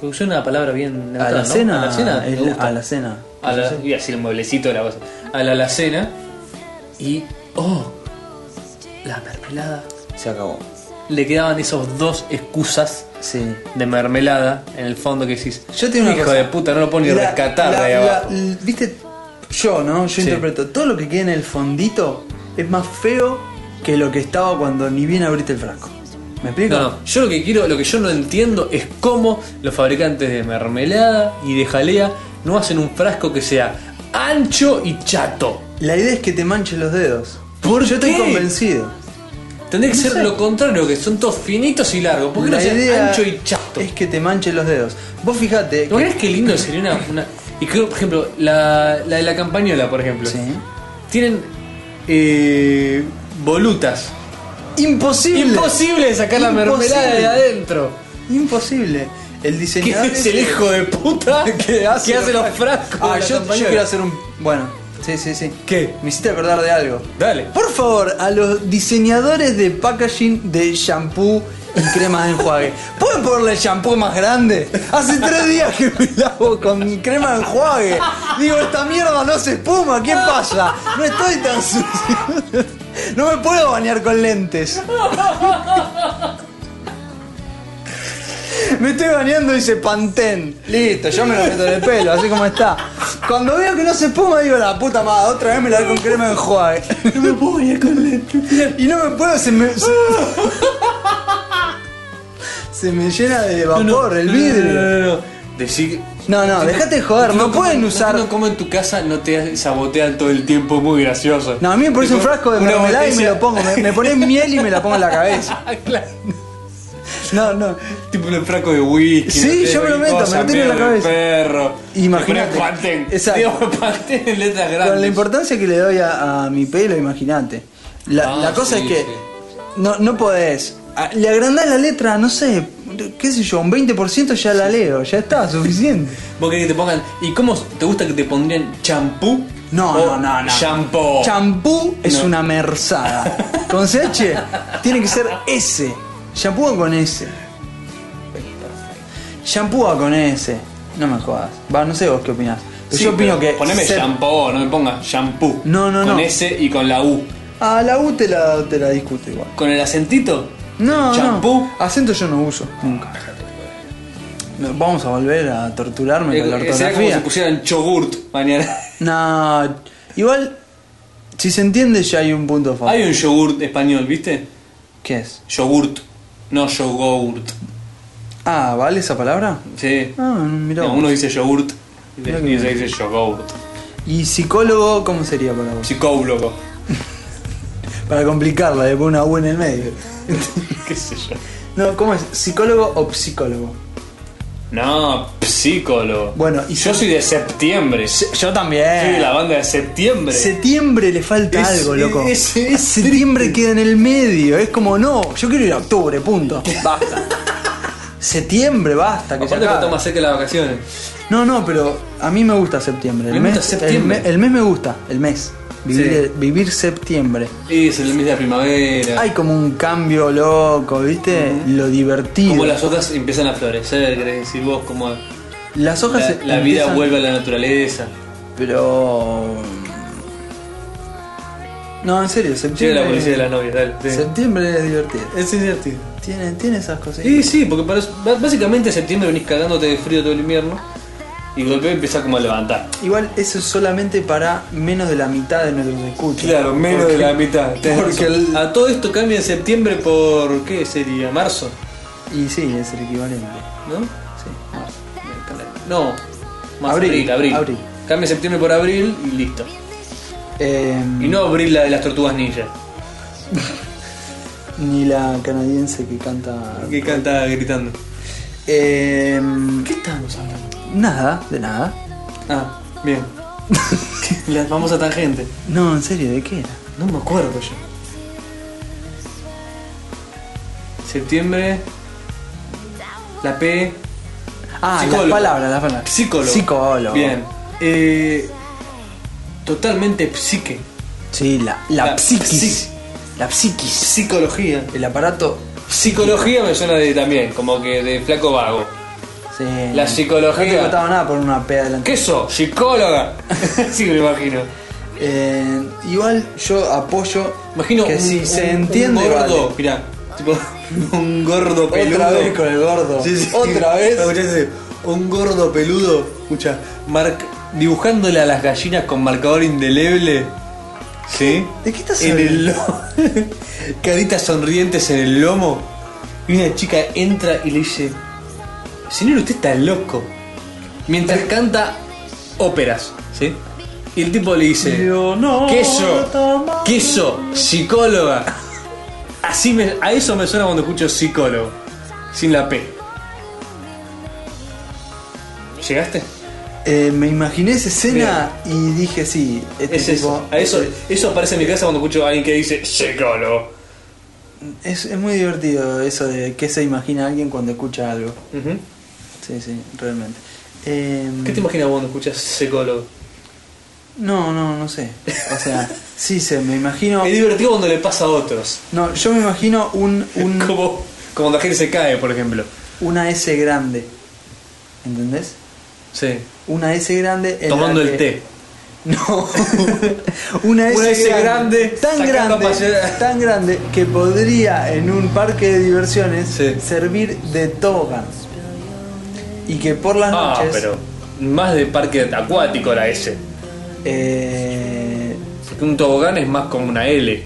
Speaker 3: Porque suena una palabra bien.
Speaker 2: a
Speaker 3: neutra,
Speaker 2: la
Speaker 3: ¿no?
Speaker 2: cena.
Speaker 3: Alacena, me
Speaker 2: el-
Speaker 3: gusta.
Speaker 2: a la cena.
Speaker 3: A la- iba a decir el mueblecito de la cosa. A la alacena. Y. ¡Oh! La mermelada.
Speaker 2: Se acabó.
Speaker 3: Le quedaban esos dos excusas
Speaker 2: Sí.
Speaker 3: de mermelada en el fondo que decís.
Speaker 2: Yo tengo una
Speaker 3: Hijo
Speaker 2: cosa.
Speaker 3: de puta, no lo puedo ni
Speaker 2: La-
Speaker 3: rescatar
Speaker 2: la-
Speaker 3: de ahí
Speaker 2: la-
Speaker 3: abajo.
Speaker 2: l- Viste, yo, ¿no? Yo
Speaker 3: Sí.
Speaker 2: interpreto todo lo que queda en el fondito es más feo que lo que estaba cuando ni bien abriste el frasco. ¿Me explico?
Speaker 3: No, no, yo lo que quiero, lo que yo no entiendo es cómo los fabricantes de mermelada y de jalea no hacen un frasco que sea ancho y chato.
Speaker 2: La idea es que te manchen los dedos.
Speaker 3: ¿Por
Speaker 2: yo
Speaker 3: qué?
Speaker 2: estoy convencido.
Speaker 3: Tendría que ser lo contrario, que son todos finitos y largos. ¿Por qué
Speaker 2: la
Speaker 3: no
Speaker 2: idea
Speaker 3: sean ancho y chato?
Speaker 2: Es que te manchen los dedos. Vos fijate.
Speaker 3: ¿No
Speaker 2: que-
Speaker 3: crees que lindo sería una. una- Y creo, por ejemplo, la, la de la campañola, por ejemplo.
Speaker 2: Sí.
Speaker 3: Tienen eh, volutas.
Speaker 2: Imposible.
Speaker 3: Imposible de sacar la mermelada de
Speaker 2: Imposible.
Speaker 3: adentro.
Speaker 2: Imposible. El
Speaker 3: Que
Speaker 2: diseñador.
Speaker 3: es el hijo de
Speaker 2: [LAUGHS]
Speaker 3: puta que hace, los frascos.
Speaker 2: Ah,
Speaker 3: de la
Speaker 2: yo, yo
Speaker 3: campañola?
Speaker 2: quiero hacer un. Bueno, sí, sí, sí.
Speaker 3: ¿Qué?
Speaker 2: Me hiciste acordar de algo.
Speaker 3: Dale.
Speaker 2: Por favor, a los diseñadores de packaging de shampoo y cremas de enjuague, ¿pueden ponerle shampoo más grande? Hace tres días que me lavo con mi crema de enjuague. Digo, esta mierda no se espuma, ¿qué pasa? No estoy tan sucio. No me puedo bañar con lentes. [LAUGHS] Me estoy bañando y dice Pantén. Listo, yo me lo meto en el pelo, así como está. Cuando veo que no se espuma, digo la puta madre, otra vez me la hago con crema de enjuague. No me puedo bañar con lentes. [LAUGHS] Y no me puedo, se me. Se, se me llena de vapor el
Speaker 3: No,
Speaker 2: vidrio.
Speaker 3: no, no, no. Decí que-
Speaker 2: No, no, dejate de joder, no,
Speaker 3: como-
Speaker 2: pueden usar.
Speaker 3: No, como en tu casa no te sabotean todo el tiempo, es muy gracioso.
Speaker 2: No, a mí me pones un
Speaker 3: Tipo,
Speaker 2: frasco de
Speaker 3: una
Speaker 2: mermelada y me
Speaker 3: botella-
Speaker 2: lo pongo. Me, me pones miel y me la pongo en la cabeza.
Speaker 3: [LAUGHS] Ah, claro.
Speaker 2: No, no.
Speaker 3: Tipo un frasco de whisky.
Speaker 2: Sí,
Speaker 3: no sé,
Speaker 2: yo me lo
Speaker 3: cualquier
Speaker 2: meto, me
Speaker 3: cosa,
Speaker 2: lo tiro en la
Speaker 3: miedo del
Speaker 2: cabeza.
Speaker 3: perro.
Speaker 2: Imagínate.
Speaker 3: Te ponen Pantene.
Speaker 2: Exacto.
Speaker 3: Digo, [LAUGHS] Pantene en letras
Speaker 2: Con la
Speaker 3: grandes.
Speaker 2: importancia que le doy a, a mi pelo, imagínate. La,
Speaker 3: Ah,
Speaker 2: la cosa
Speaker 3: sí,
Speaker 2: es que
Speaker 3: sí.
Speaker 2: no, no podés. Ah, Le agrandás la letra, no sé, qué sé yo, un 20% ya la leo, ya está, suficiente.
Speaker 3: Vos querés que te pongan. ¿Y cómo te gusta que te pondrían champú?
Speaker 2: No,
Speaker 3: o
Speaker 2: no, no, no.
Speaker 3: Shampoo.
Speaker 2: Champú es
Speaker 3: No.
Speaker 2: una merzada. Con CH
Speaker 3: [LAUGHS]
Speaker 2: tiene que ser S. Shampoo va con S. Shampoo va con S. No me jodas. Va, no sé vos qué opinás. Pero
Speaker 3: Sí,
Speaker 2: yo opino
Speaker 3: pero
Speaker 2: que.
Speaker 3: Poneme
Speaker 2: ser-
Speaker 3: shampoo, no me pongas shampoo.
Speaker 2: No, no,
Speaker 3: con
Speaker 2: no.
Speaker 3: Con S y con la U.
Speaker 2: A Ah, la U te la, te la discuto igual.
Speaker 3: Con el acentito.
Speaker 2: No,
Speaker 3: Champú.
Speaker 2: no. Acento yo no uso, nunca. No, Vamos a volver a torturarme con la
Speaker 3: Eh, Será como si
Speaker 2: ortografía.
Speaker 3: pusieran chogurt mañana.
Speaker 2: No, igual, si se entiende ya hay un punto a favor.
Speaker 3: Hay un yogurt español, ¿viste?
Speaker 2: ¿Qué es?
Speaker 3: Yogurt, no yogurt.
Speaker 2: Ah, ¿vale esa palabra?
Speaker 3: Sí.
Speaker 2: Ah, mirá.
Speaker 3: No,
Speaker 2: vos.
Speaker 3: uno dice yogurt y
Speaker 2: Mirá
Speaker 3: otro
Speaker 2: que-
Speaker 3: dice yogurt.
Speaker 2: ¿Y psicólogo cómo sería para vos?
Speaker 3: Psicólogo. [LAUGHS]
Speaker 2: Para complicarla, le pone una U en el medio. [LAUGHS]
Speaker 3: ¿Qué sé yo?
Speaker 2: no, ¿cómo es? ¿Psicólogo o psicólogo?
Speaker 3: No, psicólogo.
Speaker 2: Bueno, y Eh.
Speaker 3: yo soy de septiembre.
Speaker 2: Se- Yo también.
Speaker 3: Soy de la banda de septiembre.
Speaker 2: Septiembre le falta
Speaker 3: Es-
Speaker 2: algo, loco.
Speaker 3: es- es
Speaker 2: septiembre queda en el medio. Es como, no, yo quiero ir a octubre,
Speaker 3: [LAUGHS]
Speaker 2: punto. [LAUGHS] Basta. septiembre, basta. Que se
Speaker 3: Aparte,
Speaker 2: acabe.
Speaker 3: cuanto más cerca las vacaciones.
Speaker 2: No, no, pero a mí me gusta septiembre. El
Speaker 3: Me
Speaker 2: mes,
Speaker 3: gusta septiembre.
Speaker 2: El, me- el mes me gusta, el mes. Vivir, vivir septiembre.
Speaker 3: Y es el mes de la primavera.
Speaker 2: Hay como un cambio loco, ¿viste? Lo divertido.
Speaker 3: como las hojas empiezan a florecer, querés decir vos, como la,
Speaker 2: Las hojas se-
Speaker 3: la vida
Speaker 2: Ah, empiezan-
Speaker 3: vuelve a la naturaleza.
Speaker 2: Pero. No, en serio,
Speaker 3: Llega
Speaker 2: septiembre.
Speaker 3: la policía de la novia, dale. sí.
Speaker 2: Septiembre es divertido.
Speaker 3: Es divertido.
Speaker 2: Tiene, tiene esas cositas.
Speaker 3: Sí, sí, porque para- b- básicamente en septiembre venís cagándote de frío todo el invierno y de golpe empezás como a levantar.
Speaker 2: Igual eso es solamente para menos de la mitad de nuestros escuchas.
Speaker 3: menos de la [LAUGHS] mitad.
Speaker 2: porque el-
Speaker 3: A todo esto cambia en septiembre por. ¿qué sería? ¿Marzo?
Speaker 2: Y sí, es el equivalente.
Speaker 3: ¿No?
Speaker 2: Sí, marzo.
Speaker 3: No. Más
Speaker 2: Abril,
Speaker 3: abril, abril.
Speaker 2: abril.
Speaker 3: Cambia septiembre por abril y listo.
Speaker 2: Eh,
Speaker 3: Y no abril la de las tortugas ninja.
Speaker 2: Ni la canadiense que canta.
Speaker 3: Que canta gritando.
Speaker 2: Eh,
Speaker 3: ¿Qué estamos hablando?
Speaker 2: nada, de nada.
Speaker 3: Ah, bien. [LAUGHS] la famosa tangente.
Speaker 2: No, en serio, ¿de qué era?
Speaker 3: No me acuerdo yo. Septiembre. La P.
Speaker 2: Ah,
Speaker 3: Psicólogo.
Speaker 2: las palabras, las palabras.
Speaker 3: Psicólogo.
Speaker 2: Psicólogo.
Speaker 3: Bien. Eh, totalmente psique.
Speaker 2: Sí, la, la,
Speaker 3: La
Speaker 2: psiquis.
Speaker 3: psiquis.
Speaker 2: La psiquis.
Speaker 3: Psicología.
Speaker 2: El aparato.
Speaker 3: Psicología me suena de, también, como que de flaco vago.
Speaker 2: Sí.
Speaker 3: La psicología.
Speaker 2: No te costaba nada por una peda delante.
Speaker 3: ¿Qué sos? ¿Psicóloga? [LAUGHS] sí, me imagino.
Speaker 2: Eh, igual yo apoyo
Speaker 3: Imagino
Speaker 2: que
Speaker 3: un-
Speaker 2: si
Speaker 3: un-
Speaker 2: se
Speaker 3: un
Speaker 2: entiende
Speaker 3: gordo,
Speaker 2: vale.
Speaker 3: mirá, tipo [LAUGHS] un gordo peludo.
Speaker 2: otra vez con el gordo
Speaker 3: Sí, sí. [LAUGHS]
Speaker 2: otra vez
Speaker 3: Escuchá ese, Un gordo peludo, escucha, marc- dibujándole a las gallinas con marcador indeleble. ¿Sí?
Speaker 2: ¿De qué estás
Speaker 3: en
Speaker 2: hablando?
Speaker 3: el lomo. [LAUGHS] Caritas sonrientes en el lomo. Y una chica entra y le dice: Señor, usted está loco. Mientras canta óperas, ¿sí? Y el tipo le dice:
Speaker 2: Yo no
Speaker 3: Queso,
Speaker 2: tomo-
Speaker 3: queso, psicóloga. Así me, a eso me suena cuando escucho psicólogo. Sin la P. ¿Llegaste?
Speaker 2: Eh, me imaginé esa escena y dije sí este
Speaker 3: Es
Speaker 2: tipo
Speaker 3: eso. A eso, eso aparece en mi casa cuando escucho a alguien que dice psicólogo.
Speaker 2: es, es muy divertido eso de qué se imagina alguien cuando escucha algo
Speaker 3: Ujú.
Speaker 2: sí sí realmente Eh,
Speaker 3: ¿Qué te imaginas vos cuando escuchas psicólogo?
Speaker 2: no no no sé o
Speaker 3: [LAUGHS]
Speaker 2: sea sí se me imagino
Speaker 3: Es divertido cuando le pasa a otros.
Speaker 2: no yo me imagino un, un
Speaker 3: [LAUGHS] Como, como cuando la gente se cae, por ejemplo.
Speaker 2: una S grande ¿entendés?
Speaker 3: Sí.
Speaker 2: Una S grande. en la
Speaker 3: Tomando
Speaker 2: que-
Speaker 3: el té.
Speaker 2: No. [LAUGHS] una S,
Speaker 3: Una S grande,
Speaker 2: Tan
Speaker 3: sacando a
Speaker 2: grande.
Speaker 3: pasear.
Speaker 2: Tan grande que podría en un parque de diversiones
Speaker 3: Sí.
Speaker 2: servir de toga. Y que por las
Speaker 3: Ah,
Speaker 2: noches.
Speaker 3: pero más de parque acuático la S.
Speaker 2: eh,
Speaker 3: Porque un tobogán es más como una L.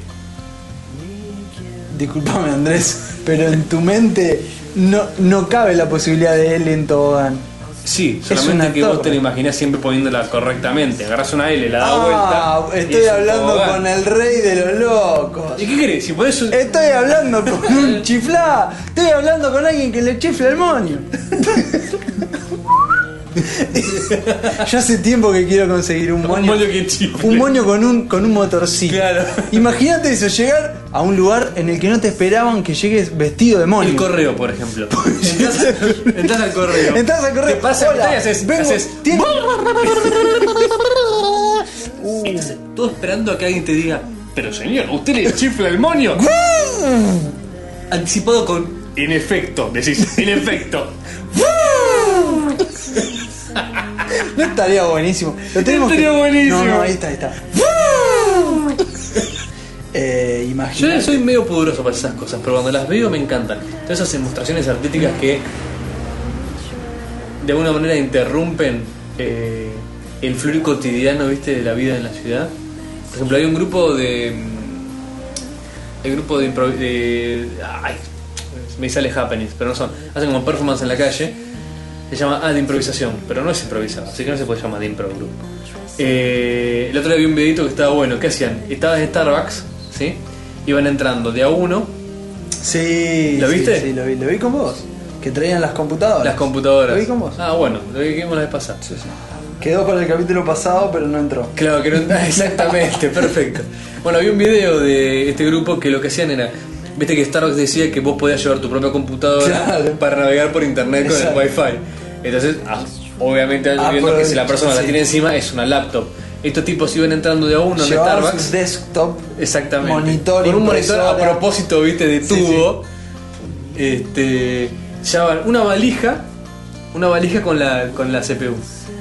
Speaker 2: disculpame Andrés, pero en tu mente no, no cabe la posibilidad de él en tobogán.
Speaker 3: Sí,
Speaker 2: Es
Speaker 3: solamente
Speaker 2: una
Speaker 3: que vos
Speaker 2: torre.
Speaker 3: te lo imaginás siempre poniéndola correctamente. Agarrás una L, la das
Speaker 2: Ah,
Speaker 3: vuelta. y
Speaker 2: estoy
Speaker 3: es un
Speaker 2: hablando
Speaker 3: tobogán.
Speaker 2: con el rey de los locos.
Speaker 3: ¿Y qué querés? Si podés. un-
Speaker 2: Estoy hablando con
Speaker 3: [LAUGHS]
Speaker 2: un chiflá. Estoy hablando con alguien que le chifla el
Speaker 3: [LAUGHS]
Speaker 2: moño. Yo hace tiempo que quiero conseguir un
Speaker 3: Un
Speaker 2: moño.
Speaker 3: moño que chifle.
Speaker 2: Un moño con un, con un motorcito.
Speaker 3: Claro.
Speaker 2: Imagínate eso, llegar a un lugar en el que no te esperaban que llegues vestido de moño.
Speaker 3: El correo, por
Speaker 2: [LAUGHS]
Speaker 3: ejemplo. Entrás entrás al correo.
Speaker 2: Entrás Pues al correo.
Speaker 3: Te pasa
Speaker 2: Hola,
Speaker 3: y haces.
Speaker 2: vengo-
Speaker 3: haces
Speaker 2: tiene-
Speaker 3: Estás todo esperando a que alguien te diga. Pero señor, ¿usted le chifla
Speaker 2: [LAUGHS]
Speaker 3: el moño? Anticipado con. En efecto, decís, en efecto.
Speaker 2: No estaría buenísimo. Lo tenemos
Speaker 3: Estaría
Speaker 2: que-
Speaker 3: buenísimo.
Speaker 2: No, no, ahí está, ahí está. eh,
Speaker 3: Yo
Speaker 2: imagínate.
Speaker 3: soy medio pudoroso para esas cosas, pero cuando las veo me encantan. Todas esas demostraciones artísticas que de alguna manera interrumpen eh, el fluir cotidiano, viste, de la vida en la ciudad. Por ejemplo, hay un grupo de. mm, El grupo de. impro- de- ay, me sale happenings, pero no son. Hacen como performance en la calle. Se llama Ah, de improvisación, pero no es improvisado, así que no se puede llamar de impro group. Eh, el otro día vi un videito que estaba bueno. ¿Qué hacían? Estabas en Starbucks, ¿sí? Iban entrando de a uno
Speaker 2: Sí.
Speaker 3: ¿Lo
Speaker 2: sí,
Speaker 3: viste?
Speaker 2: Sí, lo vi, lo vi con vos. Que traían las computadoras.
Speaker 3: las computadoras.
Speaker 2: Lo vi con vos.
Speaker 3: Ah, bueno, lo que vimos la vez pasada.
Speaker 2: Sí, sí. Quedó para el capítulo pasado, pero no entró.
Speaker 3: Claro, que no. [LAUGHS] ah, Exactamente, perfecto. Bueno, vi un video de este grupo que lo que hacían era. Viste que Starbucks decía que vos podías llevar tu propia computadora
Speaker 2: Claro.
Speaker 3: para navegar por internet con
Speaker 2: Exacto.
Speaker 3: el Wi-Fi. Entonces, ah, obviamente,
Speaker 2: Ah,
Speaker 3: viendo
Speaker 2: pero-
Speaker 3: que si la persona la
Speaker 2: sí.
Speaker 3: tiene encima es una laptop. Estos tipos iban entrando de a uno en
Speaker 2: Llevaban
Speaker 3: Starbucks.
Speaker 2: sus desktop.
Speaker 3: Exactamente.
Speaker 2: Monitor,
Speaker 3: Con un monitor a
Speaker 2: impresora.
Speaker 3: propósito, viste, de
Speaker 2: Sí,
Speaker 3: tubo. Este. Llevaban una valija. Una valija con la, con la CPU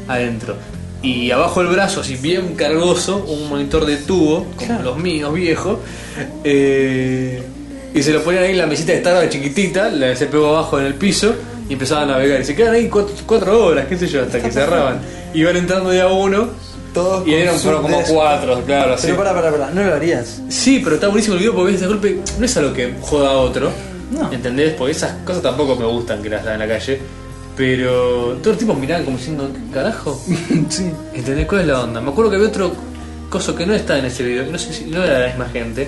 Speaker 3: adentro. Y abajo el brazo, así bien cargoso, un monitor de tubo, como
Speaker 2: Claro.
Speaker 3: los míos viejos. eh, y se lo ponían ahí en la mesita de Starbucks chiquitita, la CPU abajo en el piso, y empezaban a navegar. Y se quedaban ahí cuatro, cuatro horas, qué sé yo, hasta que cerraban. Iban entrando de a uno,
Speaker 2: Todos
Speaker 3: y
Speaker 2: con
Speaker 3: eran
Speaker 2: sus
Speaker 3: fueron como
Speaker 2: desktop.
Speaker 3: cuatro, claro. así.
Speaker 2: Pero para, para, para, no lo
Speaker 3: [LAUGHS]
Speaker 2: harías.
Speaker 3: Sí, pero está buenísimo el video porque ves de golpe no es algo que joda a otro.
Speaker 2: No.
Speaker 3: ¿Entendés? Porque esas cosas tampoco me gustan que las dan en la calle. Pero todos los tipos miraban como diciendo,
Speaker 2: [LAUGHS]
Speaker 3: "¿Qué carajo?
Speaker 2: sí.
Speaker 3: ¿Entendés cuál es la onda? Me acuerdo que había otro coso que no está en ese video, que no sé si no era la misma gente,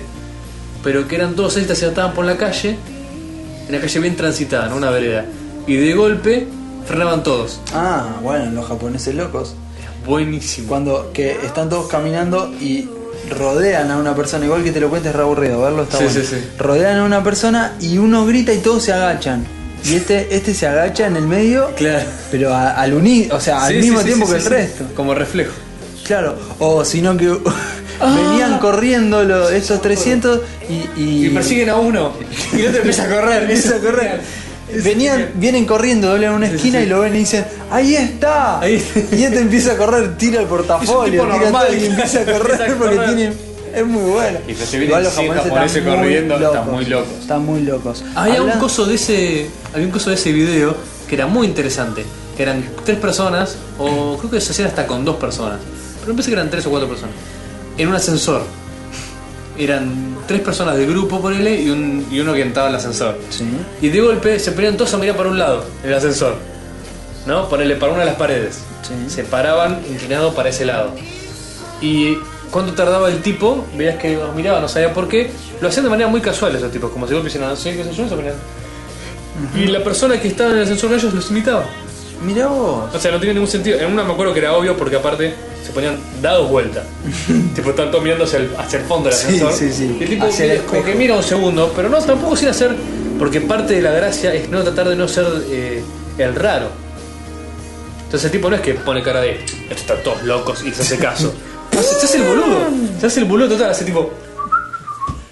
Speaker 3: pero que eran todos estas se ataban por la calle, en la calle bien transitada, en una vereda. Y de golpe frenaban todos.
Speaker 2: Ah, bueno, los japoneses locos.
Speaker 3: Era buenísimo.
Speaker 2: Cuando que están todos caminando y rodean a una persona, igual que te lo cuentes, es re aburrido verlo, está
Speaker 3: Sí,
Speaker 2: bueno.
Speaker 3: sí, sí.
Speaker 2: Rodean a una persona y uno grita y todos se agachan. Y este, este se agacha en el medio,
Speaker 3: Claro.
Speaker 2: pero a- al unir, o sea, al
Speaker 3: Sí,
Speaker 2: mismo
Speaker 3: sí, sí,
Speaker 2: tiempo
Speaker 3: sí,
Speaker 2: que
Speaker 3: sí,
Speaker 2: el resto.
Speaker 3: Como reflejo.
Speaker 2: Claro, o sino que [LAUGHS] venían corriendo lo- esos 300 y, y,
Speaker 3: Y persiguen
Speaker 2: [LAUGHS]
Speaker 3: a uno. Y el otro empieza a correr.
Speaker 2: empieza a correr. Venían, vienen corriendo, doblan una esquina y lo ven y dicen, ahí está.
Speaker 3: Ahí está.
Speaker 2: Y este empieza a correr, tira el portafolio,
Speaker 3: tipo
Speaker 2: tira
Speaker 3: normal.
Speaker 2: todo y empieza a correr
Speaker 3: Empieza a
Speaker 2: porque
Speaker 3: correr.
Speaker 2: tiene, es muy bueno.
Speaker 3: Y se vienen cien japoneses
Speaker 2: muy
Speaker 3: corriendo, están muy locos.
Speaker 2: Están muy locos.
Speaker 3: Había un
Speaker 2: Hablan-
Speaker 3: coso de ese. Había un coso de ese video que era muy interesante. Que eran tres personas, o creo que se hacían hasta con dos personas. Pero pensé que eran tres o cuatro personas. En un ascensor. Eran tres personas de grupo, ponele, y, un, y uno que entraba al ascensor.
Speaker 2: Sí.
Speaker 3: Y de golpe se ponían todos a mirar para un lado, el ascensor. ¿No? Ponele para una de las paredes.
Speaker 2: Sí.
Speaker 3: Se paraban inclinados para ese lado. Y cuánto tardaba el tipo, veías que los miraba, no sabía por qué. Lo hacían de manera muy casual esos tipos, como si golpe hicieran, no sé qué sé yo, se ponían. Y la persona que estaba en el ascensor con ellos los imitaba.
Speaker 2: Mirá vos.
Speaker 3: O sea, no tiene ningún sentido. En una me acuerdo que era obvio porque aparte se ponían
Speaker 2: [LAUGHS]
Speaker 3: dados vuelta. tipo, están todos mirando hacia el, hacia el fondo del
Speaker 2: Sí,
Speaker 3: ascensor.
Speaker 2: sí, sí.
Speaker 3: Y el tipo
Speaker 2: Hacia el
Speaker 3: mira- como
Speaker 2: espejo.
Speaker 3: que mira un segundo, pero no, tampoco sin hacer. Porque parte de la gracia es no tratar de no ser eh, el raro. Entonces el tipo no es que pone cara de "Esto están todos locos y se
Speaker 2: [LAUGHS]
Speaker 3: hace caso. No, se, se hace el boludo. Se hace el boludo total, hace tipo.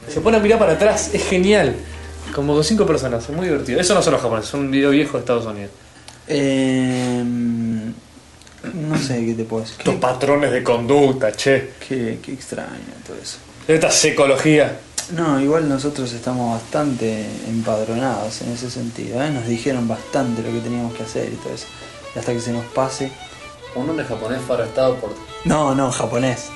Speaker 3: Se pone a mirar para atrás, es genial. Como con cinco personas, es muy divertido. Eso no son los japoneses, son un video viejo de Estados Unidos.
Speaker 2: Eh, no sé qué te puedo decir.
Speaker 3: Estos
Speaker 2: Qué,
Speaker 3: patrones de conducta, che.
Speaker 2: qué- qué extraño todo eso.
Speaker 3: Esta psicología.
Speaker 2: No, igual nosotros estamos bastante empadronados en ese sentido. ¿eh? Nos dijeron bastante lo que teníamos que hacer y todo eso. Y hasta que se nos pase.
Speaker 3: Un hombre japonés fue arrestado por.
Speaker 2: No, no, japonés.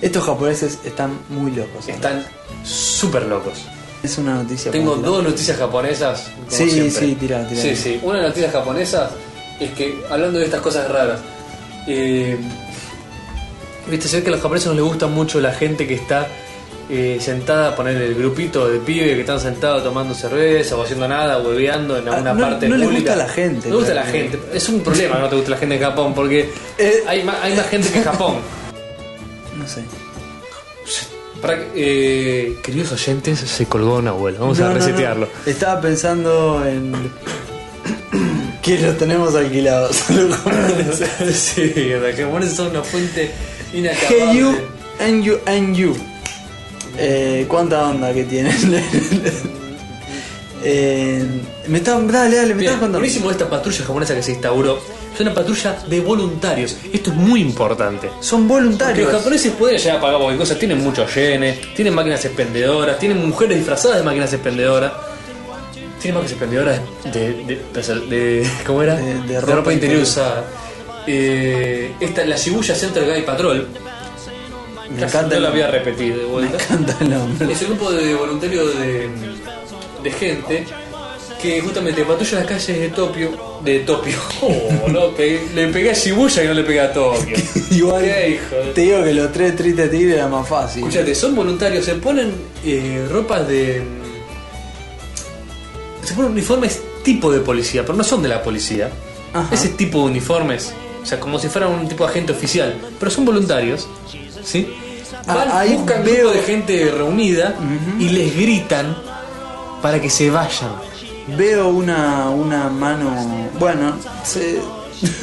Speaker 2: Estos japoneses están muy locos. ¿no?
Speaker 3: Están súper locos.
Speaker 2: Es una noticia.
Speaker 3: Tengo
Speaker 2: para tirar.
Speaker 3: dos noticias japonesas. como
Speaker 2: Sí,
Speaker 3: siempre.
Speaker 2: sí, tirá, tirá.
Speaker 3: Sí, sí. Una noticia japonesa es que, hablando de estas cosas raras, eh, viste, sé que a los japoneses no les gusta mucho la gente que está eh, sentada, poner el grupito de pibe que están sentados tomando cerveza o haciendo nada, hueveando en
Speaker 2: Ah,
Speaker 3: alguna
Speaker 2: no-
Speaker 3: parte
Speaker 2: no les
Speaker 3: pública.
Speaker 2: gusta la gente,
Speaker 3: No gusta la
Speaker 2: claro.
Speaker 3: gente. Es un problema que no te gusta la gente en Japón porque
Speaker 2: [LAUGHS] Eh.
Speaker 3: hay, más, hay más gente que
Speaker 2: [LAUGHS]
Speaker 3: en Japón.
Speaker 2: No sé.
Speaker 3: Para que- eh, queridos oyentes, se colgó un abuelo. Vamos
Speaker 2: No,
Speaker 3: a
Speaker 2: no, no.
Speaker 3: resetearlo.
Speaker 2: Estaba pensando en. [COUGHS] que los tenemos [LAUGHS] alquilados. los japoneses.
Speaker 3: sí, los japoneses son una fuente inacabable.
Speaker 2: Hey you, and you, and you. Eh, ¿Cuánta onda que tienen? [LAUGHS] Eh, me estaba, dale, dale, me estabas
Speaker 3: Bien,
Speaker 2: contando.
Speaker 3: buenísimo esta patrulla japonesa que se instauró. Es una patrulla de voluntarios. Esto es muy importante.
Speaker 2: Son
Speaker 3: Porque
Speaker 2: voluntarios.
Speaker 3: los japoneses pueden llegar a pagar cualquier cosa. Tienen muchos yenes, tienen máquinas expendedoras, tienen mujeres disfrazadas de máquinas expendedoras. Tienen máquinas expendedoras de. de, de- de- ¿Cómo era?
Speaker 2: De- de
Speaker 3: ropa,
Speaker 2: ropa
Speaker 3: interior
Speaker 2: interior.
Speaker 3: usada. Eh, esta, la Shibuya Center Guy Patrol.
Speaker 2: Me
Speaker 3: Casi
Speaker 2: encanta,
Speaker 3: no
Speaker 2: el,
Speaker 3: la voy a repetir de
Speaker 2: me
Speaker 3: vuelta.
Speaker 2: encanta el nombre.
Speaker 3: [LAUGHS] Es el grupo de voluntarios de, de gente que justamente patrulla las calles de Tokio. De Tokio. [LAUGHS] Oh, no, pe- le pegué a Shibuya y no le pegué a Tokio.
Speaker 2: Igual
Speaker 3: Qué hijo de-
Speaker 2: te digo que los tres tristes tigres era más fácil.
Speaker 3: Escuchate, son voluntarios, se ponen eh, ropas de. Se ponen uniformes tipo de policía, pero no son de la policía.
Speaker 2: Ajá.
Speaker 3: Ese tipo de uniformes, o sea, como si fueran un tipo de agente oficial, pero son voluntarios, ¿sí?
Speaker 2: Ah,
Speaker 3: Van,
Speaker 2: ahí
Speaker 3: buscan
Speaker 2: veo-
Speaker 3: grupo de gente reunida y les gritan para que se vayan.
Speaker 2: Veo una, una mano. Bueno, se.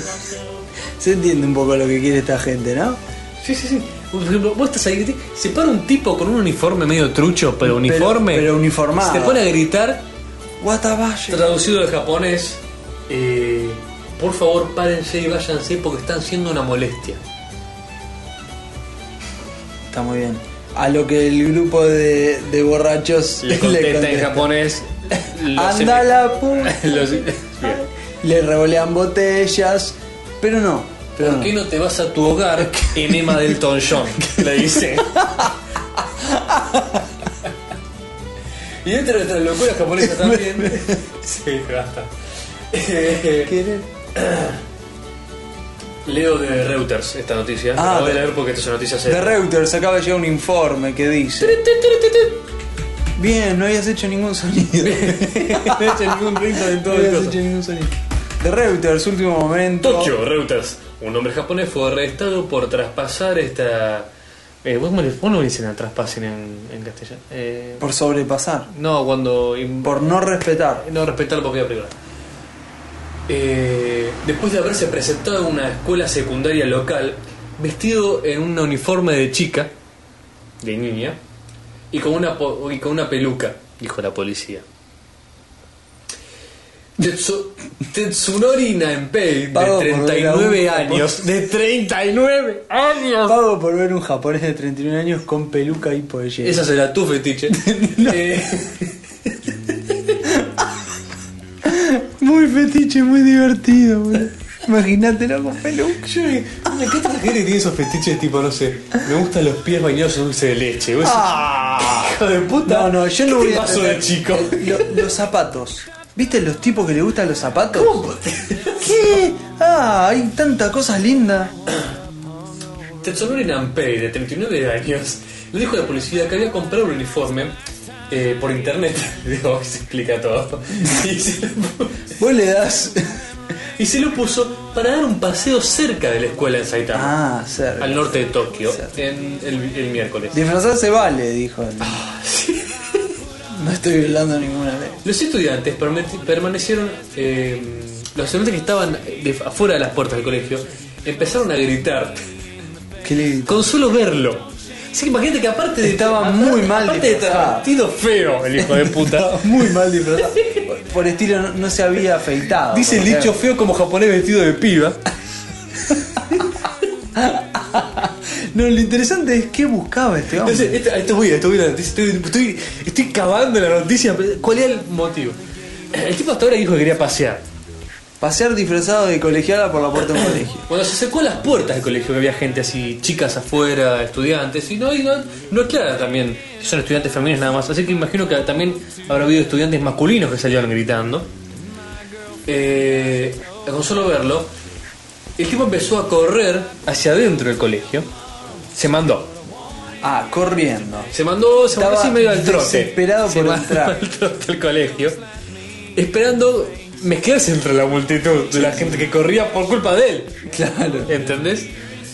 Speaker 2: [LAUGHS] se entiende un poco lo que quiere esta gente, ¿no?
Speaker 3: Sí, sí, sí. Por ejemplo, vos estás ahí, te- se para un tipo con un uniforme medio trucho, pero uniforme.
Speaker 2: pero uniformado.
Speaker 3: Se te pone a gritar
Speaker 2: Watabashi.
Speaker 3: Traducido al japonés, eh, por favor párense y váyanse porque están siendo una molestia.
Speaker 2: Está muy bien. A lo que el grupo de, de borrachos
Speaker 3: [LAUGHS]
Speaker 2: [LAUGHS]
Speaker 3: Le
Speaker 2: le
Speaker 3: contesta, en
Speaker 2: contesta.
Speaker 3: japonés. los-
Speaker 2: Anda la
Speaker 3: [LAUGHS]
Speaker 2: puta.
Speaker 3: los- bien.
Speaker 2: Le revolean botellas. Pero no. Pero
Speaker 3: ¿Por qué no te vas a tu [LAUGHS] hogar, enema del tonchón? Le dice. [LAUGHS] y dentro de nuestras locuras japonesas también. [LAUGHS] sí, [LAUGHS] basta. Eh,
Speaker 2: ¿Quieres?
Speaker 3: Leo de Reuters esta noticia.
Speaker 2: Ah,
Speaker 3: la voy a
Speaker 2: de-
Speaker 3: leer porque esta es una noticia
Speaker 2: De
Speaker 3: seria.
Speaker 2: Reuters acaba de llegar un informe que dice. Bien, no habías hecho ningún sonido.
Speaker 3: [LAUGHS] no he hecho ningún rinto en
Speaker 2: No
Speaker 3: todo el
Speaker 2: habías
Speaker 3: coso.
Speaker 2: hecho ningún sonido. De Reuters, último momento.
Speaker 3: Tokio, Reuters. Un hombre japonés fue arrestado por traspasar esta. Eh, ¿Cómo le cómo le dicen a traspasen en, en castellano? Eh,
Speaker 2: Por sobrepasar.
Speaker 3: no, cuando. in-
Speaker 2: Por no respetar.
Speaker 3: No respetar la propiedad privada. Eh, después de haberse presentado a una escuela secundaria local, vestido en un uniforme de chica, de niña, y con una, po- y con una peluca, dijo la policía. Tetsu- Tetsunori Naenpei, de
Speaker 2: Pago por ver
Speaker 3: 39
Speaker 2: a un- [LAUGHS]
Speaker 3: años, de 39 años,
Speaker 2: Pago por ver un japonés de 31 años con peluca y pollera.
Speaker 3: Esa será tu
Speaker 2: [LAUGHS]
Speaker 3: fetiche. Eh,
Speaker 2: Muy fetiche, muy divertido, boludo. Imagínatelo con peluca.
Speaker 3: Yo, me encanta la gente que tiene esos fetiches tipo, no sé, me gustan los pies bañados en dulce de leche. Vos
Speaker 2: Ah.
Speaker 3: decís, hijo de puta.
Speaker 2: No, no, yo no
Speaker 3: ¿qué
Speaker 2: voy
Speaker 3: te
Speaker 2: a
Speaker 3: pasó de
Speaker 2: entender?
Speaker 3: chico.
Speaker 2: Lo- los zapatos. ¿Viste los tipos que le gustan los zapatos? ¿Qué? Ah, hay tantas cosas lindas.
Speaker 3: Tetsunori Nampei, de 39 años, le dijo a la policía que había comprado un uniforme eh, por internet. [LAUGHS] Digo, se explica todo. Y se, lo,
Speaker 2: Vos le das.
Speaker 3: y se lo puso para dar un paseo cerca de la escuela en Saitama,
Speaker 2: Ah, cerca.
Speaker 3: al norte de Tokio,
Speaker 2: Cerca.
Speaker 3: en el, el miércoles.
Speaker 2: Disfrazarse vale, dijo él.
Speaker 3: Ah,
Speaker 2: No estoy violando ninguna ley.
Speaker 3: Los estudiantes permane- permanecieron, eh, los estudiantes que estaban de- afuera de las puertas del colegio, empezaron a gritar
Speaker 2: Qué lindo.
Speaker 3: con solo verlo. Así que imagínate que aparte de...
Speaker 2: Estaba
Speaker 3: aparte-
Speaker 2: muy mal
Speaker 3: Aparte de
Speaker 2: disfrazado.
Speaker 3: travestido feo, el hijo de [LAUGHS] puta.
Speaker 2: Muy mal disfrazado. Por, por estilo, no, no se había afeitado.
Speaker 3: Dice el
Speaker 2: por
Speaker 3: dicho feo como japonés vestido de piba.
Speaker 2: ejemplo. [LAUGHS] No, lo interesante es qué buscaba este hombre.
Speaker 3: Entonces, eh, esta- esto es buena, esto es buena noticia, Estoy, estoy, estoy cavando la noticia. pero ¿Cuál era el motivo? El tipo hasta ahora dijo que quería pasear.
Speaker 2: Pasear disfrazado de colegiala por la puerta de un colegio.
Speaker 3: Cuando se acercó a las puertas del colegio, que había gente así, chicas afuera, estudiantes, y no, y no, no es clara también si son estudiantes femeninas nada más. Así que imagino que también habrá habido estudiantes masculinos que salieron gritando. Eh, con solo verlo, el tipo empezó a correr hacia adentro del colegio. Se mandó.
Speaker 2: Ah, corriendo. [LAUGHS]
Speaker 3: Se mandó, se mandó
Speaker 2: Estaba
Speaker 3: así medio al trote.
Speaker 2: desesperado
Speaker 3: se
Speaker 2: por
Speaker 3: mandó
Speaker 2: entrar.
Speaker 3: al trote al colegio. Esperando mezclarse entre la multitud de la gente que corría por culpa de él.
Speaker 2: Claro.
Speaker 3: ¿Entendés?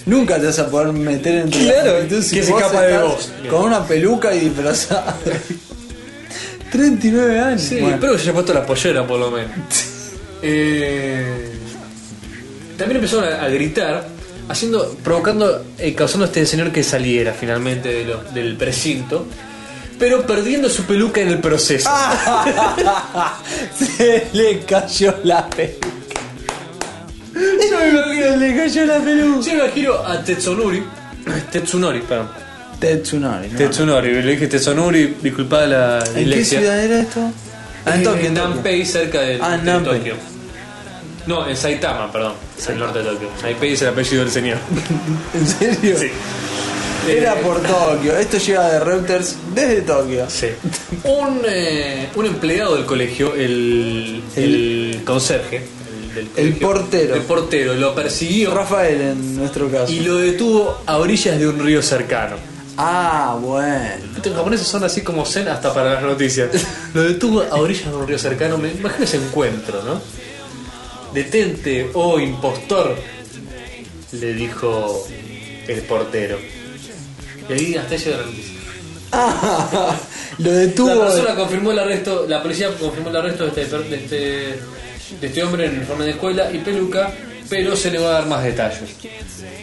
Speaker 2: Nunca te vas a poder meter en
Speaker 3: Claro,
Speaker 2: entonces
Speaker 3: que se escapa de vos.
Speaker 2: Con una peluca y [LAUGHS] disfrazada. 39 años.
Speaker 3: Sí,
Speaker 2: Bueno,
Speaker 3: espero que se haya puesto la pollera por lo menos. [LAUGHS] Eh, también empezaron a, a gritar, haciendo, provocando, eh, causando a este señor que saliera finalmente de lo- del precinto. pero perdiendo su peluca en el proceso.
Speaker 2: [LAUGHS] Se le cayó la peluca. Yo me imagino, se le cayó la peluca.
Speaker 3: Yo me imagino a [COUGHS] Tetsunori. Tetsunori, perdón.
Speaker 2: Tetsunori, ¿no?
Speaker 3: Tetsunori, le dije Tetsunori, disculpa la
Speaker 2: ¿En qué
Speaker 3: dislexia.
Speaker 2: ciudad era esto? Ah, en
Speaker 3: Eh,
Speaker 2: Tokio, en Tokio.
Speaker 3: Nanpei, cerca de,
Speaker 2: Ah,
Speaker 3: de
Speaker 2: Nanpei.
Speaker 3: Tokio. No, en Saitama, perdón. Es el norte de Tokio. Nanpei es el apellido del señor.
Speaker 2: ¿En serio?
Speaker 3: Sí.
Speaker 2: Era
Speaker 3: Eh,
Speaker 2: por Tokio. Esto llega de Reuters desde Tokio.
Speaker 3: Sí. Un, eh, un empleado del colegio, el, el, conserje, el, del colegio,
Speaker 2: portero.
Speaker 3: El portero, lo persiguió
Speaker 2: Rafael en nuestro caso.
Speaker 3: y lo detuvo a orillas de un río cercano.
Speaker 2: Ah, bueno. [LAUGHS]
Speaker 3: Los japoneses son así como zen hasta para las noticias. Lo detuvo a orillas de un río cercano. Me imagino ese encuentro, ¿no? Detente, oh impostor, le dijo el portero. Y ahí hasta ahí llega la noticia.
Speaker 2: Ah, lo
Speaker 3: La
Speaker 2: detuvo.
Speaker 3: persona confirmó el arresto, la policía confirmó el arresto de este, de este, de este hombre en uniforme de escuela y peluca, pero se le va a dar más detalles.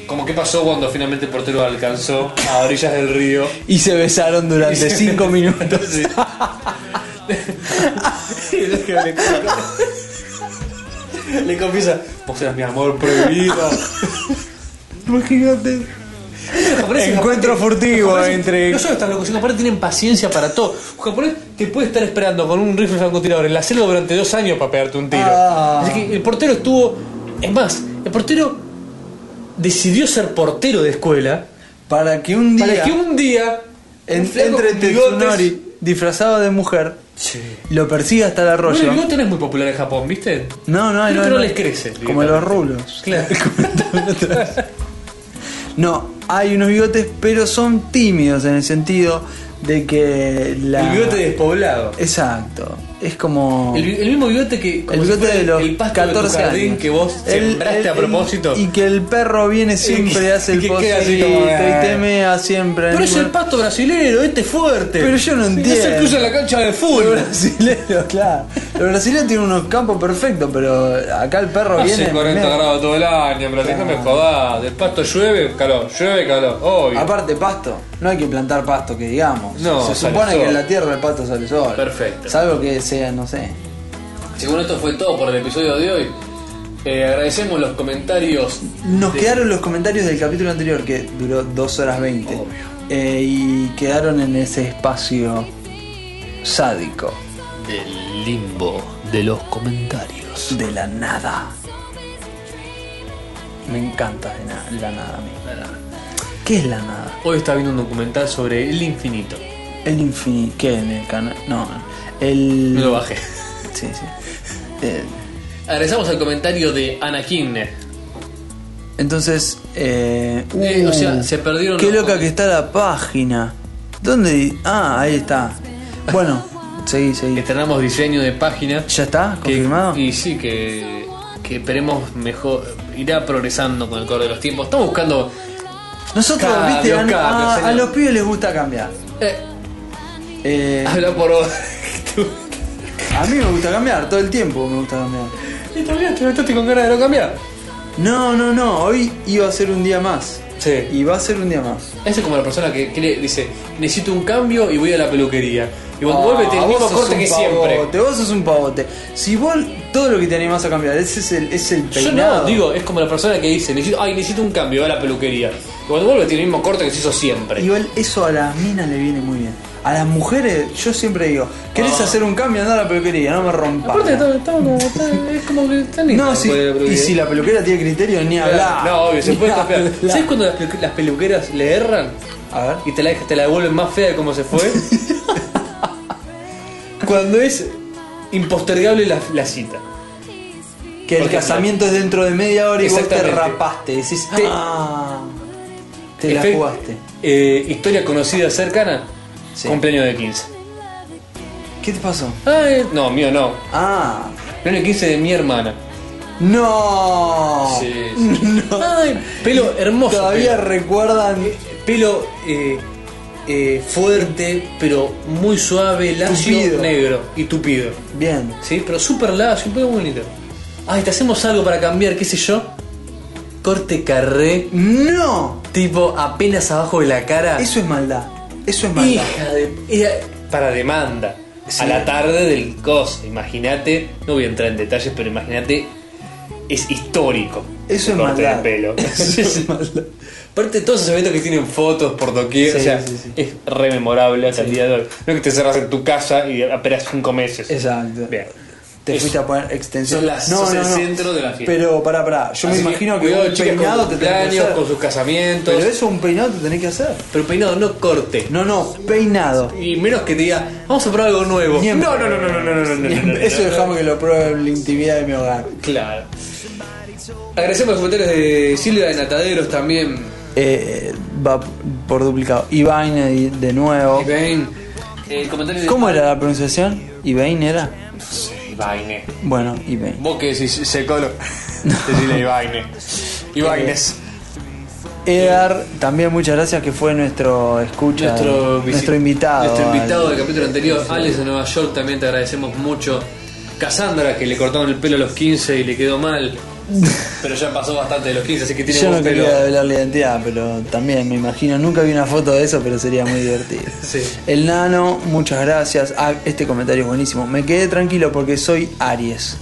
Speaker 3: Como qué pasó cuando finalmente el portero alcanzó a orillas del río. [LAUGHS]
Speaker 2: Y se besaron durante 5 minutos.
Speaker 3: Entonces. [LAUGHS] Y es que le- Le confiesa, vos eras mi amor prohibido.
Speaker 2: Imagínate.
Speaker 3: Ah, Japoneses,
Speaker 2: Encuentro
Speaker 3: japoneses,
Speaker 2: furtivo
Speaker 3: japoneses,
Speaker 2: entre-
Speaker 3: No solo están locos, sino aparte tienen paciencia para todo. Un japonés te puede estar esperando con un rifle francotirador en la selva durante dos años para pegarte un tiro.
Speaker 2: Ah.
Speaker 3: Así que el portero estuvo. Es más, el portero decidió ser portero de escuela
Speaker 2: Para que un día.
Speaker 3: para que un día.
Speaker 2: en-
Speaker 3: un flaco
Speaker 2: entre
Speaker 3: con bigotes-
Speaker 2: Tetsunori, disfrazado de mujer,
Speaker 3: Sí.
Speaker 2: lo persigue hasta el
Speaker 3: Bueno, el
Speaker 2: arroyo.
Speaker 3: bigote no es muy popular en Japón, ¿viste?
Speaker 2: No, no,
Speaker 3: Creo
Speaker 2: no.
Speaker 3: que no les crece,
Speaker 2: Como
Speaker 3: directamente.
Speaker 2: los rulos.
Speaker 3: [LAUGHS] Claro.
Speaker 2: No, hay unos bigotes, pero son tímidos en el sentido de que la.
Speaker 3: despoblado.
Speaker 2: Exacto. Es como.
Speaker 3: El, bi- el mismo bigote que. como
Speaker 2: el
Speaker 3: si
Speaker 2: bigote
Speaker 3: fuera
Speaker 2: de los
Speaker 3: el pasto de tu
Speaker 2: 14
Speaker 3: jardín
Speaker 2: años.
Speaker 3: que vos
Speaker 2: El-
Speaker 3: sembraste
Speaker 2: el-
Speaker 3: a propósito.
Speaker 2: Y que el perro viene siempre,
Speaker 3: que-
Speaker 2: hace
Speaker 3: [LAUGHS] y que
Speaker 2: el posito
Speaker 3: queda así
Speaker 2: y
Speaker 3: como, "Ah".
Speaker 2: te mea siempre.
Speaker 3: Pero es
Speaker 2: [LAUGHS]
Speaker 3: el pasto brasilero, este es fuerte.
Speaker 2: Pero yo no
Speaker 3: Sí, Es el
Speaker 2: entiendo.
Speaker 3: que usa en la cancha de fútbol.
Speaker 2: brasileño, claro. Los brasileños tienen unos campos perfectos, pero acá el perro viene.
Speaker 3: Hace 40
Speaker 2: mea.
Speaker 3: grados todo el año, pero déjame joder. Del pasto llueve, calor, llueve, calor. Obvio.
Speaker 2: Aparte, pasto, no hay que plantar pasto, que digamos.
Speaker 3: No,
Speaker 2: Se
Speaker 3: sale
Speaker 2: supone
Speaker 3: sol.
Speaker 2: que en la tierra el pasto sale solo.
Speaker 3: Perfecto.
Speaker 2: Salvo que sea, no sé.
Speaker 3: Según esto fue todo por el episodio de hoy. Eh, agradecemos los comentarios.
Speaker 2: Nos
Speaker 3: de-
Speaker 2: quedaron los comentarios del capítulo anterior, que duró 2 horas 20. Eh, y quedaron en ese espacio sádico
Speaker 3: del limbo de los comentarios.
Speaker 2: de la nada. Me encanta de na- la nada a mí. ¿Qué es la nada?
Speaker 3: Hoy está viendo un documental sobre el infinito.
Speaker 2: El infinito. ¿Qué? En el canal. No. El.
Speaker 3: Me lo bajé.
Speaker 2: Sí, sí. Eh,
Speaker 3: Agradecemos al comentario de Anakin.
Speaker 2: entonces. Eh,
Speaker 3: Eh, o sea, se perdieron
Speaker 2: Qué
Speaker 3: los-
Speaker 2: loca que está la página. ¿Dónde? di- Ah, ahí está. Bueno, seguí, seguí.
Speaker 3: Estrenamos diseño de página.
Speaker 2: ¿Ya está?
Speaker 3: Que-
Speaker 2: ¿Confirmado?
Speaker 3: Y sí, que, que esperemos mejor. Irá progresando con el correr de los tiempos. Estamos buscando.
Speaker 2: Nosotros,
Speaker 3: Cambio,
Speaker 2: viste, a,
Speaker 3: cambio,
Speaker 2: a-
Speaker 3: señor.
Speaker 2: a los pibes les gusta cambiar.
Speaker 3: Eh,
Speaker 2: Eh,
Speaker 3: habla por vos. [LAUGHS]
Speaker 2: a mí me gusta cambiar, todo el tiempo me gusta cambiar.
Speaker 3: y todavía te metiste con ganas de no cambiar.
Speaker 2: No, no, no, hoy iba a ser un día más.
Speaker 3: Sí.
Speaker 2: Y va a ser un día más.
Speaker 3: Esa es como la persona que, que le dice: Necesito un cambio y voy a la peluquería. Y cuando
Speaker 2: Ah,
Speaker 3: vuelve, tiene el
Speaker 2: vos
Speaker 3: mismo
Speaker 2: sos
Speaker 3: corte
Speaker 2: un
Speaker 3: que siempre.
Speaker 2: pavote, Vos sos un pavote. Si vos todo lo que te animás a cambiar, ese es el, es el
Speaker 3: Yo
Speaker 2: peinado.
Speaker 3: no, digo, es como la persona que dice: necesito, Ay, necesito un cambio, va a la peluquería. Y cuando vuelve, tiene el mismo corte que se hizo siempre.
Speaker 2: Igual eso a las minas le viene muy bien. A las mujeres, yo siempre digo, ¿querés
Speaker 3: Ah.
Speaker 2: hacer un cambio? Andá a la peluquería, no me rompas.
Speaker 3: Aparte, está- está- está- es como que está linda
Speaker 2: No,
Speaker 3: después
Speaker 2: si,
Speaker 3: de la
Speaker 2: y
Speaker 3: peluquería.
Speaker 2: si la peluquera tiene criterio, ni hablar.
Speaker 3: No, obvio, se
Speaker 2: Ni
Speaker 3: puede estar
Speaker 2: [LAUGHS]
Speaker 3: fea.
Speaker 2: hablar.
Speaker 3: ¿Sabes cuando las, pelu- las peluqueras le erran?
Speaker 2: A ver.
Speaker 3: Y te la, te la devuelven más fea de cómo
Speaker 2: [LAUGHS]
Speaker 3: se fue. cuando es impostergable la, la cita.
Speaker 2: Que el
Speaker 3: Porque-
Speaker 2: casamiento es dentro de media hora y vos te
Speaker 3: Exactamente.
Speaker 2: rapaste, decís,
Speaker 3: Te-
Speaker 2: "Ah". te la
Speaker 3: Efe-
Speaker 2: jugaste.
Speaker 3: eh, historia conocida cercana.
Speaker 2: Sí.
Speaker 3: Cumpleaños de 15.
Speaker 2: ¿Qué te pasó?
Speaker 3: Ay, no, mío no.
Speaker 2: Ah,
Speaker 3: Cumpleaños de 15 de mi hermana.
Speaker 2: no. [LAUGHS]
Speaker 3: No. Ay, pelo hermoso.
Speaker 2: Ah. Todavía
Speaker 3: pelo.
Speaker 2: recuerdan
Speaker 3: Pelo eh, eh, fuerte, pero muy suave, lacio,
Speaker 2: Tupido.
Speaker 3: negro y tupido.
Speaker 2: bien.
Speaker 3: Sí, pero súper lacio, pero bonito. Ay, te hacemos algo para cambiar, qué sé yo. Corte carré,
Speaker 2: No,
Speaker 3: tipo apenas abajo de la cara.
Speaker 2: eso es maldad. Eso es maldad.
Speaker 3: Hija de. era para demanda.
Speaker 2: Sí.
Speaker 3: A la tarde del coso. Imagínate. No voy a entrar en detalles, pero imagínate. Es histórico.
Speaker 2: Eso
Speaker 3: el
Speaker 2: es
Speaker 3: corte
Speaker 2: maldad.
Speaker 3: de pelo.
Speaker 2: [LAUGHS] Eso es maldad.
Speaker 3: Aparte de todos esos eventos que tienen fotos por doquier,
Speaker 2: Sí,
Speaker 3: o sea,
Speaker 2: sí, sí.
Speaker 3: es rememorable hasta el día de hoy. No es que te cerras en tu casa y apenas cinco meses.
Speaker 2: Exacto.
Speaker 3: Bien.
Speaker 2: Te
Speaker 3: Es-
Speaker 2: fuiste a poner extensión.
Speaker 3: sos la- sos el centro de la fiesta.
Speaker 2: Pero pará, pará. Yo
Speaker 3: Así
Speaker 2: me imagino que
Speaker 3: cuidado,
Speaker 2: un
Speaker 3: chicas,
Speaker 2: peinado
Speaker 3: con
Speaker 2: te
Speaker 3: sus
Speaker 2: tenés que
Speaker 3: cumpleaños,
Speaker 2: hacer.
Speaker 3: con sus casamientos.
Speaker 2: Pero eso un peinado te tenés que hacer.
Speaker 3: Pero peinado, no corte.
Speaker 2: No, no, peinado.
Speaker 3: Y menos que te diga, vamos a probar algo nuevo.
Speaker 2: Ni en-
Speaker 3: No, no, no, no, no, no, no, no, no, no, no.
Speaker 2: Eso dejamos que lo pruebe en la intimidad de mi hogar.
Speaker 3: Claro. Agradecemos los comentarios de Silvia de Nataderos también.
Speaker 2: Eh, va por duplicado. Ibaine de nuevo.
Speaker 3: Ibain. Eh, comentarios de...
Speaker 2: ¿Cómo era la pronunciación? ¿Ibaine era?
Speaker 3: No sé, Ibaine.
Speaker 2: Bueno, Ibaine.
Speaker 3: Vos que decís secolo. Decirle Ibaine. Ibaines.
Speaker 2: Edgar, también muchas gracias que fue nuestro escucha,
Speaker 3: Nuestro, visi-
Speaker 2: nuestro invitado.
Speaker 3: Nuestro
Speaker 2: al-
Speaker 3: invitado del capítulo anterior, Alex de Nueva York, también te agradecemos mucho. Cassandra, que le cortaron el pelo a los 15 y le quedó
Speaker 2: [LAUGHS]
Speaker 3: mal. Pero ya pasó bastante de los 15, así que tiene
Speaker 2: Yo
Speaker 3: buen
Speaker 2: no
Speaker 3: pelo.
Speaker 2: quería velar la identidad, pero también me imagino, nunca vi una foto de eso, pero sería muy divertido.
Speaker 3: [LAUGHS] Sí.
Speaker 2: El nano, muchas gracias. Ah, este comentario es buenísimo. Me quedé tranquilo porque soy Aries.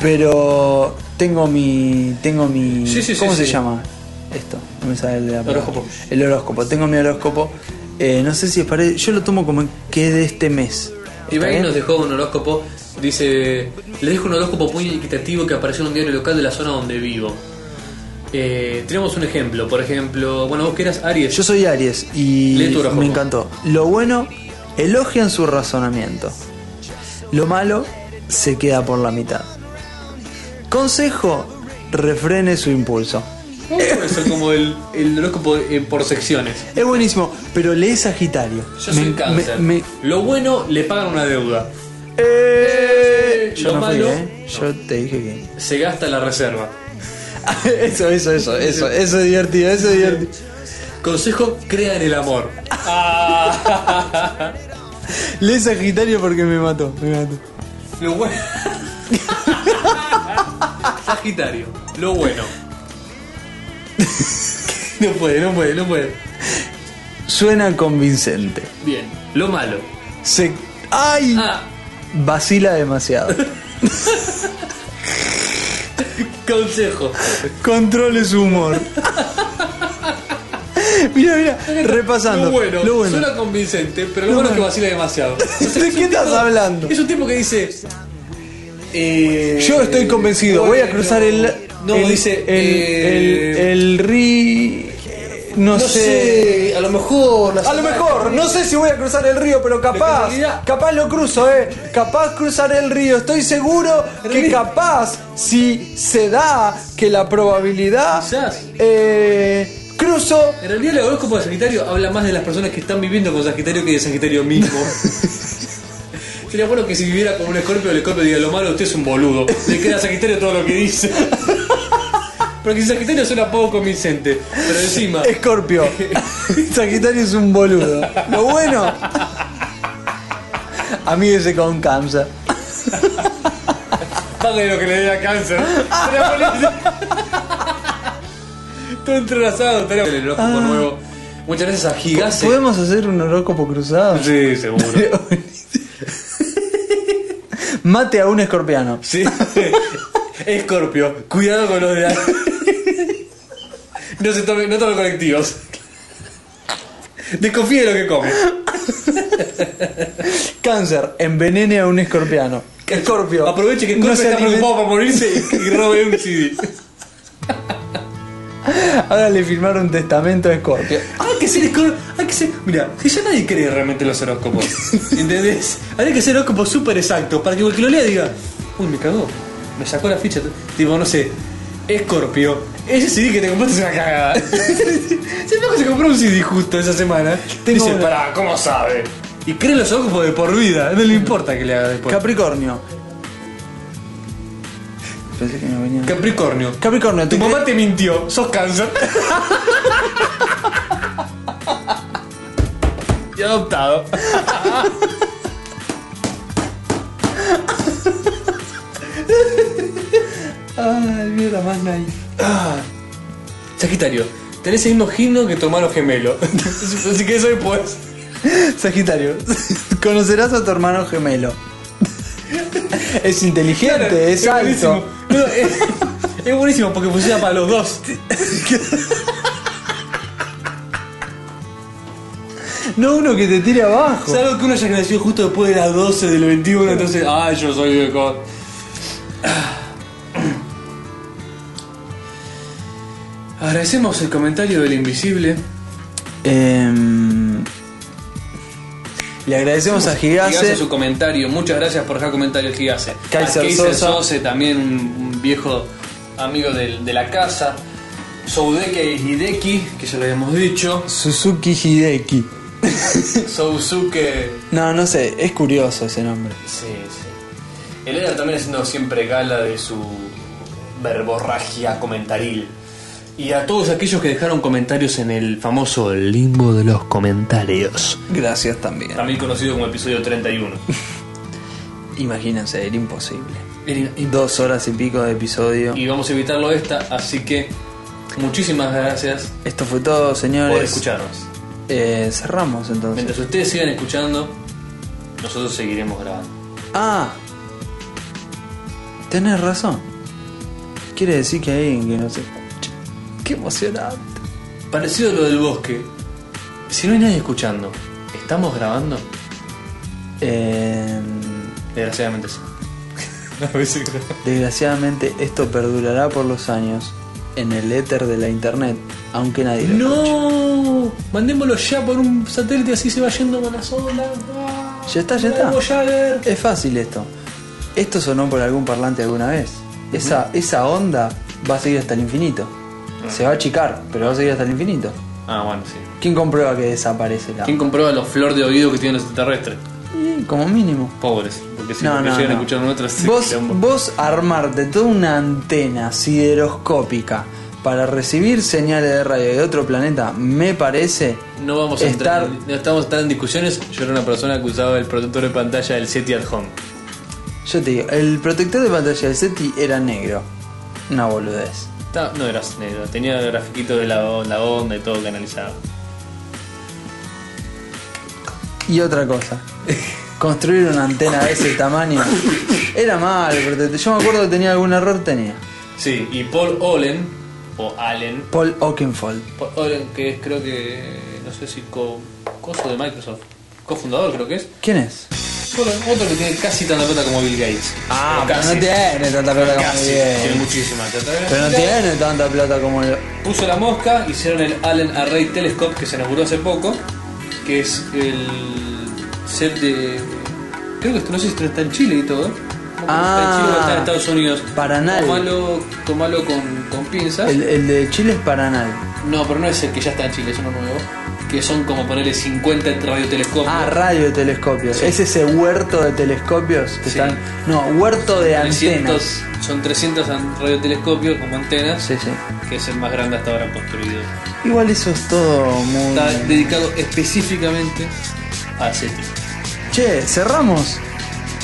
Speaker 2: Pero tengo mi. tengo mi.
Speaker 3: Sí, sí, sí,
Speaker 2: ¿Cómo se
Speaker 3: sí.
Speaker 2: llama? Esto, no me sale el de la palabra.
Speaker 3: Horóscopo.
Speaker 2: El horóscopo, tengo mi horóscopo. Eh, no sé si es para. Yo lo tomo como que de este mes. ¿Está
Speaker 3: Ibai
Speaker 2: bien?
Speaker 3: nos dejó un horóscopo, dice, le dejo un horóscopo muy equitativo que apareció en un diario local de la zona donde vivo. Eh, tenemos un ejemplo, por ejemplo, bueno, vos que eras Aries.
Speaker 2: Yo soy Aries
Speaker 3: Lee
Speaker 2: y
Speaker 3: tu horóscopo.
Speaker 2: me encantó. Lo bueno, elogian su razonamiento. Lo malo, se queda por la mitad. Consejo, refrene su impulso.
Speaker 3: Eso como el, el horóscopo eh, por secciones.
Speaker 2: Es buenísimo, pero lee Sagitario.
Speaker 3: Yo soy
Speaker 2: Me-
Speaker 3: cáncer.
Speaker 2: me- me-
Speaker 3: Lo bueno, le pagan una deuda.
Speaker 2: ¡Eh!
Speaker 3: Lo
Speaker 2: Yo no fui,
Speaker 3: malo-
Speaker 2: ¿eh? Yo te dije que.
Speaker 3: Se gasta la reserva.
Speaker 2: [LAUGHS] eso, eso, eso, eso, eso es divertido, eso es divertido.
Speaker 3: Consejo, crea en el amor.
Speaker 2: Lee Sagitario porque me mató, me mató.
Speaker 3: Lo bueno... [LAUGHS] Sagitario, lo bueno. no puede, no puede, no puede.
Speaker 2: Suena convincente.
Speaker 3: Bien, lo malo.
Speaker 2: Se. ¡Ay!
Speaker 3: Ah,
Speaker 2: Vacila demasiado.
Speaker 3: [LAUGHS] consejo.
Speaker 2: Controle su humor. mira, mira, repasando.
Speaker 3: Lo bueno, suena convincente, pero lo,
Speaker 2: Lo
Speaker 3: bueno es que
Speaker 2: bueno. [LAUGHS]
Speaker 3: vacila demasiado.
Speaker 2: ¿De qué estás hablando?
Speaker 3: Es un tipo que dice. eh,
Speaker 2: Yo estoy convencido. Voy a
Speaker 3: bueno,
Speaker 2: cruzar el.
Speaker 3: No,
Speaker 2: el-
Speaker 3: dice.
Speaker 2: El,
Speaker 3: eh,
Speaker 2: el, el ri. No,
Speaker 3: no
Speaker 2: sé.
Speaker 3: sé, a lo mejor. la
Speaker 2: A lo
Speaker 3: semana
Speaker 2: mejor,
Speaker 3: que
Speaker 2: no sé si voy a cruzar el río, pero capaz,
Speaker 3: casualidad.
Speaker 2: capaz lo cruzo, eh. Capaz cruzaré el río. Estoy seguro que capaz, si se da que la probabilidad,
Speaker 3: Quizás.
Speaker 2: eh, cruzo
Speaker 3: En realidad, el horóscopo de Sagitario habla más de las personas que están viviendo con Sagitario que de Sagitario mismo. Sería bueno que si viviera con un escorpio, el escorpio diga lo malo, usted es un boludo. Le queda a Sagitario todo lo que dice. Pero que Sagitario suena poco convincente. Pero encima. [LAUGHS]
Speaker 2: Escorpio. Sagitario es un boludo. Lo bueno. Amíguese con Kamsa.
Speaker 3: Pague lo que le dé a cáncer. Sería buenísimo. Todo entrelazado, estaría el horóscopo
Speaker 2: Ah.
Speaker 3: nuevo. Muchas gracias a Gigase.
Speaker 2: ¿Podemos hacer un horóscopo cruzado?
Speaker 3: Sí, seguro.
Speaker 2: [LAUGHS] Mate a un escorpiano.
Speaker 3: Sí. Escorpio, cuidado con los de ahí. No se tome, no tome colectivos. Desconfíe de lo que come.
Speaker 2: Cáncer, envenene a un escorpiano. Escorpio.
Speaker 3: Aproveche que
Speaker 2: no
Speaker 3: Escorpio
Speaker 2: se
Speaker 3: está
Speaker 2: anime-
Speaker 3: preocupado para morirse y, y robe un CD.
Speaker 2: Hágale firmar un testamento a Escorpio.
Speaker 3: Hay que ser escorpio. Hay que ser. Mira, que ya nadie cree realmente en los horóscopos. ¿Entendés? Hay que ser horóscopos súper exactos para que el que lo lea diga. Uy, me cagó. Me sacó la ficha. Tipo, no sé. Escorpio. Ese CD que te compraste es una cagada. Se fue que se compró un CD justo esa semana. Te
Speaker 2: Tengo
Speaker 3: dice,
Speaker 2: una-
Speaker 3: pará, ¿cómo sabe? Y cree en los horóscopos de por vida. No le importa que le haga después.
Speaker 2: Capricornio. Pensé que no venía.
Speaker 3: Capricornio.
Speaker 2: Capricornio,
Speaker 3: Tu
Speaker 2: te
Speaker 3: mamá te mintió, sos cáncer. y adoptado.
Speaker 2: Ay, mierda, más naif.
Speaker 3: Sagitario, tenés el mismo gimno que tu hermano gemelo. [LAUGHS] Así que eso pues.
Speaker 2: [LAUGHS] Sagitario, [LAUGHS] conocerás a tu hermano gemelo. [LAUGHS] Es inteligente, es, alto.
Speaker 3: buenísimo. No, es, es buenísimo porque funciona para los dos.
Speaker 2: No uno que te tire abajo.
Speaker 3: Salvo que uno haya nacido justo después de las 12 del 21, entonces. Ah, yo soy de co- Agradecemos el comentario del invisible.
Speaker 2: Em, le agradecemos a Gigase.
Speaker 3: su comentario. Muchas gracias por dejar comentarios, Gigase.
Speaker 2: Kaiser
Speaker 3: A
Speaker 2: Sosa.
Speaker 3: Sose, también un, un viejo amigo del- de la casa. Soudeke Hideki, que ya lo
Speaker 2: [LAUGHS]
Speaker 3: habíamos dicho.
Speaker 2: Suzuki Hideki.
Speaker 3: Sousuke.
Speaker 2: No, no sé, es curioso ese nombre.
Speaker 3: Sí, sí. El era también haciendo siempre gala de su verborragia comentaril. Y a todos aquellos que dejaron comentarios en el famoso limbo de los comentarios.
Speaker 2: Gracias también.
Speaker 3: También conocido como episodio [LAUGHS] 31.
Speaker 2: Imagínense, era imposible.
Speaker 3: Era
Speaker 2: Dos horas y pico de episodio.
Speaker 3: Y vamos a evitarlo esta, así que muchísimas gracias
Speaker 2: Esto fue todo, señores.
Speaker 3: por escucharnos.
Speaker 2: Eh, cerramos entonces.
Speaker 3: Mientras ustedes sigan escuchando, nosotros seguiremos grabando.
Speaker 2: Ah, tenés razón. Quiere decir que hay alguien que no se escucha. Qué emocionante.
Speaker 3: Parecido a lo del bosque. Si no hay nadie escuchando, ¿estamos grabando?
Speaker 2: Eh,
Speaker 3: Desgraciadamente sí. [LAUGHS] A veces grabamos.
Speaker 2: desgraciadamente esto perdurará por los años en el éter de la internet, aunque nadie lo escuche.
Speaker 3: ¡No! Mandémoslo ya por un satélite, así se va yendo con la sola.
Speaker 2: Ya está, ya está. Es fácil esto. Esto sonó por algún parlante alguna vez. Esa, esa onda va a seguir hasta el infinito. Se va a achicar, pero va a seguir hasta el infinito.
Speaker 3: Ah, bueno, sí.
Speaker 2: ¿Quién comprueba que desaparece la
Speaker 3: ¿Quién comprueba los flor de oído que tienen los extraterrestres?
Speaker 2: Y como mínimo.
Speaker 3: Pobres, porque si
Speaker 2: No,
Speaker 3: no,
Speaker 2: no,
Speaker 3: llegan a
Speaker 2: no.
Speaker 3: escuchar nuestras se
Speaker 2: Vos,
Speaker 3: quilombo.
Speaker 2: vos armarte toda una antena sideroscópica para recibir señales de radio de otro planeta, me parece
Speaker 3: No vamos a
Speaker 2: estar-
Speaker 3: entrar, no estamos tan en discusiones. Yo era una persona que usaba el protector de pantalla del SETI at home.
Speaker 2: Yo te digo, el protector de pantalla del SETI era negro. Una boludez.
Speaker 3: Ta- No, eras negro, tenía el grafiquito de la, o- la onda y todo canalizado.
Speaker 2: Y otra cosa. Construir una antena de ese tamaño era malo. protector. Yo me acuerdo que tenía algún error, tenía.
Speaker 3: Sí, y Paul Olen, o Allen,
Speaker 2: Paul Oakenfold.
Speaker 3: Paul Olen que es creo que, no sé si co, coso de Microsoft, cofundador creo que es.
Speaker 2: ¿Quién es?
Speaker 3: Bueno, otro que tiene casi tanta plata como Bill Gates. Pero
Speaker 2: pero Ah, no
Speaker 3: casi,
Speaker 2: tiene tanta plata como
Speaker 3: casi, tiene
Speaker 2: bien.
Speaker 3: muchísima plata. ¿eh?
Speaker 2: Pero no tiene tanta plata como el
Speaker 3: Puso la mosca, hicieron el Allen Array Telescope que se inauguró hace poco, que es el set de. Creo que esto no sé si esto está en Chile y todo. ¿eh? No,
Speaker 2: Ah,
Speaker 3: está en Chile o está en Estados Unidos.
Speaker 2: Paranal.
Speaker 3: Tomalo, tomalo con, con pinzas.
Speaker 2: El, el de Chile es Paranal.
Speaker 3: No, pero no es el que ya está en Chile, es uno nuevo. Que son como ponerle 50 radiotelescopios.
Speaker 2: Ah, radio de telescopios.
Speaker 3: Sí.
Speaker 2: Es ese huerto de telescopios que
Speaker 3: Sí.
Speaker 2: están. No, huerto de antenas.
Speaker 3: Son 300 an- radiotelescopios como antenas,
Speaker 2: Sí, sí.
Speaker 3: que es el más grande hasta ahora construido.
Speaker 2: Igual eso es todo muy.
Speaker 3: Está dedicado específicamente a SETI.
Speaker 2: Che, cerramos.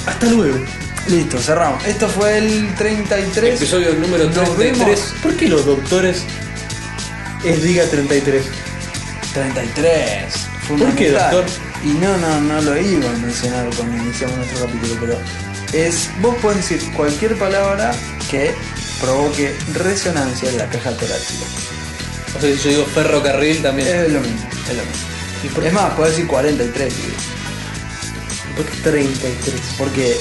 Speaker 3: Hasta luego.
Speaker 2: Listo, cerramos. Esto fue el 33.
Speaker 3: Episodio número
Speaker 2: Nos
Speaker 3: 33.
Speaker 2: vemos.
Speaker 3: ¿Por qué los doctores es Liga 33?
Speaker 2: 33. fundamental.
Speaker 3: ¿Por qué, doctor?
Speaker 2: Y no, no, no lo iba a mencionar cuando iniciamos nuestro capítulo, pero es. Vos podés decir cualquier palabra que provoque resonancia en la caja torácica.
Speaker 3: O sea, si yo digo ferrocarril también.
Speaker 2: Es lo mismo, es lo mismo.
Speaker 3: ¿Y por
Speaker 2: es
Speaker 3: qué?
Speaker 2: más, puedo decir 43. si querés.
Speaker 3: ¿Por qué 33?
Speaker 2: Porque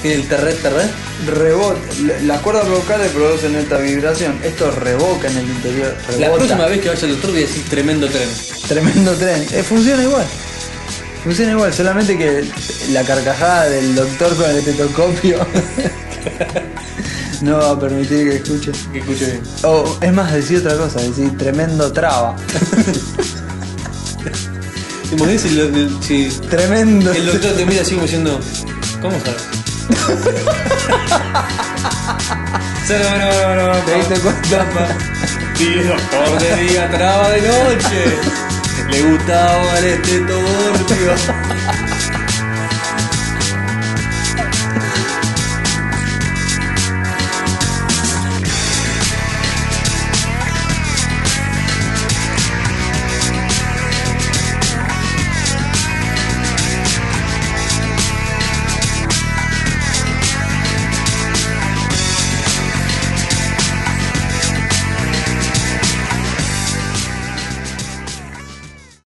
Speaker 3: ¿Tiene el terret terret?
Speaker 2: rebota, la- las cuerdas vocales producen esta vibración. Esto revoca en el interior.
Speaker 3: La
Speaker 2: rebota.
Speaker 3: próxima vez que vaya al doctor voy a decir tremendo tren.
Speaker 2: Tremendo tren. Eh, funciona igual. Funciona igual, solamente que la carcajada del doctor con el estetoscopio [LAUGHS] no va a permitir que escuche.
Speaker 3: Que escuche bien.
Speaker 2: O es más, decir otra cosa, decir tremendo traba. [LAUGHS]
Speaker 3: Si vos decís, lo- lo- si
Speaker 2: Tremendo.
Speaker 3: el doctor te mira así como diciendo, ¿cómo sabes? [LAUGHS] Se lo- no, no, no,
Speaker 2: ¿Te diste cuenta?
Speaker 3: Sí, doctor de
Speaker 2: este
Speaker 3: día, traba de noche. Le gustaba el estetoscopio.